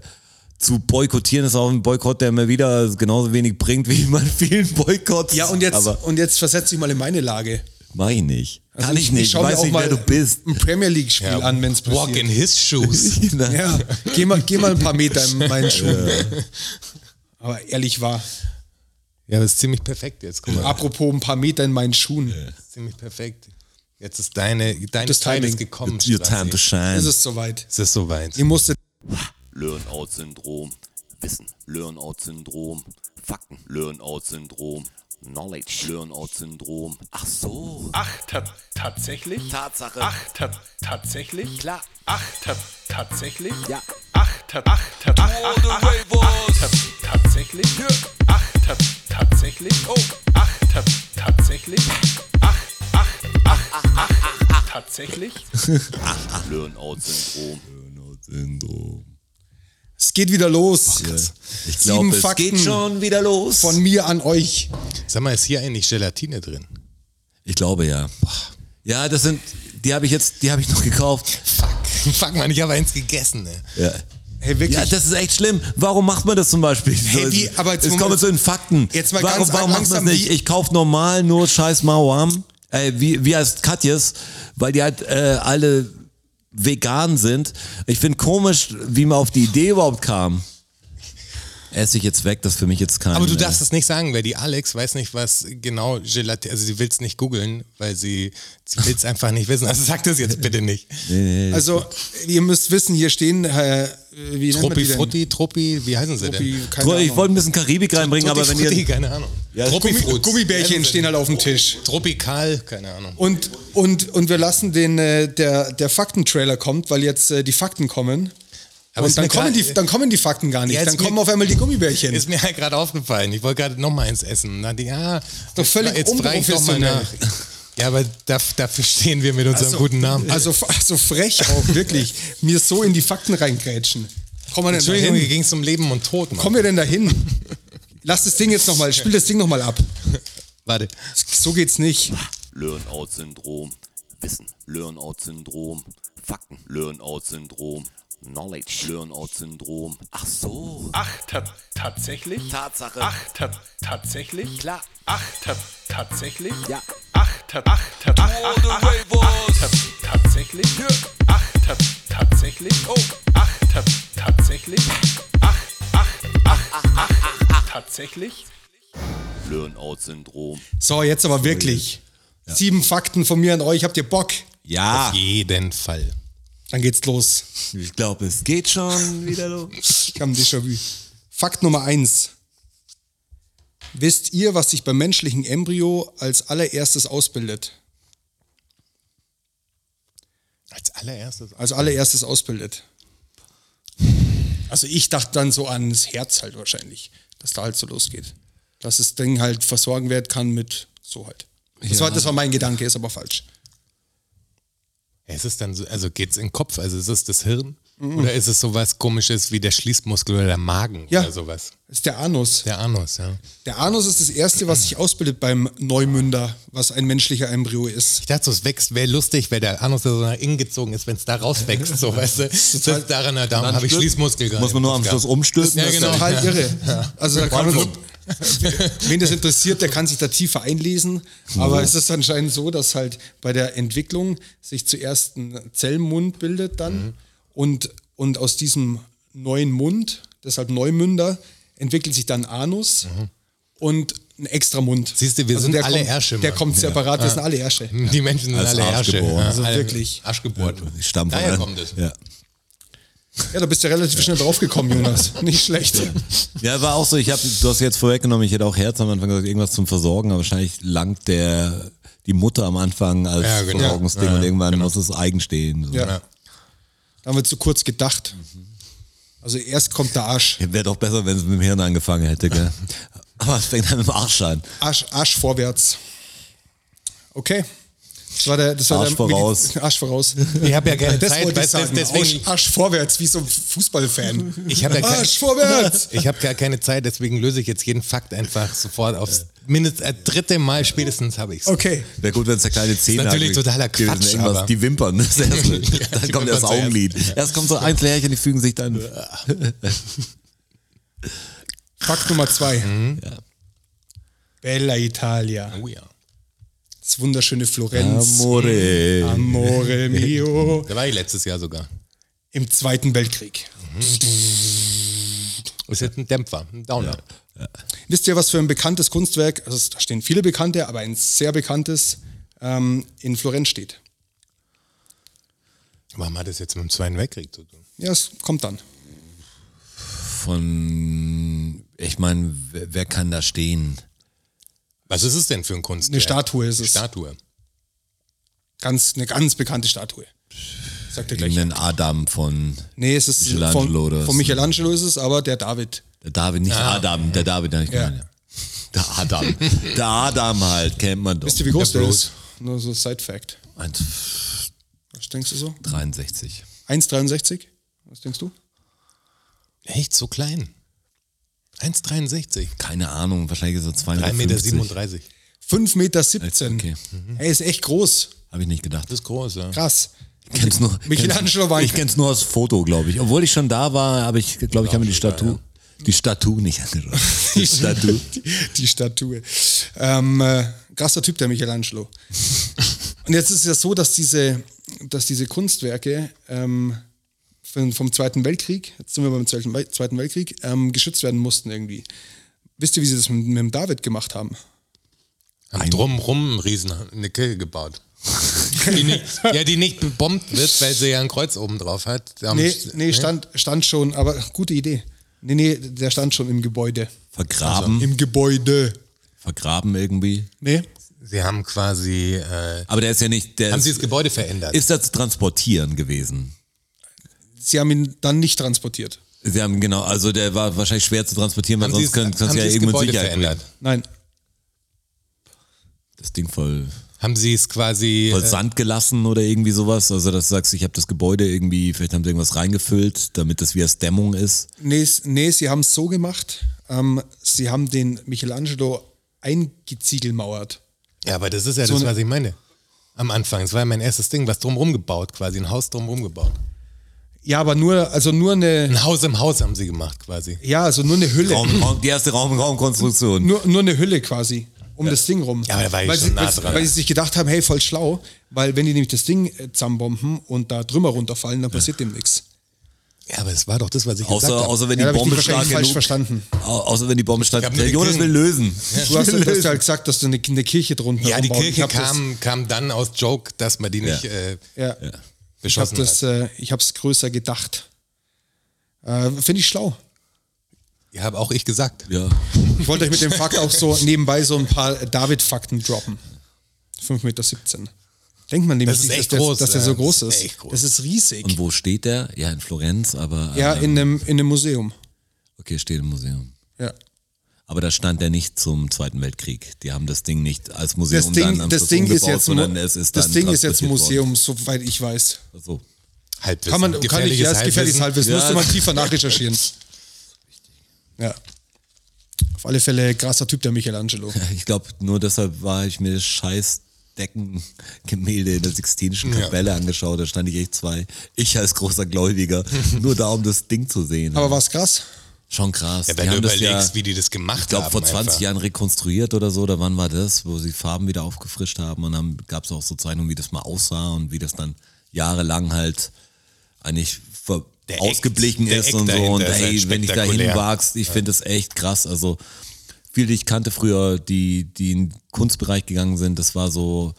Speaker 2: zu boykottieren ist auch ein Boykott, der mir wieder genauso wenig bringt, wie man vielen Boykotts.
Speaker 4: Ja, und jetzt,
Speaker 2: Aber
Speaker 4: und jetzt versetze ich mal in meine Lage.
Speaker 2: mach ich nicht. Kann
Speaker 4: Also
Speaker 2: ich nicht. Ich,
Speaker 4: schau mir
Speaker 2: weiß
Speaker 4: auch
Speaker 2: nicht,
Speaker 4: mal
Speaker 2: wer du bist. *laughs*
Speaker 4: Ein Premier League-Spiel
Speaker 3: ja,
Speaker 4: an, wenn es
Speaker 3: Walk in
Speaker 4: passiert.
Speaker 3: his shoes.
Speaker 4: Ja, geh mal, geh mal ein paar Meter
Speaker 2: *laughs*
Speaker 4: in meinen Schuhen. Aber ehrlich war,
Speaker 3: *laughs* ja, das ist ziemlich perfekt jetzt. Guck mal.
Speaker 4: apropos ein paar Meter in meinen Schuhen,
Speaker 3: Das ist ziemlich perfekt. Jetzt ist deine, deine
Speaker 4: Das
Speaker 3: Zeit
Speaker 4: Timing.
Speaker 3: ist gekommen.
Speaker 2: Your time
Speaker 3: Strassi.
Speaker 2: to shine.
Speaker 4: ist es soweit.
Speaker 3: Es ist soweit.
Speaker 4: Ich musste
Speaker 6: Learn-out-Syndrom, Wissen, Learn-out-Syndrom, Fakten, Learn-out-Syndrom, Knowledge, Learn-out-Syndrom. Ach so.
Speaker 7: Ach, ta tatsächlich?
Speaker 6: Tatsache.
Speaker 7: Ach, ta tatsächlich?
Speaker 6: Klar.
Speaker 7: Ach, ta tatsächlich?
Speaker 6: Ja.
Speaker 7: Ach, ta ach, ta ach, ach, ach, ach, ta tatsächlich? Ach, ta tatsächlich? Oh. Ach, ta tatsächlich? Ach, ach, ach, ach, ach, ach, tatsächlich?
Speaker 6: *laughs* Learn-out-Syndrom.
Speaker 4: Es geht wieder los.
Speaker 2: Ich
Speaker 4: Sieben
Speaker 2: glaube, es
Speaker 4: Fakten.
Speaker 2: geht schon wieder los.
Speaker 4: Von mir an euch.
Speaker 3: Sag mal, ist hier eigentlich Gelatine drin?
Speaker 2: Ich glaube ja. Ja, das sind, die habe ich jetzt, die habe ich noch gekauft.
Speaker 3: Fuck. *laughs* Fuck, man, ich habe eins gegessen. Ne?
Speaker 2: Ja.
Speaker 4: Hey, wirklich.
Speaker 2: ja, das ist echt schlimm. Warum macht man das zum Beispiel?
Speaker 4: Hey, wie- aber jetzt
Speaker 2: jetzt
Speaker 4: Moment.
Speaker 2: kommen wir zu den Fakten.
Speaker 4: Jetzt mal
Speaker 2: warum
Speaker 4: ganz
Speaker 2: warum macht man
Speaker 4: langsam,
Speaker 2: das nicht?
Speaker 4: wie-
Speaker 2: Ich kaufe normal nur scheiß Mauam, äh, wie, wie heißt Katjes, weil die halt äh, alle vegan sind. Ich finde komisch, wie man auf die Idee überhaupt kam. Esse ich jetzt weg, das ist für mich jetzt kein...
Speaker 3: Aber du
Speaker 2: äh,
Speaker 3: darfst es nicht sagen, weil die Alex weiß nicht, was genau Gelatine, also sie will es nicht googeln, weil sie,
Speaker 4: *laughs*
Speaker 3: sie will es einfach nicht wissen. Also sag das jetzt bitte nicht.
Speaker 4: Also, ihr müsst wissen, hier stehen, äh, wie nennt man
Speaker 3: Truppi
Speaker 4: die denn?
Speaker 3: Frutti, Truppi, wie heißen sie denn?
Speaker 4: Truppi, keine
Speaker 2: Guck, äh, Ich
Speaker 4: Ahnung.
Speaker 2: wollte ein bisschen Karibik reinbringen, aber wenn
Speaker 3: Frutti,
Speaker 2: ihr...
Speaker 3: keine Ahnung.
Speaker 4: Gummi,
Speaker 3: Frutti.
Speaker 4: Gummibärchen stehen halt auf dem Tisch.
Speaker 3: Tropikal, keine Ahnung.
Speaker 4: Und, und, und wir lassen den, äh, der, der Faktentrailer kommt, weil jetzt äh, die Fakten kommen.
Speaker 3: Aber ist
Speaker 4: und dann
Speaker 3: mir
Speaker 4: kommen,
Speaker 3: grad-
Speaker 4: die, dann kommen die Fakten gar nicht.
Speaker 3: Ja, ist
Speaker 4: dann
Speaker 3: mir-
Speaker 4: kommen auf einmal die Gummibärchen.
Speaker 3: Ist mir halt gerade aufgefallen. Ich wollte gerade noch mal eins essen. Und dann dachte ich, ah,
Speaker 4: doch völlig
Speaker 3: jetzt frage ich doch mal
Speaker 4: unprofessionell.
Speaker 3: nach. Ja, aber daf- dafür stehen wir mit unserem guten Namen.
Speaker 4: Also, also frech auch,
Speaker 3: *laughs*
Speaker 4: wirklich. Mir so in die Fakten reingrätschen. Kommen wir denn da
Speaker 3: Entschuldigung, hier
Speaker 4: hin?
Speaker 3: ging es um Leben und Tod, Mann.
Speaker 4: Kommen wir denn da hin? Lass das Ding jetzt nochmal, spiel das Ding nochmal ab.
Speaker 3: Warte.
Speaker 4: So geht's nicht.
Speaker 6: Learn-out-Syndrom, Wissen, Learn-out-Syndrom, Fakten, Learn-out-Syndrom, Knowledge, Learn-out-Syndrom. Ach so.
Speaker 7: Ach, ta tatsächlich?
Speaker 6: Tatsache.
Speaker 7: Ach, ta tatsächlich?
Speaker 6: Klar.
Speaker 7: Ach, ta tatsächlich?
Speaker 6: Ja.
Speaker 7: Ach, ta ach, ta ach, ach, ach, ach, ta tatsächlich? Ach, ta tatsächlich? Oh. Ach, ta tatsächlich? Ach, ach, ach, ach, ach, ach, tatsächlich?
Speaker 6: Learn-out-Syndrom.
Speaker 4: So, jetzt aber wirklich. Sieben Fakten von mir an euch. Habt ihr Bock?
Speaker 2: *laughs* Ja,
Speaker 3: Auf jeden Fall.
Speaker 4: Dann geht's los.
Speaker 2: ich glaube, es geht schon wieder los.
Speaker 4: Ich habe ein Déjà-vu. Fakt Nummer eins. Wisst ihr, was sich beim menschlichen Embryo als allererstes ausbildet?
Speaker 3: Als allererstes.
Speaker 4: Als Also allererstes ausbildet. Also ich dachte dann so an das Herz halt wahrscheinlich, dass da halt so losgeht. Dass das Ding halt versorgen werden kann mit so halt. Das, war, das war mein Gedanke, ist aber falsch.
Speaker 3: Es ist dann so, also geht's in den Kopf, also ist es das Hirn?
Speaker 4: Mhm.
Speaker 3: Oder ist es sowas komisches wie der Schließmuskel oder der Magen
Speaker 4: Ja.
Speaker 3: oder sowas?
Speaker 4: Das ist der Anus.
Speaker 3: Der Anus, ja.
Speaker 4: Der Anus ist das Erste, was sich ausbildet beim Neumünder, was ein menschlicher Embryo ist.
Speaker 3: Ich dachte, so, es wächst, wäre lustig, wenn der Anus da so nach innen gezogen ist, wenn es da rauswächst, so weißt du. Das ist daran, da habe ich Schließmuskel gehabt.
Speaker 2: Muss man nur am Schluss umstülpen.
Speaker 3: Ja, genau.
Speaker 4: Total irre. Also da kann man,
Speaker 3: Wahnsinn.
Speaker 4: *laughs* Wen das interessiert, der kann sich da tiefer einlesen.
Speaker 3: Mhm.
Speaker 4: Aber es ist anscheinend so, dass halt bei der Entwicklung sich zuerst ein Zellmund bildet dann
Speaker 3: Mhm.
Speaker 4: und, und aus diesem neuen Mund, deshalb Neumünder, entwickelt sich dann Anus und ein extra Mund.
Speaker 3: Mhm.
Speaker 4: Also
Speaker 3: Siehst du, wir sind
Speaker 4: der
Speaker 3: alle
Speaker 4: kommt,
Speaker 3: Ärsche,
Speaker 4: Der
Speaker 3: Mann.
Speaker 4: kommt
Speaker 3: Ja.
Speaker 4: separat, wir
Speaker 3: Ah.
Speaker 4: sind alle Ärsche.
Speaker 3: Die Menschen sind
Speaker 2: Als
Speaker 3: alle
Speaker 2: Arsch
Speaker 3: Ärsche.
Speaker 2: geboren. Also
Speaker 4: wirklich.
Speaker 3: Arschgeburt.
Speaker 2: Ich stamm von
Speaker 3: Daher
Speaker 2: an.
Speaker 3: kommt es.
Speaker 2: Ja.
Speaker 4: Ja, da bist du relativ schnell draufgekommen,
Speaker 3: *laughs*
Speaker 4: Jonas. Nicht schlecht.
Speaker 2: ja, war auch so, ich hab, du hast jetzt vorweggenommen, ich hätte auch Herz am Anfang gesagt, irgendwas zum Versorgen, aber wahrscheinlich langt der, die Mutter am Anfang als
Speaker 3: Ja, genau.
Speaker 2: Versorgungsding
Speaker 3: Ja,
Speaker 2: und irgendwann muss es eigen stehen. So.
Speaker 4: Ja. Da haben wir zu kurz gedacht. Also erst kommt der Arsch.
Speaker 2: Wäre doch besser, wenn es mit dem Hirn angefangen hätte,
Speaker 3: *laughs*
Speaker 2: gell? Aber es fängt dann mit dem Arsch an.
Speaker 4: Arsch, Arsch vorwärts. Okay. Das war der, das war
Speaker 2: Arsch
Speaker 4: der
Speaker 2: voraus.
Speaker 4: Medi- *laughs* Arsch voraus.
Speaker 3: Ich habe *laughs* ja keine
Speaker 4: Das
Speaker 3: Zeit,
Speaker 4: wollte ich
Speaker 3: weißt du,
Speaker 4: sagen.
Speaker 3: deswegen-
Speaker 4: Arsch, Arsch vorwärts, wie so ein Fußballfan.
Speaker 3: Ich habe ja keine-
Speaker 4: Arsch vorwärts!
Speaker 3: Ich habe gar keine Zeit, deswegen löse ich jetzt jeden Fakt einfach sofort aufs mindest, äh, dritte Mal spätestens habe ich es.
Speaker 4: Okay.
Speaker 2: Wäre gut, wenn es der kleine Zehner
Speaker 3: natürlich
Speaker 2: gewesen
Speaker 3: totaler
Speaker 2: gewesen,
Speaker 3: Quatsch,
Speaker 2: irgendwas.
Speaker 3: aber-
Speaker 2: Die Wimpern,
Speaker 3: *laughs*
Speaker 2: das erste.
Speaker 3: Ja,
Speaker 2: dann
Speaker 3: die
Speaker 2: kommt
Speaker 3: Wimpern
Speaker 2: das Augenlid. Erst kommt so einzelne Härchen, die fügen sich dann.
Speaker 4: Fakt Nummer zwei. Bella Italia.
Speaker 3: Oh ja.
Speaker 4: Das wunderschöne Florenz.
Speaker 2: Amore.
Speaker 4: Amore mio.
Speaker 3: Da war ich letztes Jahr sogar.
Speaker 4: Im Zweiten Weltkrieg.
Speaker 3: Ist jetzt ein Dämpfer, ein Downer.
Speaker 4: Wisst ihr, was für ein bekanntes Kunstwerk, also es- da stehen viele bekannte, aber ein sehr bekanntes ähm, in Florenz steht?
Speaker 3: Warum hat das jetzt mit dem Zweiten Weltkrieg zu tun?
Speaker 4: Ja, es kommt dann.
Speaker 2: Von, ich meine, wer, wer kann da stehen?
Speaker 3: Was ist es denn für ein Kunstwerk?
Speaker 4: Eine Statue ist es.
Speaker 3: Statue.
Speaker 4: Ganz, eine ganz bekannte Statue. Sagt er gleich.
Speaker 2: Irgendein Adam von
Speaker 4: Nee, es ist
Speaker 2: Ne- Michelangelo
Speaker 4: von,
Speaker 2: oder
Speaker 4: von
Speaker 2: so.
Speaker 4: Michelangelo ist es, aber der David.
Speaker 2: der David, nicht Adam, der David, den hab ich
Speaker 4: Ah, Ja.
Speaker 2: gemeint, ja. Der Adam. der Adam halt, kennt man doch.
Speaker 4: Wisst ihr, wie groß
Speaker 3: Der
Speaker 4: der,
Speaker 3: Bruce.
Speaker 4: ist? Nur so Side-Fact.
Speaker 2: 1,63.
Speaker 4: Was denkst du so? 1,63? Was denkst du?
Speaker 3: Echt so klein. 1,63.
Speaker 2: Keine Ahnung, wahrscheinlich so 2,57 Meter.
Speaker 3: 3,37 Meter.
Speaker 4: 5,17 Meter.
Speaker 2: Okay.
Speaker 4: Hey, ist echt groß.
Speaker 2: Habe ich nicht gedacht.
Speaker 3: Das ist groß, ja.
Speaker 4: Krass.
Speaker 2: Ich kenn's nur,
Speaker 4: Michelangelo war-
Speaker 2: Ich kenn's nur aus Foto, glaube ich. Obwohl ich schon da war, aber ich glaube, ich habe mir die Statue, die Statue nicht
Speaker 4: *laughs*
Speaker 2: angeschaut. Die Statue.
Speaker 4: Die Statue. Ähm, äh, krasser Typ, der Michelangelo. Und jetzt ist es ja so, dass diese, dass diese Kunstwerke ähm, von, vom Zweiten Weltkrieg, jetzt sind wir beim Zweiten Wel- Zweiten Weltkrieg, ähm, geschützt werden mussten irgendwie. Wisst ihr, wie sie das mit, mit dem David gemacht haben?
Speaker 3: Haben drumrum einen riesen eine Kirche gebaut. *laughs* die nicht, ja, die nicht bebombt wird, weil sie ja ein Kreuz oben drauf hat. Da haben ne?
Speaker 4: Nee,
Speaker 3: sie-
Speaker 4: nee, stand, stand schon, aber gute Idee. Nee, nee, der stand schon im Gebäude.
Speaker 2: Vergraben.
Speaker 4: Im Gebäude.
Speaker 2: Vergraben irgendwie.
Speaker 4: Nee?
Speaker 3: Sie haben quasi, äh,
Speaker 2: Aber der ist ja nicht, der
Speaker 3: haben sie
Speaker 2: ist,
Speaker 3: das Gebäude verändert.
Speaker 2: ist da zu transportieren gewesen.
Speaker 4: Sie haben ihn dann nicht transportiert.
Speaker 2: Sie haben, genau, also der war wahrscheinlich schwer zu transportieren, weil
Speaker 3: haben sie
Speaker 2: sonst
Speaker 3: das-
Speaker 2: können, kannst
Speaker 3: haben
Speaker 2: du ja
Speaker 3: sie das
Speaker 2: irgendwo in
Speaker 3: Gebäude
Speaker 2: Sicherheit bringen.
Speaker 3: verändert?
Speaker 4: Nein.
Speaker 2: Das Ding voll,
Speaker 3: Haben sie es quasi,
Speaker 2: voll
Speaker 3: äh,
Speaker 2: Sand gelassen oder irgendwie sowas. Also, dass du sagst, ich habe das Gebäude irgendwie, vielleicht haben sie irgendwas reingefüllt, damit das wie als Dämmung ist.
Speaker 4: Nee, s- nee sie haben es so gemacht. Ähm, sie haben den Michelangelo eingeziegelmauert.
Speaker 3: äh, ja, aber das ist ja
Speaker 4: so
Speaker 3: das,
Speaker 4: eine-
Speaker 3: was ich meine. Am Anfang, es war ja mein erstes Ding, was drumrum gebaut, quasi ein Haus drumrum gebaut.
Speaker 4: Ja, aber nur, also nur eine,
Speaker 3: Ein Haus im Haus haben sie gemacht, quasi.
Speaker 4: ja, also nur eine Hülle.
Speaker 2: Raum, Raum, die erste Raum, Raumkonstruktion.
Speaker 4: *laughs* Nur, nur eine Hülle quasi. Um das Ding rum.
Speaker 3: Ja, aber da war ich
Speaker 4: weil
Speaker 3: schon
Speaker 4: sie,
Speaker 3: nah
Speaker 4: weil-
Speaker 3: dran.
Speaker 4: Weil sie sich gedacht haben, hey, voll schlau, weil wenn die nämlich das Ding äh, zusammenbomben und da drüber runterfallen, dann passiert dem nichts.
Speaker 3: Ja, aber es war doch das, was ich
Speaker 2: Außer,
Speaker 3: gesagt habe.
Speaker 2: außer wenn
Speaker 4: Ja, da
Speaker 2: die
Speaker 4: hab ich dich
Speaker 2: Bombe stark
Speaker 4: wahrscheinlich falsch
Speaker 2: genug,
Speaker 3: *laughs*
Speaker 4: verstanden.
Speaker 2: Au- Außer wenn die Bombe stark
Speaker 3: hab
Speaker 2: genug.
Speaker 3: nur
Speaker 2: Jonas
Speaker 3: den-
Speaker 2: will lösen.
Speaker 4: Du hast, du hast ja halt gesagt, dass du eine, eine Kirche drunter
Speaker 3: Ja, die
Speaker 4: bauen. Ich
Speaker 3: Kirche
Speaker 4: hab das-
Speaker 3: kam, kam dann aus Joke, dass man die nicht
Speaker 2: Ja.
Speaker 3: äh,
Speaker 4: Ja. Ich habe
Speaker 3: beschossen halt.
Speaker 4: das,
Speaker 3: hat.
Speaker 4: äh, ich habe es größer gedacht. Äh, Finde ich schlau.
Speaker 3: Ja, habe auch ich gesagt.
Speaker 2: Ja.
Speaker 4: Ich wollte euch mit dem Fakt auch so nebenbei so ein paar David-Fakten droppen. 5,17 Meter. Denkt man nämlich,
Speaker 3: Das ist
Speaker 4: nicht,
Speaker 3: echt
Speaker 4: dass, der-
Speaker 3: groß,
Speaker 4: dass der
Speaker 3: ja.
Speaker 4: so groß
Speaker 3: Das
Speaker 4: ist.
Speaker 3: ist echt groß.
Speaker 4: Das ist riesig.
Speaker 2: Und wo steht der? Ja, in Florenz, aber.
Speaker 4: Ja,
Speaker 2: ähm,
Speaker 4: in einem, in einem Museum.
Speaker 2: Okay, steht im Museum.
Speaker 4: Ja.
Speaker 2: Aber da stand er nicht zum Zweiten Weltkrieg. Die haben das Ding nicht als Museum
Speaker 4: Das Ding,
Speaker 2: um dann am
Speaker 4: das
Speaker 2: Schluss
Speaker 4: Ding ist
Speaker 2: umgebaut,
Speaker 4: jetzt, mu-
Speaker 2: sondern es ist
Speaker 4: das
Speaker 2: dann
Speaker 4: Ding ist jetzt
Speaker 2: transportiert
Speaker 4: Museum, soweit ich weiß.
Speaker 2: worden. So.
Speaker 3: Halbwissen.
Speaker 4: Kann man, kann ich, ja, ist gefährliches Halbwissen.
Speaker 2: Ja.
Speaker 4: Müsste man tiefer nachrecherchieren. Ja. Auf alle Fälle krasser Typ, der Michelangelo.
Speaker 2: Äh, Ich glaube, nur deshalb war ich mir das scheiß Deckengemälde in der Sixtinischen
Speaker 3: Ja.
Speaker 2: Kapelle angeschaut. Da
Speaker 3: *laughs*
Speaker 2: stand ich echt zwei. Ich als großer Gläubiger. nur da, um das Ding zu sehen.
Speaker 4: Aber war's krass?
Speaker 2: Schon krass.
Speaker 3: Ja, wenn
Speaker 2: Die
Speaker 3: du
Speaker 2: haben das
Speaker 3: überlegst, wie die das gemacht
Speaker 2: Ich glaube,
Speaker 3: haben.
Speaker 2: vor 20
Speaker 3: einfach.
Speaker 2: Jahren rekonstruiert oder so, oder wann war das, wo sie Farben wieder aufgefrischt haben und dann gab es auch so Zeichnungen, wie das mal aussah und wie das dann jahrelang halt eigentlich ver
Speaker 3: Der Act-
Speaker 2: ausgeblichen
Speaker 3: der
Speaker 2: ist
Speaker 3: Act
Speaker 2: und so.
Speaker 3: dahinter
Speaker 2: Und
Speaker 3: ist halt
Speaker 2: ey, wenn ich da
Speaker 3: spektakulär.
Speaker 2: hinwagst, ich finde das echt krass. Also viele, die ich kannte früher, die, die in den Kunstbereich gegangen sind, das war so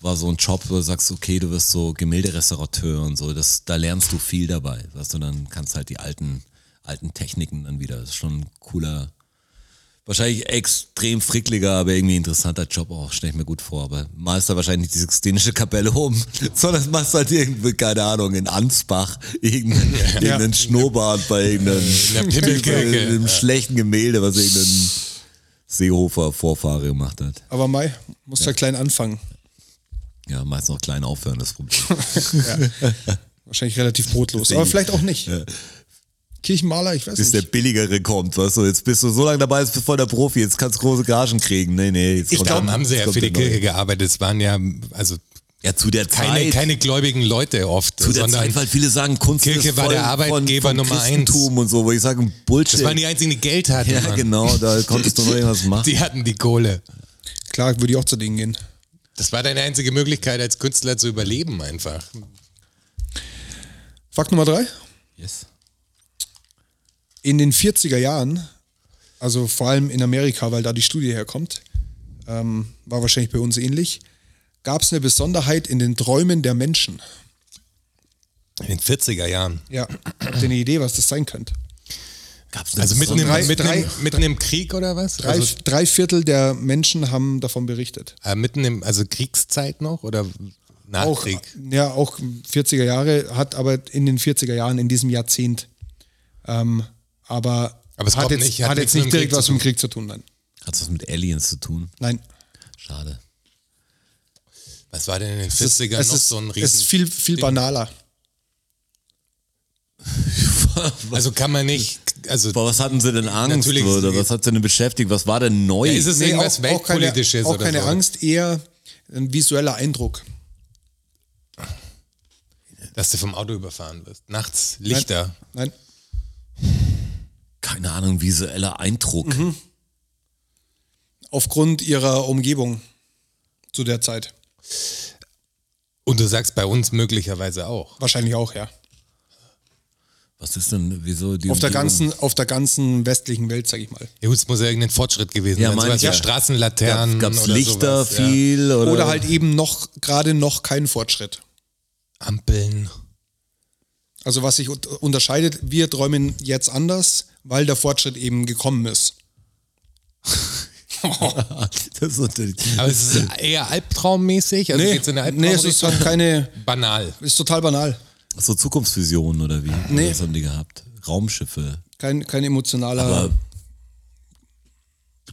Speaker 2: war so ein Job, wo du sagst, okay, du wirst so Gemälderestaurateur und so, das, da lernst du viel dabei, weißt du, dann kannst halt die alten, alten Techniken dann wieder, das ist schon ein cooler, wahrscheinlich extrem frickliger, aber irgendwie interessanter Job auch, stelle ich mir gut vor, aber malst da wahrscheinlich nicht die Sixtinische Kapelle um, *laughs* sondern machst halt irgendwie, keine Ahnung, in Ansbach irgendeinen, irgendeinen Schnurrbart bei irgendeinem,
Speaker 3: der
Speaker 2: *laughs*
Speaker 3: Pimmelkirche.
Speaker 2: irgendeinem schlechten Gemälde, was irgendein Seehofer-Vorfahre gemacht hat.
Speaker 4: Aber Mai, musst ja. klein anfangen.
Speaker 2: Ja, meist noch klein aufhören, das Problem.
Speaker 3: *laughs*
Speaker 4: Wahrscheinlich relativ brotlos. Aber vielleicht auch nicht. Kirchenmaler, ich weiß
Speaker 2: bis der
Speaker 4: nicht.
Speaker 2: billigere kommt, weißt du, jetzt bist du so lange dabei, jetzt bist du voll der Profi, jetzt kannst du große Gagen kriegen. Nee, nee, jetzt
Speaker 3: Ich
Speaker 2: kommt
Speaker 3: glaube,
Speaker 2: der-
Speaker 3: haben sie
Speaker 2: jetzt
Speaker 3: ja
Speaker 2: kommt
Speaker 3: für die
Speaker 2: der neue.
Speaker 3: Kirche gearbeitet. Es waren ja also
Speaker 2: Ja, zu der
Speaker 3: keine,
Speaker 2: Zeit.
Speaker 3: keine gläubigen Leute oft,
Speaker 2: zu der
Speaker 3: sondern
Speaker 2: Zeit, weil viele sagen, Kunst
Speaker 3: Kirche
Speaker 2: ist
Speaker 3: war
Speaker 2: voll
Speaker 3: der Arbeitgeber
Speaker 2: von, von
Speaker 3: Nummer eins.
Speaker 2: Christentum und so, wo ich sage, Bullshit.
Speaker 3: das waren die einzigen, die Geld hatten.
Speaker 2: ja,
Speaker 3: Mann.
Speaker 2: genau, da konntest du noch irgendwas machen.
Speaker 3: Die hatten die Kohle.
Speaker 4: Klar, würde ich auch zu denen gehen.
Speaker 3: Das war deine einzige Möglichkeit, als Künstler zu überleben einfach.
Speaker 4: Fakt Nummer drei.
Speaker 2: Yes.
Speaker 4: in den 40er Jahren, also vor allem in Amerika, weil da die Studie herkommt, ähm, war wahrscheinlich bei uns ähnlich, gab es eine Besonderheit in den Träumen der Menschen.
Speaker 3: In den 40er Jahren.
Speaker 4: Ja, habt ihr eine Idee, was das sein könnte?
Speaker 2: Gab's eine
Speaker 3: Also mitten im,
Speaker 4: Drei-
Speaker 3: mitten,
Speaker 4: drei-
Speaker 3: im, mitten im Krieg oder was?
Speaker 4: Drei,
Speaker 3: also,
Speaker 4: drei Viertel der Menschen haben davon berichtet.
Speaker 3: äh, mitten im, also Kriegszeit noch oder nach
Speaker 4: Auch,
Speaker 3: Krieg?
Speaker 4: ja, auch 40er Jahre, hat aber in den 40er Jahren, in diesem Jahrzehnt, ähm, aber,
Speaker 3: Aber es
Speaker 4: hat
Speaker 3: kommt
Speaker 4: jetzt
Speaker 3: nicht-
Speaker 4: hat
Speaker 3: hat nichts
Speaker 4: jetzt
Speaker 3: mit
Speaker 4: nicht
Speaker 3: dem
Speaker 4: direkt
Speaker 3: Krieg
Speaker 4: was
Speaker 3: zu
Speaker 4: mit dem Krieg zu tun, nein.
Speaker 2: Hat's was mit Aliens zu tun?
Speaker 4: Nein.
Speaker 2: Schade.
Speaker 3: Was war denn in den 40ern
Speaker 4: es
Speaker 3: noch
Speaker 4: ist,
Speaker 3: so ein
Speaker 4: es ist
Speaker 3: Riesen?
Speaker 4: viel, viel banaler.
Speaker 3: Also kann man nicht, also
Speaker 2: Aber was hatten sie denn Angst
Speaker 3: Natürlich ist
Speaker 2: oder
Speaker 3: es-
Speaker 2: was hat sie denn beschäftigt? Was war denn neu?
Speaker 3: Ja, ist es irgendwas
Speaker 4: auch keine,
Speaker 3: Weltpolitisches
Speaker 4: auch
Speaker 3: oder
Speaker 4: keine
Speaker 3: so?
Speaker 4: Angst, eher ein visueller Eindruck.
Speaker 3: dass du vom Auto überfahren wirst. Nachts Lichter.
Speaker 4: Nein,
Speaker 2: keine Ahnung, visueller Eindruck.
Speaker 3: Mhm.
Speaker 4: aufgrund ihrer Umgebung zu der Zeit.
Speaker 3: Und du sagst bei uns möglicherweise auch.
Speaker 4: Wahrscheinlich auch, ja.
Speaker 2: Was ist denn, wieso die
Speaker 4: Auf der,
Speaker 2: Umgebung?
Speaker 4: ganzen, auf der ganzen westlichen Welt, sag ich mal.
Speaker 3: Ja, gut, es muss ja irgendein Fortschritt gewesen
Speaker 2: Ja,
Speaker 3: sein.
Speaker 2: meine
Speaker 3: Sowas
Speaker 2: ich
Speaker 3: wie
Speaker 2: ja.
Speaker 3: Straßenlaternen.
Speaker 2: Gab es
Speaker 3: oder
Speaker 2: Lichter
Speaker 3: sowas, Ja.
Speaker 2: viel? Oder,
Speaker 4: Oder halt eben noch, gerade noch kein Fortschritt.
Speaker 3: Ampeln.
Speaker 4: Also was sich un- unterscheidet, wir träumen jetzt anders, weil der Fortschritt eben gekommen ist.
Speaker 2: *laughs* das ist natürlich-
Speaker 3: Aber es ist eher albtraummäßig. Also geht's in der
Speaker 4: nee es ist
Speaker 3: Albtraumrichtung?
Speaker 4: halt keine,
Speaker 3: banal.
Speaker 4: ist total banal.
Speaker 2: Ach So Zukunftsvisionen oder wie?
Speaker 4: Nee.
Speaker 2: Was haben die gehabt? Raumschiffe.
Speaker 4: Kein, kein emotionaler.
Speaker 2: Aber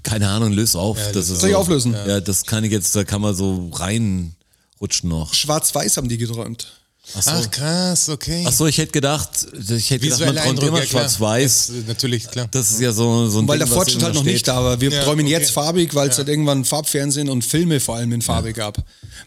Speaker 2: keine Ahnung, löst auf. das ist
Speaker 4: Soll ich auflösen?
Speaker 2: Ja, das kann ich jetzt, da kann man so reinrutschen noch.
Speaker 4: Schwarz-Weiß haben die geträumt.
Speaker 2: Achso,
Speaker 4: Ah,
Speaker 3: Ach krass, okay.
Speaker 2: Ach so, ich hätte gedacht, ich hätte gedacht, man
Speaker 3: Visueller
Speaker 2: träumt
Speaker 3: Eindruck,
Speaker 2: immer
Speaker 3: ja, klar.
Speaker 2: schwarz-weiß.
Speaker 3: Das ist äh, Natürlich, klar.
Speaker 2: Das ist ja so, so ein
Speaker 4: Weil
Speaker 2: Ding,
Speaker 4: der
Speaker 2: was
Speaker 4: Fortschritt
Speaker 2: immer
Speaker 4: halt noch
Speaker 2: steht.
Speaker 4: nicht da war. Wir
Speaker 3: Ja,
Speaker 4: träumen
Speaker 3: okay.
Speaker 4: jetzt farbig, weil es halt irgendwann Farbfernsehen und Filme vor allem in Farbe gab.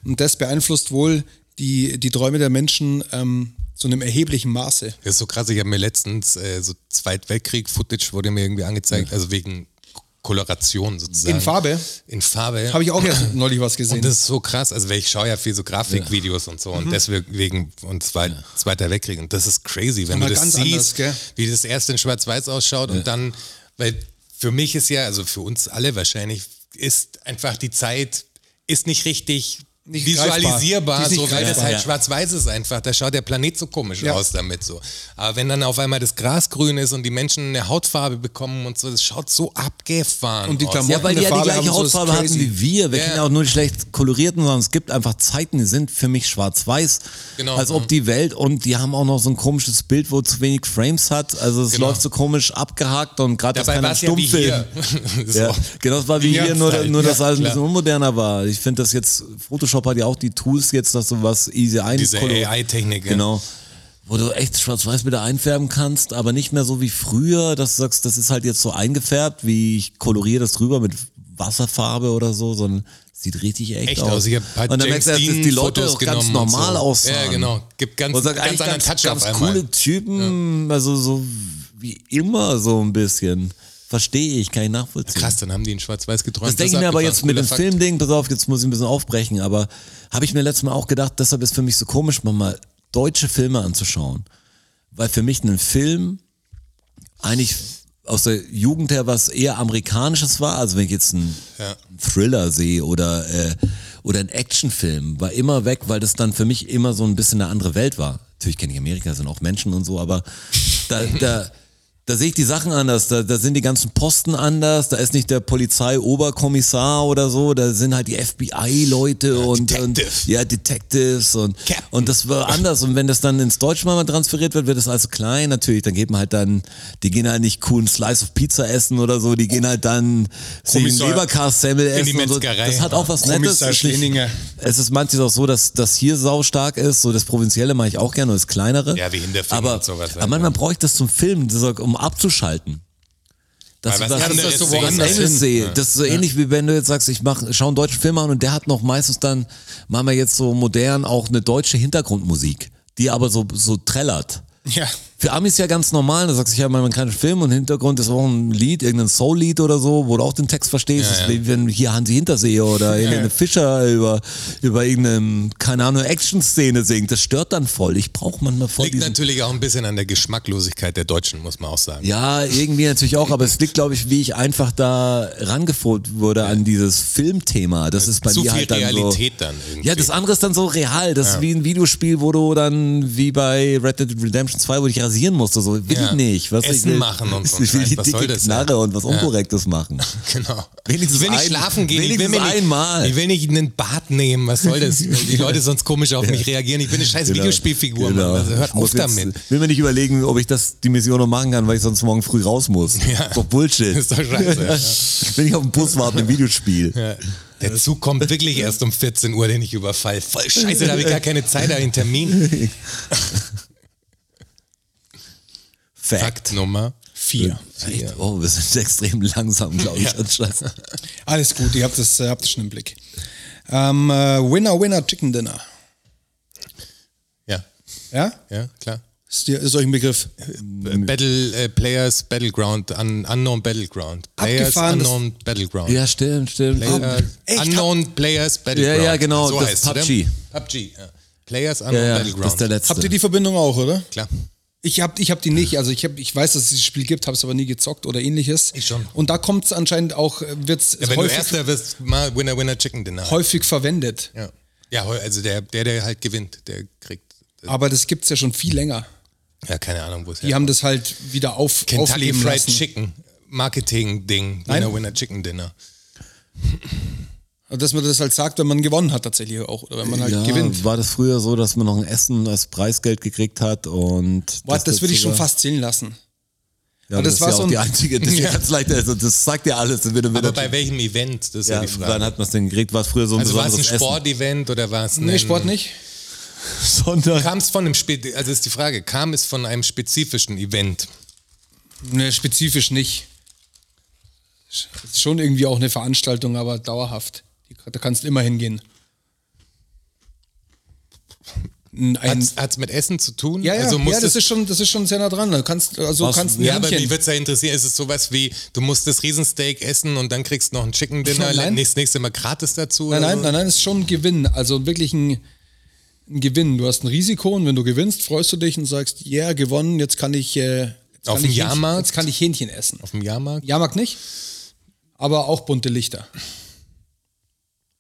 Speaker 4: Und das beeinflusst wohl die, die Träume der Menschen ähm, zu einem erheblichen Maße.
Speaker 3: Das ist so krass, ich habe mir letztens äh, so Zweit Weltkrieg-Footage wurde mir irgendwie angezeigt, also wegen K- Koloration sozusagen.
Speaker 4: In Farbe?
Speaker 3: In Farbe.
Speaker 4: Habe ich auch erst neulich was gesehen.
Speaker 3: und
Speaker 4: Mhm.
Speaker 3: das ist so krass, also weil ich schaue ja viel so Grafikvideos und so und deswegen und zweit, Zweiter Weltkrieg und das ist crazy, wenn
Speaker 4: Aber
Speaker 3: du das
Speaker 4: ganz
Speaker 3: siehst,
Speaker 4: anders, gell?
Speaker 3: wie das erst in Schwarz-Weiß ausschaut und dann, weil für mich ist ja, also für uns alle wahrscheinlich, ist einfach die Zeit, ist nicht richtig
Speaker 4: Nicht greifbar. Die
Speaker 3: visualisierbar,
Speaker 4: ist nicht
Speaker 3: so, weil das
Speaker 4: greifbar.
Speaker 3: halt
Speaker 2: Ja.
Speaker 3: schwarz-weiß ist einfach, da schaut der Planet so komisch
Speaker 4: Ja.
Speaker 3: aus damit so. Aber wenn dann auf einmal das Gras grün ist und die Menschen eine Hautfarbe bekommen und so, das schaut so abgefahren
Speaker 4: Und die
Speaker 3: aus.
Speaker 4: Klamotten-
Speaker 2: Ja, weil die
Speaker 4: Eine
Speaker 2: ja die
Speaker 4: Farbe
Speaker 2: gleiche
Speaker 4: haben, so ist
Speaker 2: Hautfarbe hatten
Speaker 4: crazy.
Speaker 2: wie wir. Wir
Speaker 3: Ja.
Speaker 2: kennen ja auch nur die schlecht kolorierten, sondern es gibt einfach Zeiten, die sind für mich schwarz-weiß.
Speaker 3: Genau,
Speaker 2: Als ob
Speaker 3: ja.
Speaker 2: die Welt und die haben auch noch so ein komisches Bild, wo zu wenig Frames hat. Also es
Speaker 3: Genau.
Speaker 2: läuft so komisch abgehakt und gerade das
Speaker 3: Dabei
Speaker 2: kann
Speaker 3: war
Speaker 2: ein
Speaker 3: es ja wie
Speaker 2: Stummfilm.
Speaker 3: hier. *laughs* so.
Speaker 2: Ja, genau, das war wie
Speaker 3: Ja,
Speaker 2: hier, nur,
Speaker 3: halt.
Speaker 2: nur dass
Speaker 3: Ja,
Speaker 2: alles ein
Speaker 3: klar.
Speaker 2: bisschen unmoderner war. Ich finde das jetzt, Photoshop hat ja auch die Tools jetzt, dass du was easy ein
Speaker 3: Diese AI-Technik. ja.
Speaker 2: Genau. Wo du echt schwarz-weiß wieder einfärben kannst, aber nicht mehr so wie früher, dass du sagst, das ist halt jetzt so eingefärbt, wie ich koloriere das drüber mit Wasserfarbe oder so, sondern sieht richtig echt,
Speaker 3: Echt
Speaker 2: aus.
Speaker 3: aus. Ich habe ein paar
Speaker 2: und dann merkst
Speaker 3: James
Speaker 2: du erst, dass
Speaker 3: Dean
Speaker 2: die Leute
Speaker 3: Fotos
Speaker 2: auch ganz
Speaker 3: genommen
Speaker 2: normal
Speaker 3: und so.
Speaker 2: aussahen.
Speaker 3: Ja, genau. Gibt ganz,
Speaker 2: Und sagt,
Speaker 3: ganz
Speaker 2: eigentlich
Speaker 3: anderen
Speaker 2: ganz,
Speaker 3: Touch
Speaker 2: ganz
Speaker 3: auf einmal.
Speaker 2: coole Typen, also so wie immer so ein bisschen. Verstehe ich, kann ich nachvollziehen.
Speaker 3: Krass, dann haben die in Schwarz-Weiß geträumt.
Speaker 2: Das denke ich mir aber jetzt mit dem
Speaker 3: Film.
Speaker 2: Filmding, pass auf, jetzt muss ich ein bisschen aufbrechen, aber habe ich mir letztes Mal auch gedacht, deshalb ist für mich so komisch, manchmal deutsche Filme anzuschauen. Weil für mich ein Film eigentlich aus der Jugend her was eher Amerikanisches war. Also wenn ich jetzt einen Thriller sehe oder, äh, oder einen Actionfilm, war immer weg, weil das dann für mich immer so ein bisschen eine andere Welt war. Natürlich kenne ich Amerika, sind auch Menschen und so, aber da, da, da sehe ich die Sachen anders, da, da sind die ganzen Posten anders, da ist nicht der Polizeioberkommissar oder so, da sind halt die FBI-Leute und, und
Speaker 3: Detective.
Speaker 2: ja, Detectives und,
Speaker 3: Captain.
Speaker 2: und das war anders. Und wenn das dann ins Deutsche mal transferiert wird, wird das also klein natürlich, dann geht man halt dann, die gehen halt nicht coolen Slice of Pizza essen oder so, die gehen halt dann sie einen
Speaker 3: Oh, Kommissar
Speaker 2: Leberkassemmel
Speaker 3: in die
Speaker 2: essen und so.
Speaker 3: Metzgerei.
Speaker 2: Das hat auch was
Speaker 3: Kommissar
Speaker 2: Nettes. Es ist nicht-
Speaker 3: Schleninger.
Speaker 2: Es ist manches auch so, dass das hier saustark ist, so das Provinzielle mache ich auch gerne und das Kleinere.
Speaker 3: Ja, wie Hinterfilme
Speaker 2: aber,
Speaker 3: und sowas halt,
Speaker 2: aber manchmal brauche ich das zum Filmen, das ist, um abzuschalten. Dass
Speaker 3: Weil
Speaker 2: du
Speaker 3: was
Speaker 2: das,
Speaker 3: anderes
Speaker 2: das, das,
Speaker 3: sehen
Speaker 2: woanders
Speaker 3: kannst.
Speaker 2: hin. sehe. Das ist so ähnlich wie wenn du jetzt sagst, ich mach, schau einen deutschen Film an und der hat noch meistens dann, machen wir jetzt so modern, auch eine deutsche Hintergrundmusik, die aber so, so trällert.
Speaker 3: Ja.
Speaker 2: Für Amis ja ganz normal, da sagst du, ich habe mal einen kleinen Film und im Hintergrund ist auch ein Lied, irgendein Soul-Lied oder so, wo du auch den Text verstehst, Das ist
Speaker 3: ja.
Speaker 2: wie wenn hier Hansi Hintersehe oder Helene Fischer über, über irgendeine, keine Ahnung, Action-Szene singt. Das stört dann voll. Ich brauche manchmal voll
Speaker 3: Liegt
Speaker 2: diesen
Speaker 3: natürlich auch ein bisschen an der Geschmacklosigkeit der Deutschen, muss man auch sagen.
Speaker 2: Ja, irgendwie natürlich auch, aber es liegt, glaube ich, wie ich einfach da rangeführt wurde an dieses Filmthema. Das ist bei
Speaker 3: Zu
Speaker 2: mir
Speaker 3: viel
Speaker 2: halt dann
Speaker 3: Realität
Speaker 2: so.
Speaker 3: dann irgendwie.
Speaker 2: Ja, das andere ist dann so real. Das ist wie ein Videospiel, wo du dann wie bei Red Dead Redemption 2, wo ich rasieren musste. So will
Speaker 3: Ja.
Speaker 2: ich nicht. Was ich
Speaker 3: Essen
Speaker 2: will, *laughs*
Speaker 3: machen und so ein
Speaker 2: Ich will die
Speaker 3: Scheiß. Was soll
Speaker 2: dicke
Speaker 3: das denn?
Speaker 2: Knarre und was Unkorrektes
Speaker 3: *laughs*
Speaker 2: machen.
Speaker 3: *laughs* Genau.
Speaker 2: Wenigstens
Speaker 3: ich will nicht
Speaker 2: ein-
Speaker 3: schlafen gehen. Ich will,
Speaker 2: wenigstens
Speaker 3: mir nicht,
Speaker 2: einmal.
Speaker 3: ich will nicht einen Bad nehmen. Was
Speaker 2: *laughs*
Speaker 3: soll das? Die Leute sonst komisch auf mich reagieren. Ich bin eine scheiß Videospielfigur.
Speaker 2: Genau.
Speaker 3: Mann. Also
Speaker 2: Ich
Speaker 3: hört
Speaker 2: muss
Speaker 3: auf damit.
Speaker 2: Jetzt, will mir nicht überlegen, ob ich das die Mission noch machen kann, weil ich sonst morgen früh raus muss.
Speaker 3: Ja.
Speaker 2: Ist doch Bullshit.
Speaker 3: *laughs* Ist doch scheiße,
Speaker 2: *laughs* Wenn ich auf dem Bus warte, im Videospiel.
Speaker 3: Ja. Der
Speaker 2: *laughs*
Speaker 3: Zug kommt wirklich erst um 14 Uhr, den ich überfall. Voll scheiße, da habe ich gar keine Zeit, da habe ich einen Termin. Fakt Nummer 4.
Speaker 2: Echt? Oh, wir sind *laughs* extrem langsam, glaube ich.
Speaker 3: Ja.
Speaker 2: anscheinend.
Speaker 4: Alles gut, ihr habt das, äh, habt das schon im Blick. Ähm, äh, Winner, Winner, Chicken Dinner.
Speaker 3: Ja,
Speaker 4: Ja?
Speaker 3: ja, klar.
Speaker 4: Ist, dir, ist euch ein Begriff?
Speaker 3: Battle äh, Players Battleground, un, Unknown Battleground. Players
Speaker 4: Abgefahren, das-
Speaker 3: Unknown Battleground.
Speaker 2: Ja, stimmt, stimmt.
Speaker 3: Player,
Speaker 4: Echt?
Speaker 3: Unknown Players Battleground.
Speaker 2: Ja, ja, genau, das
Speaker 3: heißt's, oder?
Speaker 2: PUBG.
Speaker 3: PUBG, ja. Players Unknown
Speaker 2: ja, ja, das ist
Speaker 3: Battleground.
Speaker 2: der letzte.
Speaker 4: Habt ihr die Verbindung auch, oder?
Speaker 3: klar.
Speaker 4: äh, Ich hab, ich hab die nicht. Also ich, hab, ich weiß, dass es dieses Spiel gibt, habe es aber nie gezockt oder ähnliches.
Speaker 3: Ich schon.
Speaker 4: Und da kommt es anscheinend auch, wird es
Speaker 3: Ja, wenn du
Speaker 4: häufig,
Speaker 3: Erster wirst, mal Winner, Winner, Chicken Dinner.
Speaker 4: häufig verwendet.
Speaker 3: Ja, ja heu- also der, der, der halt gewinnt, der kriegt. äh,
Speaker 4: Aber das gibt es ja schon viel länger.
Speaker 3: Ja, keine Ahnung, wo es
Speaker 4: Die haben das halt wieder auf,
Speaker 3: Kentucky
Speaker 4: aufleben
Speaker 3: Fried
Speaker 4: lassen.
Speaker 3: Chicken. Marketing-Ding.
Speaker 4: Nein.
Speaker 3: Winner, Winner, Chicken Dinner.
Speaker 4: Und Dass man das halt sagt, wenn man gewonnen hat tatsächlich auch. Oder wenn man halt
Speaker 2: ja,
Speaker 4: gewinnt.
Speaker 2: War das früher so, dass man noch ein Essen als Preisgeld gekriegt hat und.
Speaker 4: Boah, das, würde ich schon
Speaker 2: sogar-
Speaker 4: fast zählen lassen.
Speaker 2: Ja, aber
Speaker 4: das
Speaker 2: das,
Speaker 4: war
Speaker 2: war ja
Speaker 4: so
Speaker 2: auch
Speaker 4: ein-
Speaker 2: die einzige. Das, ja. ganz leicht, also, das sagt ja alles. Wenn du- wenn
Speaker 3: Aber
Speaker 2: du-
Speaker 3: bei welchem Event? Das ist ja,
Speaker 2: ja,
Speaker 3: die
Speaker 2: wann
Speaker 3: Frage.
Speaker 2: hat man es denn gekriegt? War es früher so ein
Speaker 3: also war es ein
Speaker 2: besonderes
Speaker 3: Sportevent oder war es ein.
Speaker 4: Nee, Sport nicht?
Speaker 2: Essen? Sonntag.
Speaker 3: Kam es von einem Spe also ist die Frage, kam es von einem spezifischen Event?
Speaker 4: Nee, Ne, spezifisch nicht. Ist schon irgendwie auch eine Veranstaltung, aber dauerhaft. Die- Da kannst du immer hingehen. Ein,
Speaker 3: Hat es mit Essen zu tun?
Speaker 4: ja, ja,
Speaker 3: also muss
Speaker 4: ja das,
Speaker 3: es-
Speaker 4: ist schon, das ist schon sehr nah dran. Du kannst, also
Speaker 2: Was-
Speaker 4: kannst ein
Speaker 3: ja, aber
Speaker 4: Hähnchen-
Speaker 3: mich würde es ja interessieren, ist es sowas wie, du musst das Riesensteak essen und dann kriegst du noch ein Chicken Dinner,
Speaker 4: Nein.
Speaker 3: das nächste Mal gratis dazu?
Speaker 4: Nein,
Speaker 3: oder
Speaker 4: nein,
Speaker 3: so?
Speaker 4: nein, nein, es ist schon ein Gewinn. Also wirklich ein, ein Gewinn. Du hast ein Risiko und wenn du gewinnst, freust du dich und sagst, ja, yeah, gewonnen, jetzt kann ich. Äh, jetzt
Speaker 3: Auf
Speaker 4: kann
Speaker 3: dem
Speaker 4: ich Hähnchen,
Speaker 3: Jahrmarkt?
Speaker 4: jetzt kann ich Hähnchen essen.
Speaker 3: Auf dem Jahrmarkt?
Speaker 4: Jahrmarkt nicht, aber auch bunte Lichter.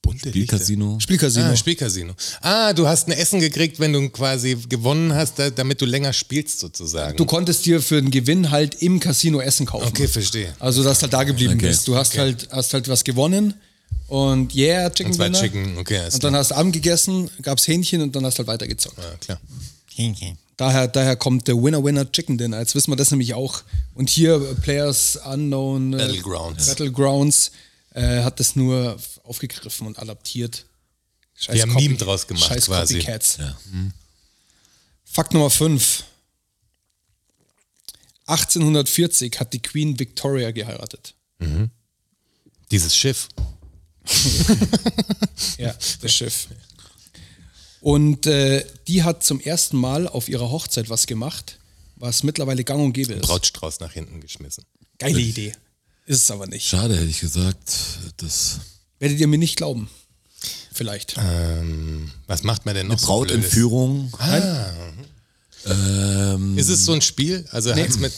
Speaker 3: Bunte Lichter.
Speaker 2: Casino.
Speaker 4: Spielcasino.
Speaker 3: Ah, Spielcasino. Ah, du hast ein Essen gekriegt, wenn du quasi gewonnen hast, da, damit du länger spielst sozusagen.
Speaker 4: du konntest dir für den Gewinn halt im Casino Essen kaufen.
Speaker 3: okay, verstehe.
Speaker 4: Also, dass du halt da geblieben
Speaker 2: Okay.
Speaker 4: bist. Du hast, halt, hast halt was gewonnen und yeah, Chicken
Speaker 3: Und zwar
Speaker 4: Dinner.
Speaker 3: Chicken, okay. alles
Speaker 4: Und dann hast du Abend gegessen, gab's Hähnchen und dann hast halt weitergezockt.
Speaker 3: klar. Ja, klar.
Speaker 4: Daher, daher kommt der Winner Winner Chicken Dinner. Jetzt wissen wir das nämlich auch. Und hier äh, Players Unknown äh,
Speaker 3: Battlegrounds.
Speaker 4: Battlegrounds äh, hat das nur f- aufgegriffen und adaptiert. Scheiß
Speaker 3: Die haben
Speaker 4: Copy-
Speaker 3: Meme draus gemacht
Speaker 4: Scheiß
Speaker 3: quasi. hm.
Speaker 4: Copycats. Fakt Nummer 5. 1840 hat die Queen Victoria geheiratet.
Speaker 3: Dieses Schiff.
Speaker 4: Ja,
Speaker 3: *laughs*
Speaker 4: das Schiff. Und äh, die hat zum ersten Mal auf ihrer Hochzeit was gemacht, was mittlerweile gang und gäbe ist.
Speaker 3: Brautstrauß nach hinten geschmissen. Äh.
Speaker 4: Geile Idee. Ist es aber nicht.
Speaker 2: Schade, hätte ich gesagt. Das
Speaker 4: Werdet ihr mir nicht glauben. Vielleicht.
Speaker 3: Ähm, was macht man denn noch? so Blödes?
Speaker 2: Brautentführung. Ähm,
Speaker 3: Ist es so ein Spiel? Also hat's mit.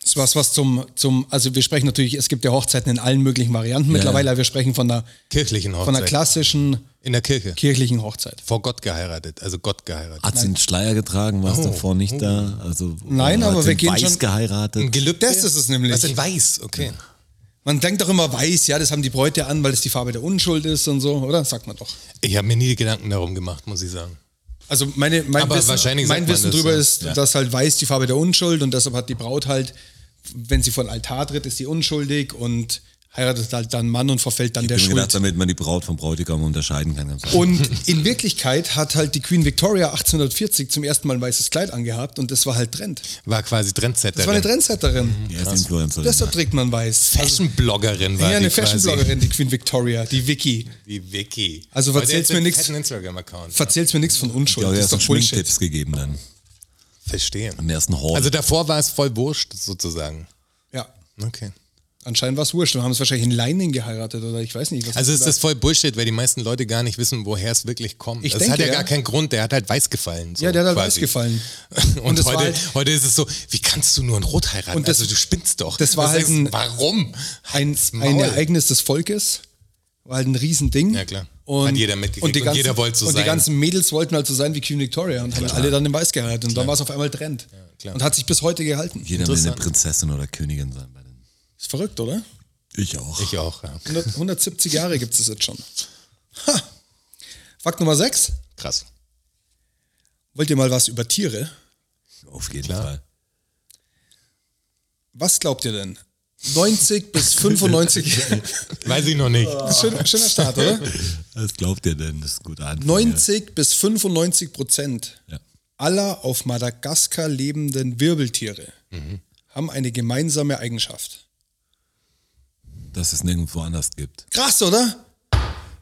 Speaker 4: Das ist was, was zum, zum, also wir sprechen natürlich, es gibt ja Hochzeiten in allen möglichen Varianten mittlerweile, aber wir sprechen von einer,
Speaker 3: Kirchlichen
Speaker 4: von einer
Speaker 3: Hochzeit.
Speaker 4: klassischen
Speaker 3: In der Kirche.
Speaker 4: kirchlichen Hochzeit.
Speaker 3: Vor Gott geheiratet, also Gott geheiratet.
Speaker 4: Ah,
Speaker 2: hat sie einen Schleier getragen, war es davor nicht da? Also,
Speaker 4: Oh, Nein,
Speaker 2: hat
Speaker 4: aber
Speaker 2: sie
Speaker 4: wir
Speaker 2: in
Speaker 4: gehen
Speaker 2: Weiß
Speaker 4: schon-
Speaker 2: geheiratet.
Speaker 3: Gelübde?
Speaker 4: Das ist es nämlich.
Speaker 3: Was denn weiß? Okay.
Speaker 4: Man denkt doch immer weiß, ja, das haben die Bräute an, weil das die Farbe der Unschuld ist und so, oder? Sagt man doch.
Speaker 3: Ich habe mir nie Gedanken darum gemacht, muss ich sagen.
Speaker 4: Also meine, mein
Speaker 3: Aber
Speaker 4: Wissen,
Speaker 3: wahrscheinlich sagt
Speaker 4: mein
Speaker 3: man
Speaker 4: Wissen
Speaker 3: das,
Speaker 4: drüber
Speaker 3: ja.
Speaker 4: ist,
Speaker 3: Ja.
Speaker 4: dass halt weiß die Farbe der Unschuld und deshalb hat die Braut halt, wenn sie vor den Altar tritt, ist sie unschuldig und heiratet halt dann einen Mann und verfällt dann der
Speaker 2: Ich hab mir
Speaker 4: Schuld. Oh,
Speaker 2: gedacht, damit man die Braut vom Bräutigam unterscheiden kann. Ganz einfach.
Speaker 4: Und in Wirklichkeit hat halt die Queen Victoria 1840 zum ersten Mal ein weißes Kleid angehabt und das war halt Trend.
Speaker 3: War quasi Trendsetterin.
Speaker 4: Das war eine Trendsetterin.
Speaker 2: die erste Influencerin.
Speaker 4: Deshalb trägt man weiß.
Speaker 3: Fashion-Bloggerin Mhm. war
Speaker 4: ja, eine
Speaker 3: die quasi.
Speaker 4: Fashion-Bloggerin, die Queen Victoria, die Vicky.
Speaker 3: Die Vicky.
Speaker 4: Also, was
Speaker 3: Aber die
Speaker 4: erzählst
Speaker 3: hat
Speaker 4: mir
Speaker 3: einen
Speaker 4: nix?
Speaker 3: fetten Instagram-Account.
Speaker 4: Verzähl's mir nichts von Unschuld.
Speaker 2: Ja, die
Speaker 4: das
Speaker 2: hat
Speaker 4: ist doch Bullshit.
Speaker 2: Schminktipps gegeben dann.
Speaker 3: Verstehe.
Speaker 2: Am ersten Hall.
Speaker 3: Also davor war es voll wurscht, sozusagen.
Speaker 4: Ja.
Speaker 3: Okay.
Speaker 4: Anscheinend war es wurscht. Dann haben es wahrscheinlich in Leinen geheiratet oder ich weiß nicht. Was
Speaker 3: Also ist das voll Bullshit, weil die meisten Leute gar nicht wissen, woher es wirklich kommt.
Speaker 4: Ich
Speaker 3: das
Speaker 4: denke,
Speaker 3: hat ja,
Speaker 4: ja.
Speaker 3: gar keinen Grund, der hat halt weiß gefallen. So
Speaker 4: Ja, der hat halt
Speaker 3: quasi.
Speaker 4: weiß gefallen.
Speaker 3: *laughs* Und,
Speaker 4: Und das war
Speaker 3: heute,
Speaker 4: halt-
Speaker 3: heute ist es so, wie kannst du nur ein Rot heiraten?
Speaker 4: Und das-
Speaker 3: also du spinnst doch.
Speaker 4: das war
Speaker 3: Was
Speaker 4: halt
Speaker 3: ist-
Speaker 4: ein-
Speaker 3: Warum?
Speaker 4: ein,
Speaker 3: Halt's
Speaker 4: ein
Speaker 3: Maul.
Speaker 4: Ereignis des Volkes. War halt ein Riesending.
Speaker 3: Ja, klar.
Speaker 4: Und,
Speaker 3: Hat jeder mitgekriegt
Speaker 4: und, die
Speaker 3: und
Speaker 4: ganzen,
Speaker 3: jeder wollte so
Speaker 4: Und die
Speaker 3: sein.
Speaker 4: ganzen Mädels wollten halt so sein wie Queen Victoria und haben alle dann im Weiß geheiratet. Und dann war es auf einmal Trend.
Speaker 3: klar.
Speaker 4: und hat sich bis heute gehalten.
Speaker 2: Jeder will eine
Speaker 3: Interessant.
Speaker 2: Prinzessin oder Königin sein. Bei den
Speaker 4: Ist verrückt, oder?
Speaker 2: ich auch.
Speaker 3: Ich auch, ja.
Speaker 4: 100, 170 Jahre gibt es jetzt schon. Ha. Fakt Nummer 6.
Speaker 3: Krass.
Speaker 4: Wollt ihr mal was über Tiere?
Speaker 2: Auf jeden
Speaker 3: Klar.
Speaker 2: Fall.
Speaker 4: Was glaubt ihr denn? 90 bis *laughs* 95.
Speaker 3: Weiß ich noch nicht.
Speaker 4: Schön, schöner Start, oder?
Speaker 2: Was glaubt ihr denn? Das ist ein guter Anfang.
Speaker 4: 90 bis 95 Prozent
Speaker 2: Ja. Ja.
Speaker 4: aller auf Madagaskar lebenden Wirbeltiere
Speaker 2: Mhm.
Speaker 4: haben eine gemeinsame Eigenschaft.
Speaker 2: Dass es nirgendwo anders gibt.
Speaker 4: Krass, oder?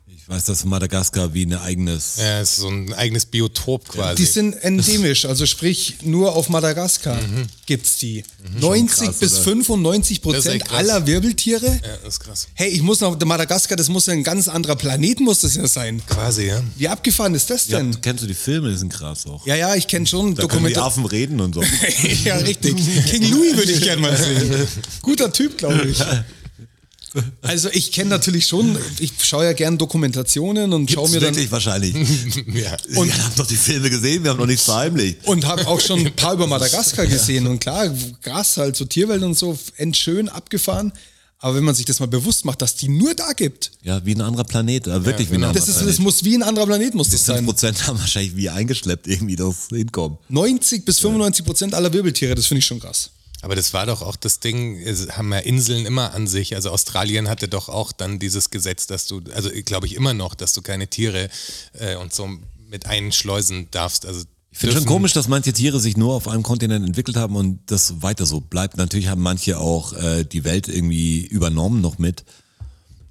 Speaker 2: Ich weiß, dass Madagaskar wie ein eigenes.
Speaker 3: Ja, es ist so ein eigenes Biotop quasi.
Speaker 4: Die sind endemisch, also sprich nur auf Madagaskar gibt's die. 90
Speaker 2: Mhm. krass,
Speaker 4: bis
Speaker 2: oder?
Speaker 4: 95
Speaker 3: Das ist echt
Speaker 4: Prozent
Speaker 3: krass.
Speaker 4: aller Wirbeltiere.
Speaker 3: ja, das ist krass.
Speaker 4: Hey, ich muss nach Madagaskar, das muss ja ein ganz anderer Planet, muss das ja sein.
Speaker 3: Quasi, ja. *laughs*
Speaker 4: Wie abgefahren ist das
Speaker 2: Ja,
Speaker 4: denn?
Speaker 2: kennst du die Filme? Die sind krass auch.
Speaker 4: Ja, ja, ich kenne schon
Speaker 2: da können die
Speaker 4: Dokumente.
Speaker 2: Affen reden
Speaker 4: *laughs*
Speaker 2: und so.
Speaker 4: ja, richtig. King Louis würde ich gerne mal sehen. Guter Typ, glaube ich. Also ich kenne natürlich schon, ich schaue ja gern Dokumentationen und schaue
Speaker 2: Gibt's
Speaker 4: mir dann
Speaker 2: wirklich wahrscheinlich.
Speaker 3: ja.
Speaker 2: Und wir haben doch die Filme gesehen, wir haben noch nichts verheimlicht.
Speaker 4: und habe auch schon ein paar über Madagaskar gesehen und klar, Gras halt so Tierwelt und so endschön abgefahren, aber wenn man sich das mal bewusst macht, dass die nur da gibt,
Speaker 2: Ja, wie ein anderer Planet. äh, Wirklich wie ein
Speaker 3: genau.
Speaker 2: anderer
Speaker 4: das ist das
Speaker 2: Planet.
Speaker 4: muss wie ein anderer Planet muss das sein.
Speaker 2: 10% haben wahrscheinlich wie eingeschleppt irgendwie das Hinkommen.
Speaker 4: 90 bis 95 Prozent aller Wirbeltiere, das finde ich schon krass.
Speaker 3: Aber das war doch auch das Ding, es haben ja Inseln immer an sich. Also Australien hatte doch auch dann dieses Gesetz, dass du, also glaube ich immer noch, dass du keine Tiere äh, und so mit einschleusen darfst. Also
Speaker 2: Ich finde schon komisch, dass manche Tiere sich nur auf einem Kontinent entwickelt haben und das weiter so bleibt. Natürlich haben manche auch äh, die Welt irgendwie übernommen noch mit.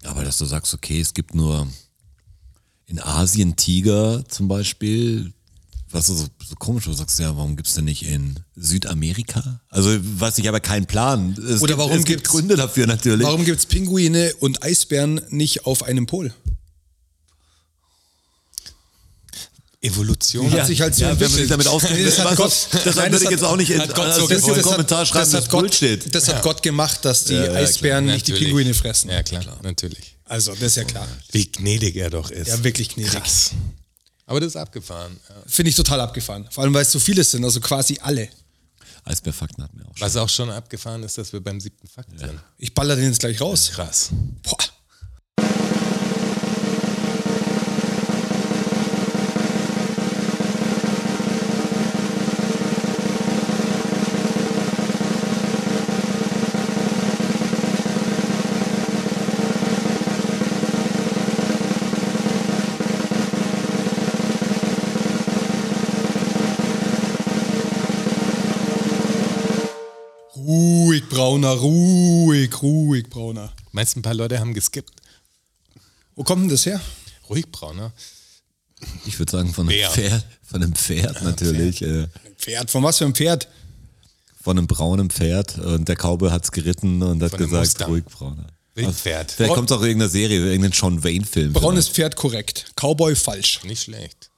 Speaker 2: Aber dass du sagst, okay, es gibt nur in Asien Tiger zum Beispiel, was ist so, so komisch, wo du sagst, ja, warum gibt's denn nicht in Südamerika? Also weiß ich aber keinen Plan. Es
Speaker 4: Oder
Speaker 2: gibt,
Speaker 4: warum
Speaker 2: es gibt
Speaker 4: gibt's-
Speaker 2: Gründe dafür natürlich.
Speaker 4: Warum gibt es Pinguine und Eisbären nicht auf einem Pol?
Speaker 3: Evolution.
Speaker 4: Ja. hat sich halt so
Speaker 2: ja, wenn man sich damit
Speaker 4: entwickelt.
Speaker 2: auskennt,
Speaker 4: Das hat
Speaker 2: weißt du,
Speaker 4: Gott-
Speaker 2: das
Speaker 4: Nein,
Speaker 2: würde
Speaker 4: das
Speaker 2: ich
Speaker 4: hat-
Speaker 2: jetzt auch nicht in,
Speaker 3: hat Gott so
Speaker 2: also in
Speaker 3: gesagt.
Speaker 2: den
Speaker 3: Das hat-
Speaker 2: Kommentar schreiben,
Speaker 4: das hat, Gott,
Speaker 2: Bullshit.
Speaker 4: das hat Gott gemacht, dass die
Speaker 2: ja,
Speaker 4: Eisbären nicht die
Speaker 3: Natürlich.
Speaker 4: Pinguine fressen.
Speaker 3: Ja, klar, natürlich.
Speaker 4: Also, das ist ja klar.
Speaker 3: Wie gnädig er doch ist.
Speaker 4: Ja, wirklich gnädig.
Speaker 3: Krass. Aber das ist abgefahren. Ja.
Speaker 4: Finde ich total abgefahren. Vor allem, weil es so viele sind, also quasi alle.
Speaker 2: Eisbärfakten hatten wir auch schon.
Speaker 3: Was auch schon abgefahren ist, dass wir beim siebten Fakt sind.
Speaker 4: Ich baller den jetzt gleich raus.
Speaker 3: Krass.
Speaker 4: Boah. Ruhig, Brauner, ruhig, ruhig, Brauner.
Speaker 3: Meinst du, ein paar Leute haben geskippt?
Speaker 4: Wo kommt denn das her?
Speaker 3: Ruhig brauner.
Speaker 2: Ich würde sagen, von einem
Speaker 3: Bär.
Speaker 2: Pferd, von einem Pferd natürlich. äh,
Speaker 3: Pferd. Von was für einem Pferd?
Speaker 2: Von einem braunen Pferd und der Cowboy hat's geritten und hat
Speaker 3: Von einem
Speaker 2: gesagt,
Speaker 3: Mustang.
Speaker 2: ruhig brauner.
Speaker 3: Wildpferd.
Speaker 4: Also,
Speaker 3: Oh,
Speaker 2: Vielleicht kommt auch irgendeine Serie, irgendein Sean Wayne-Film.
Speaker 4: Braunes Pferd korrekt. Cowboy falsch.
Speaker 3: Nicht schlecht.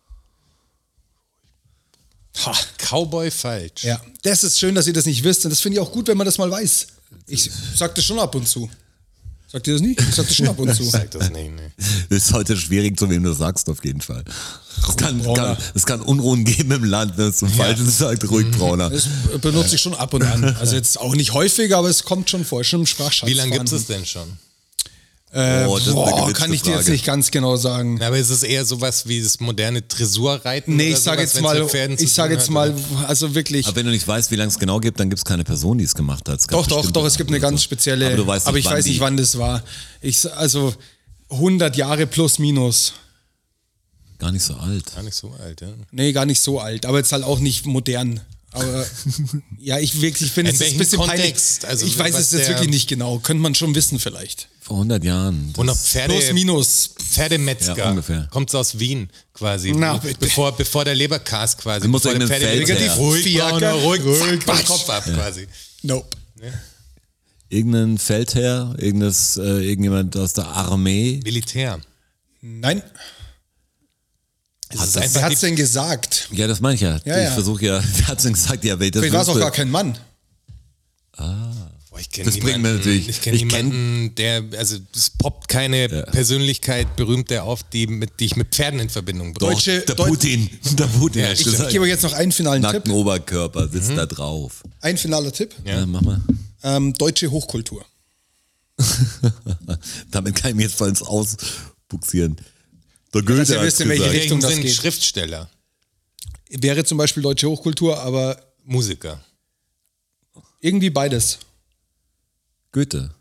Speaker 4: Ha.
Speaker 3: Cowboy falsch.
Speaker 4: Ja, das ist schön, dass ihr das nicht wisst. Und das finde ich auch gut, wenn man das mal weiß. Ich sag das schon ab und zu. Sagt ihr das nicht? Ich sag das schon ab und zu.
Speaker 3: Sag das nicht, ne?
Speaker 2: Das *laughs* ist heute schwierig, zu wem du sagst, auf jeden Fall. Es kann,
Speaker 4: Brauner. Mhm.
Speaker 2: kann, es kann Unruhen geben im Land, wenn es zum Falschen sagt, ruhig brauner.
Speaker 4: Das *laughs* benutze ich schon ab und an. Also jetzt auch nicht häufig, aber es kommt schon vor, schon im Sprachschatz.
Speaker 3: Wie lange gibt es denn schon?
Speaker 4: Äh,
Speaker 2: Oh, das ist eine
Speaker 4: boah,
Speaker 2: gewitzte
Speaker 4: kann ich dir jetzt
Speaker 2: Frage.
Speaker 4: nicht ganz genau sagen.
Speaker 3: Na, aber ist es eher sowas wie das moderne Dressurreiten?
Speaker 4: Nee,
Speaker 3: oder
Speaker 4: ich sage
Speaker 3: sowas,
Speaker 4: jetzt
Speaker 3: wenn's
Speaker 4: mal,
Speaker 3: mit Pferden zu
Speaker 4: ich sage
Speaker 3: tun
Speaker 4: jetzt
Speaker 3: hat,
Speaker 4: mal,
Speaker 3: oder?
Speaker 4: also wirklich.
Speaker 2: Aber wenn du nicht weißt, wie lange es genau gibt, dann gibt es keine Person, die es gemacht hat. Es gab
Speaker 4: Doch, doch,
Speaker 2: bestimmt
Speaker 4: doch, es gibt eine
Speaker 2: andere
Speaker 4: ganz
Speaker 2: so.
Speaker 4: spezielle.
Speaker 2: Aber, du weißt
Speaker 4: aber
Speaker 2: nicht,
Speaker 4: ich weiß
Speaker 2: die-
Speaker 4: nicht, wann das war. Ich, s- also 100 Jahre plus minus.
Speaker 2: Gar nicht so alt.
Speaker 3: Gar nicht so alt, ja.
Speaker 4: Nee, gar nicht so alt, aber jetzt halt auch nicht modern.
Speaker 2: *laughs*
Speaker 4: Aber ja, ich wirklich finde
Speaker 3: In
Speaker 4: es ist ein
Speaker 3: welchem
Speaker 4: bisschen
Speaker 3: Kontext?
Speaker 4: peinlich.
Speaker 3: Also,
Speaker 4: ich weiß
Speaker 3: was
Speaker 4: es jetzt
Speaker 3: der-
Speaker 4: wirklich nicht genau. Könnte man schon wissen vielleicht.
Speaker 2: Vor 100 Jahren.
Speaker 3: Und noch
Speaker 2: Das-
Speaker 3: Pferde,
Speaker 4: Plus minus.
Speaker 3: Pferdemetzger.
Speaker 2: Ja, ungefähr.
Speaker 3: Kommt's aus Wien quasi.
Speaker 4: Na, bitte.
Speaker 3: Bevor, bevor der Leberkas quasi.
Speaker 2: Du musst
Speaker 3: bevor der
Speaker 2: irgendeinen
Speaker 3: Pferdemetzger-
Speaker 2: Fels her.
Speaker 3: ruhig,
Speaker 4: Vierker.
Speaker 3: Brauner, ruhig, ruhig,
Speaker 4: Batsch.
Speaker 3: Kopf ab quasi.
Speaker 4: Nope.
Speaker 2: irgendein Feldherr, irgendes, äh, irgendjemand aus der Armee.
Speaker 3: Militär.
Speaker 4: Nein.
Speaker 3: Es ist
Speaker 2: das-
Speaker 4: Wer
Speaker 3: einfach
Speaker 4: hat's
Speaker 3: die-
Speaker 4: denn gesagt?
Speaker 2: Ja, das meine ich ja.
Speaker 4: Ja,
Speaker 2: Ich
Speaker 4: ja.
Speaker 2: versuche ja, *laughs* der hat gesagt, ja, wer das
Speaker 4: Vielleicht war es auch
Speaker 2: wüsste.
Speaker 4: gar kein Mann.
Speaker 3: Boah, ich kenn
Speaker 2: Das bringt mir
Speaker 3: niemanden-
Speaker 2: natürlich-
Speaker 3: Ich kenne
Speaker 2: ich kenn-
Speaker 3: niemanden, der, also es poppt keine Persönlichkeit berühmter auf, die, mit, die ich mit Pferden in Verbindung bringe.
Speaker 4: Deutsche-
Speaker 2: Der
Speaker 4: Deut-
Speaker 2: Putin. *laughs* Der Putin. hat
Speaker 3: ich-
Speaker 4: Ich
Speaker 2: gesagt.
Speaker 4: gebe euch jetzt noch einen finalen
Speaker 2: Nackten
Speaker 4: Tipp. Mhm.
Speaker 2: Oberkörper sitzt da drauf.
Speaker 4: Ein finaler Tipp.
Speaker 2: Ja, mach mal.
Speaker 4: Ähm, deutsche Hochkultur.
Speaker 2: Damit kann ich mir jetzt voll ins Ausbuxieren. Der
Speaker 4: dass ihr
Speaker 2: Goethe hat's
Speaker 4: wisst, in welche
Speaker 2: gesagt.
Speaker 4: Richtung
Speaker 3: Deswegen
Speaker 4: das
Speaker 3: sind
Speaker 4: geht.
Speaker 3: Schriftsteller,
Speaker 4: Wäre zum Beispiel deutsche Hochkultur, aber
Speaker 3: Musiker.
Speaker 4: irgendwie beides.
Speaker 2: Goethe.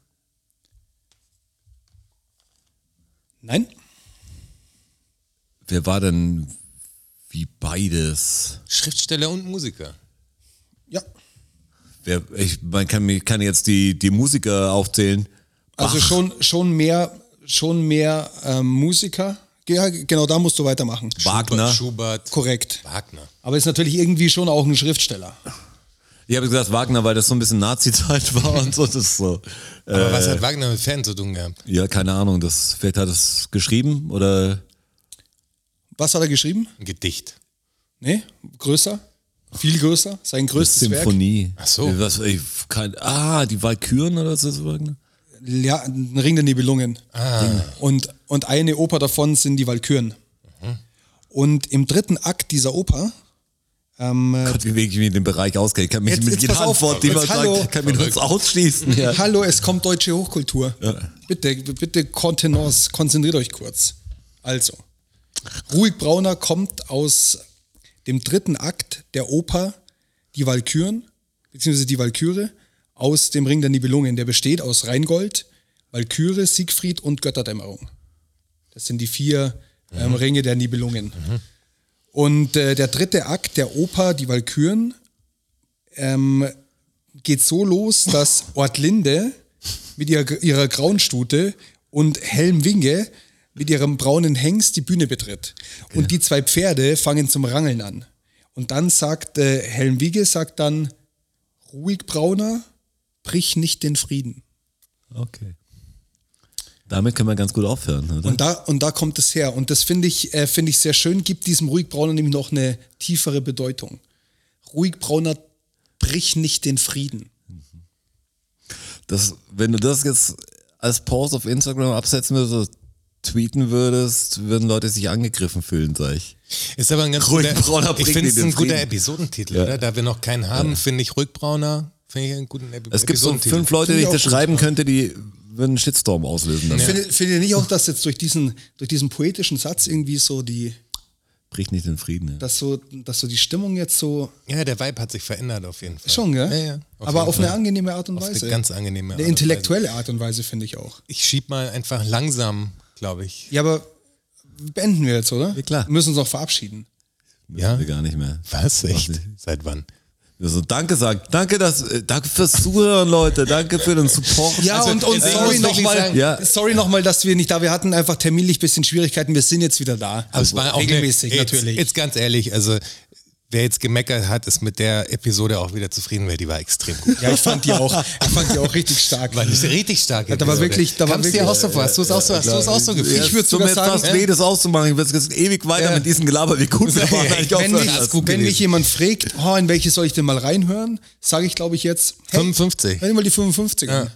Speaker 4: Nein?
Speaker 2: Wer war denn wie beides?
Speaker 3: Schriftsteller und Musiker.
Speaker 4: Ja.
Speaker 2: Wer, ich, man kann, mir- kann jetzt die, die Musiker aufzählen.
Speaker 4: Also schon, schon mehr, schon mehr ähm, Musiker. Ja, genau, da musst du weitermachen.
Speaker 2: Wagner.
Speaker 3: Schubert.
Speaker 4: Korrekt.
Speaker 3: Wagner.
Speaker 4: Aber ist natürlich irgendwie schon auch ein Schriftsteller.
Speaker 2: Ich habe gesagt Wagner, weil das so ein bisschen Nazi-Zeit *laughs* war und so. Das ist so. äh,
Speaker 3: Aber was
Speaker 4: Äh.
Speaker 3: hat Wagner mit Pferden zu tun gehabt?
Speaker 2: Ja, keine Ahnung. Das, vielleicht hat er es geschrieben oder
Speaker 4: Was hat er geschrieben?
Speaker 3: Ein Gedicht.
Speaker 4: Nee? Größer? Viel größer? Sein größtes Werk?
Speaker 2: Symphonie.
Speaker 3: Ach so.
Speaker 2: Was, ich, kein, ah, die Walküren oder so. so Wagner?
Speaker 4: Ja, ein Ring der Nibelungen. Und, und eine Oper davon sind die Walküren. Und im dritten Akt dieser Oper ähm,
Speaker 2: Gott, wie wenig ich mir den Bereich auskenne. Ich kann mich
Speaker 4: Jetzt-
Speaker 2: mit
Speaker 4: jetzt
Speaker 2: jeder
Speaker 4: pass auf,
Speaker 2: Antwort, die
Speaker 4: jetzt
Speaker 2: man
Speaker 4: hallo.
Speaker 2: sagt, kann mich uns ausschließen. Ja.
Speaker 4: *laughs* Hallo, es kommt deutsche Hochkultur. Bitte, bitte Kontenance, konzentriert euch kurz. Also, Ruhig Brauner kommt aus dem dritten Akt der Oper Die Walküren, beziehungsweise Die Walküre, aus dem Ring der Nibelungen. Der besteht aus Rheingold, Walküre, Siegfried und Götterdämmerung. Das sind die vier ähm, Ringe der Nibelungen. Und äh, der dritte Akt der Oper Die Walküren ähm, geht so los, dass Ortlinde mit ihrer, ihrer grauen Stute und Helmwinge mit ihrem braunen Hengst die Bühne betritt. Und die zwei Pferde fangen zum Rangeln an. Und dann sagt äh, Helmwinge, sagt dann, ruhig Brauner, brich nicht den Frieden.
Speaker 2: Okay. Damit können wir ganz gut aufhören, oder?
Speaker 4: Und da, und da kommt es her. Und das finde ich, äh, finde ich sehr schön, gibt diesem ruhig Brauner nämlich noch eine tiefere Bedeutung. Ruhig Brauner, brich nicht den Frieden.
Speaker 2: das, wenn du das jetzt als Post auf Instagram absetzen würdest, tweeten würdest, würden Leute sich angegriffen fühlen, sag ich.
Speaker 3: Ist aber ein ganz
Speaker 2: Ruhig Brauner
Speaker 3: guter, ich
Speaker 2: bringt
Speaker 3: finde
Speaker 2: ihn
Speaker 3: es
Speaker 2: in
Speaker 3: ein guter
Speaker 2: Frieden.
Speaker 3: Episodentitel, oder? Da wir noch keinen haben, finde ich Rückbrauner, finde ich einen guten Epi
Speaker 2: Es gibt so
Speaker 3: Episodentitel.
Speaker 2: fünf Leute,
Speaker 4: Finde
Speaker 2: die
Speaker 4: ich
Speaker 2: ich das
Speaker 4: auch gut,
Speaker 2: schreiben könnte, die würden einen Shitstorm auslösen. Dann
Speaker 4: Findet, findet ihr nicht auch, dass jetzt durch diesen, durch diesen poetischen Satz irgendwie so die,
Speaker 2: bricht nicht den Frieden. Ja.
Speaker 4: dass so, dass so die Stimmung jetzt so
Speaker 3: Ja, der Vibe hat sich verändert auf jeden Fall.
Speaker 4: schon, gell?
Speaker 3: Ja, ja.
Speaker 4: Aber
Speaker 3: jeden
Speaker 4: auf eine
Speaker 3: Fall.
Speaker 4: angenehme Art und
Speaker 3: Auf eine
Speaker 4: Weise.
Speaker 3: ganz angenehme
Speaker 4: Eine
Speaker 3: Art und Weise.
Speaker 4: intellektuelle Art und Weise finde ich auch.
Speaker 3: Ich schieb mal einfach langsam, glaube ich.
Speaker 4: Ja, aber beenden wir jetzt, oder?
Speaker 2: Ja, klar.
Speaker 4: Wir müssen uns auch verabschieden.
Speaker 3: Ja?
Speaker 2: Wir gar nicht mehr.
Speaker 3: Was? Echt? Seit wann?
Speaker 2: Wir so, danke sagt. Danke, dass, äh, danke fürs Zuhören, Leute. Danke für den Support.
Speaker 4: Ja,
Speaker 3: Also,
Speaker 4: und, und
Speaker 3: deswegen muss
Speaker 4: sorry
Speaker 3: ich wirklich
Speaker 4: nochmal,
Speaker 3: sagen-
Speaker 2: Ja.
Speaker 4: sorry nochmal, dass wir nicht da, wir hatten einfach terminlich ein bisschen Schwierigkeiten, wir sind jetzt wieder da.
Speaker 3: Aber es war auch
Speaker 4: Also regelmäßig,
Speaker 3: eine, jetzt,
Speaker 4: natürlich.
Speaker 3: Jetzt ganz ehrlich, also wer jetzt gemeckert hat, ist mit der Episode auch wieder zufrieden, weil die war extrem gut.
Speaker 4: Ja, ich fand die auch, ich fand die auch richtig stark.
Speaker 3: War nicht richtig stark.
Speaker 4: Ja, da war
Speaker 3: Episode.
Speaker 4: wirklich- da war
Speaker 3: Kam's dir
Speaker 4: wirklich-
Speaker 3: auch so vor? Hast Also, du es auch so, hast du es auch so gefühlt?
Speaker 4: Ich würd
Speaker 2: so
Speaker 4: sogar
Speaker 2: mir
Speaker 4: sagen,
Speaker 2: fast
Speaker 4: ja.
Speaker 2: weh, das auszumachen. Ich würde jetzt ewig weiter
Speaker 3: Ja.
Speaker 2: mit diesem Gelaber, wie gut
Speaker 3: *laughs*
Speaker 2: wir waren. eigentlich
Speaker 4: wenn
Speaker 2: aufhören
Speaker 4: mich,
Speaker 2: lassen.
Speaker 4: wenn mich jemand fragt, oh, in welche soll ich denn mal reinhören, sage ich, glaube ich, jetzt hey,
Speaker 3: 55.
Speaker 4: Hör dir mal die 55 an.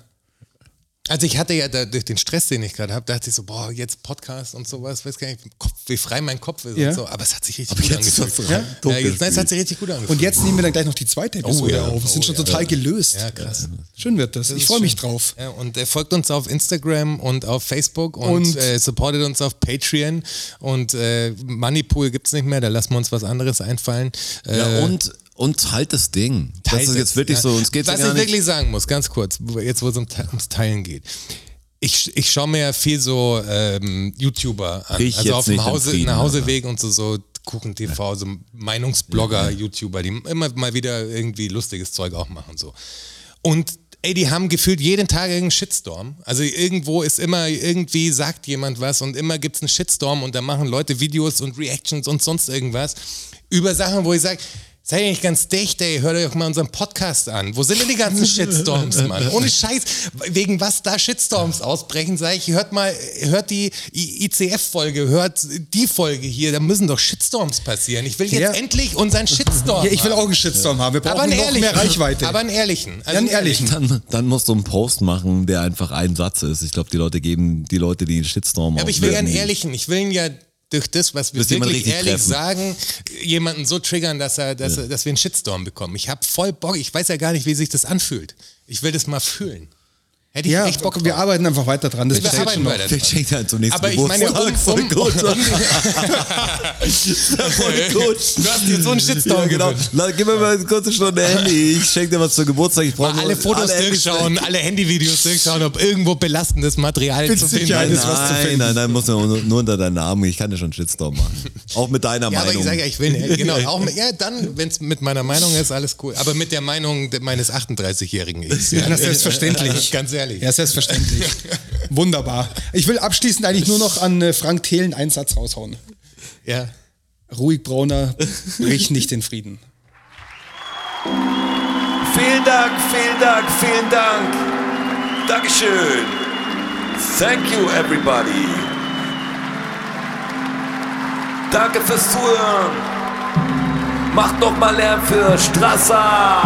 Speaker 3: Also ich hatte ja da, durch den Stress, den ich gerade habe, dachte ich so, boah, jetzt Podcast und sowas, weiß gar nicht, Kopf, wie frei mein Kopf ist
Speaker 4: Ja.
Speaker 3: und so. Aber es hat sich richtig gut
Speaker 2: jetzt ist
Speaker 3: angefühlt.
Speaker 2: das
Speaker 3: Ja?
Speaker 2: rein tot
Speaker 3: Ja, jetzt, nein, es
Speaker 2: gefühlt.
Speaker 3: hat sich richtig gut angefühlt.
Speaker 4: Und jetzt nehmen wir dann gleich noch die zweite Episode
Speaker 3: ja.
Speaker 4: auf. Wir sind
Speaker 3: Oh,
Speaker 4: schon
Speaker 3: ja.
Speaker 4: total gelöst.
Speaker 3: ja, krass.
Speaker 4: Schön wird das. ich freue mich drauf.
Speaker 3: Ja, und er folgt uns auf Instagram und auf Facebook und,
Speaker 4: Und-
Speaker 3: äh, supportet uns auf Patreon. Und äh, Moneypool gibt es nicht mehr, da lassen wir uns was anderes einfallen. Äh,
Speaker 2: Ja, und, und halt das Ding. das
Speaker 3: teilt
Speaker 2: ist
Speaker 3: es.
Speaker 2: jetzt wirklich
Speaker 3: Ja.
Speaker 2: so. Uns geht's ja
Speaker 3: Was
Speaker 2: gar
Speaker 3: ich
Speaker 2: nicht.
Speaker 3: wirklich sagen muss, ganz kurz, wo- jetzt wo es um, Te- ums Teilen geht. Ich, ich schaue mir ja viel so ähm, YouTuber an.
Speaker 2: Ich
Speaker 3: also
Speaker 2: jetzt
Speaker 3: auf dem
Speaker 2: nicht
Speaker 3: Hause,
Speaker 2: im Frieden,
Speaker 3: Hauseweg und so, so Kuchen TV, so Meinungsblogger, YouTuber, die immer mal wieder irgendwie lustiges Zeug auch machen. So. Und ey, die haben gefühlt jeden Tag irgendeinen Shitstorm. Also irgendwo ist immer, irgendwie sagt jemand was und immer gibt's einen Shitstorm und da machen Leute Videos und Reactions und sonst irgendwas über Sachen, wo ich sage, Seid ihr nicht ganz dicht, ey, hört euch mal unseren Podcast an. Wo sind denn die
Speaker 4: *laughs*
Speaker 3: ganzen Shitstorms, Mann? Ohne Scheiß, wegen was da Shitstorms ausbrechen, sage ich, hört mal, hört die ICF-Folge, hört die Folge hier, da müssen doch Shitstorms passieren. Ich will jetzt
Speaker 4: Ja.
Speaker 3: endlich
Speaker 4: *laughs*
Speaker 3: unseren Shitstorm.
Speaker 4: Ja, ich will
Speaker 3: haben.
Speaker 4: auch einen Shitstorm haben. Wir brauchen
Speaker 3: aber einen
Speaker 4: noch
Speaker 3: ehrlichen,
Speaker 4: mehr Reichweite.
Speaker 3: Aber einen ehrlichen. Also
Speaker 4: ja, einen ehrlichen.
Speaker 2: Dann, dann musst du einen Post machen, der einfach ein Satz ist. Ich glaube, die Leute geben die Leute, die den Shitstorm
Speaker 3: Aber ich will ja einen
Speaker 2: auslösen,
Speaker 3: ehrlichen. Ich will ihn ja durch das, was wir
Speaker 2: Willst du jemanden
Speaker 3: wirklich
Speaker 2: richtig
Speaker 3: ehrlich
Speaker 2: treffen?
Speaker 3: sagen, jemanden so triggern, dass er, dass, er, dass wir einen Shitstorm bekommen. Ich habe voll Bock. Ich weiß ja gar nicht, wie sich das anfühlt. Ich will das mal fühlen. Hätte ich
Speaker 4: Ja,
Speaker 3: echt Bock.
Speaker 4: wir
Speaker 3: drauf.
Speaker 4: arbeiten einfach weiter dran. Das
Speaker 3: Wir
Speaker 4: passiert
Speaker 3: arbeiten
Speaker 4: schon noch.
Speaker 3: weiter.
Speaker 2: Vielleicht schenkt er einen zum nächsten
Speaker 3: Aber ich meine, um,
Speaker 2: Geburtstag.
Speaker 3: um,
Speaker 2: voll gut.
Speaker 3: um, *laughs*
Speaker 2: voll gut.
Speaker 3: Du hast jetzt so einen Shitstorm
Speaker 2: Ja, genau.
Speaker 3: gewünscht.
Speaker 2: Na, Gib mir mal eine kurze Stunde Handy. Ich schenke dir was zum Geburtstag. Ich brauche
Speaker 3: mal alle Fotos durchschauen, alle Handyvideos durchschauen, ob irgendwo belastendes Material zu finden
Speaker 4: sicher,
Speaker 2: Nein,
Speaker 4: alles,
Speaker 3: ist.
Speaker 4: was zu
Speaker 2: nein,
Speaker 4: finden.
Speaker 2: nein, nein, muss nur, nur unter deinem Namen. Ich kann dir schon einen Shitstorm
Speaker 3: *laughs*
Speaker 2: machen. Auch mit deiner
Speaker 3: Ja, aber
Speaker 2: Meinung.
Speaker 3: ich sage ja, ich will nicht.
Speaker 4: *laughs*
Speaker 3: Genau, auch mit, ja, dann, wenn es mit meiner Meinung ist, alles cool. Aber mit der Meinung de- meines 38-Jährigen
Speaker 4: *laughs*
Speaker 3: ist. Ja,
Speaker 4: das ist
Speaker 3: *laughs*
Speaker 4: selbstverständlich.
Speaker 3: Ganz ehrlich. *laughs*
Speaker 4: Ja, selbstverständlich. Wunderbar. Ich will abschließend eigentlich nur noch an äh, Frank Thelen einen Satz raushauen.
Speaker 3: Ja.
Speaker 4: Ruhig, Brauner, brich nicht den Frieden.
Speaker 8: Vielen Dank, vielen Dank, vielen Dank. Dankeschön. Thank you, everybody. Danke fürs Zuhören. Macht noch mal Lärm für Strasser.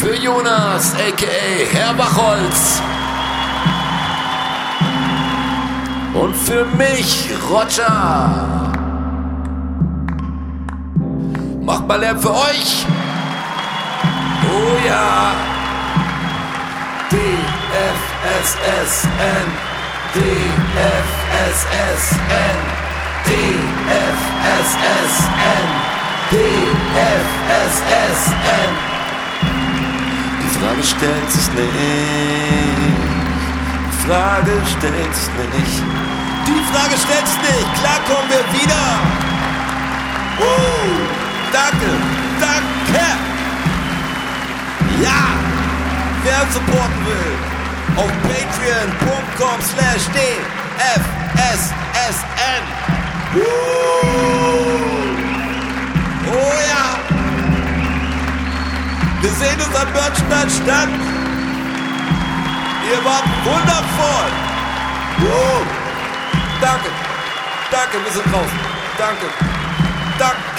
Speaker 8: Für Jonas, a.k.a. Herr Bachholz. Und für mich, Roger. Macht mal Lärm für euch. Oh ja. DFSSN. DFSSN. DFSSN. DFSSN. Die Frage stellt sich nicht. Die Frage stellt sich nicht. Die Frage stellt sich nicht. Klar kommen wir wieder. Uh, danke, danke. Ja, wer uns supporten will, auf patreon.com slash dfssn. Uh, oh ja. Wir sehen uns am Börnstein statt. Ihr wart wundervoll. Uh, danke, danke, wir sind draußen. Danke, danke.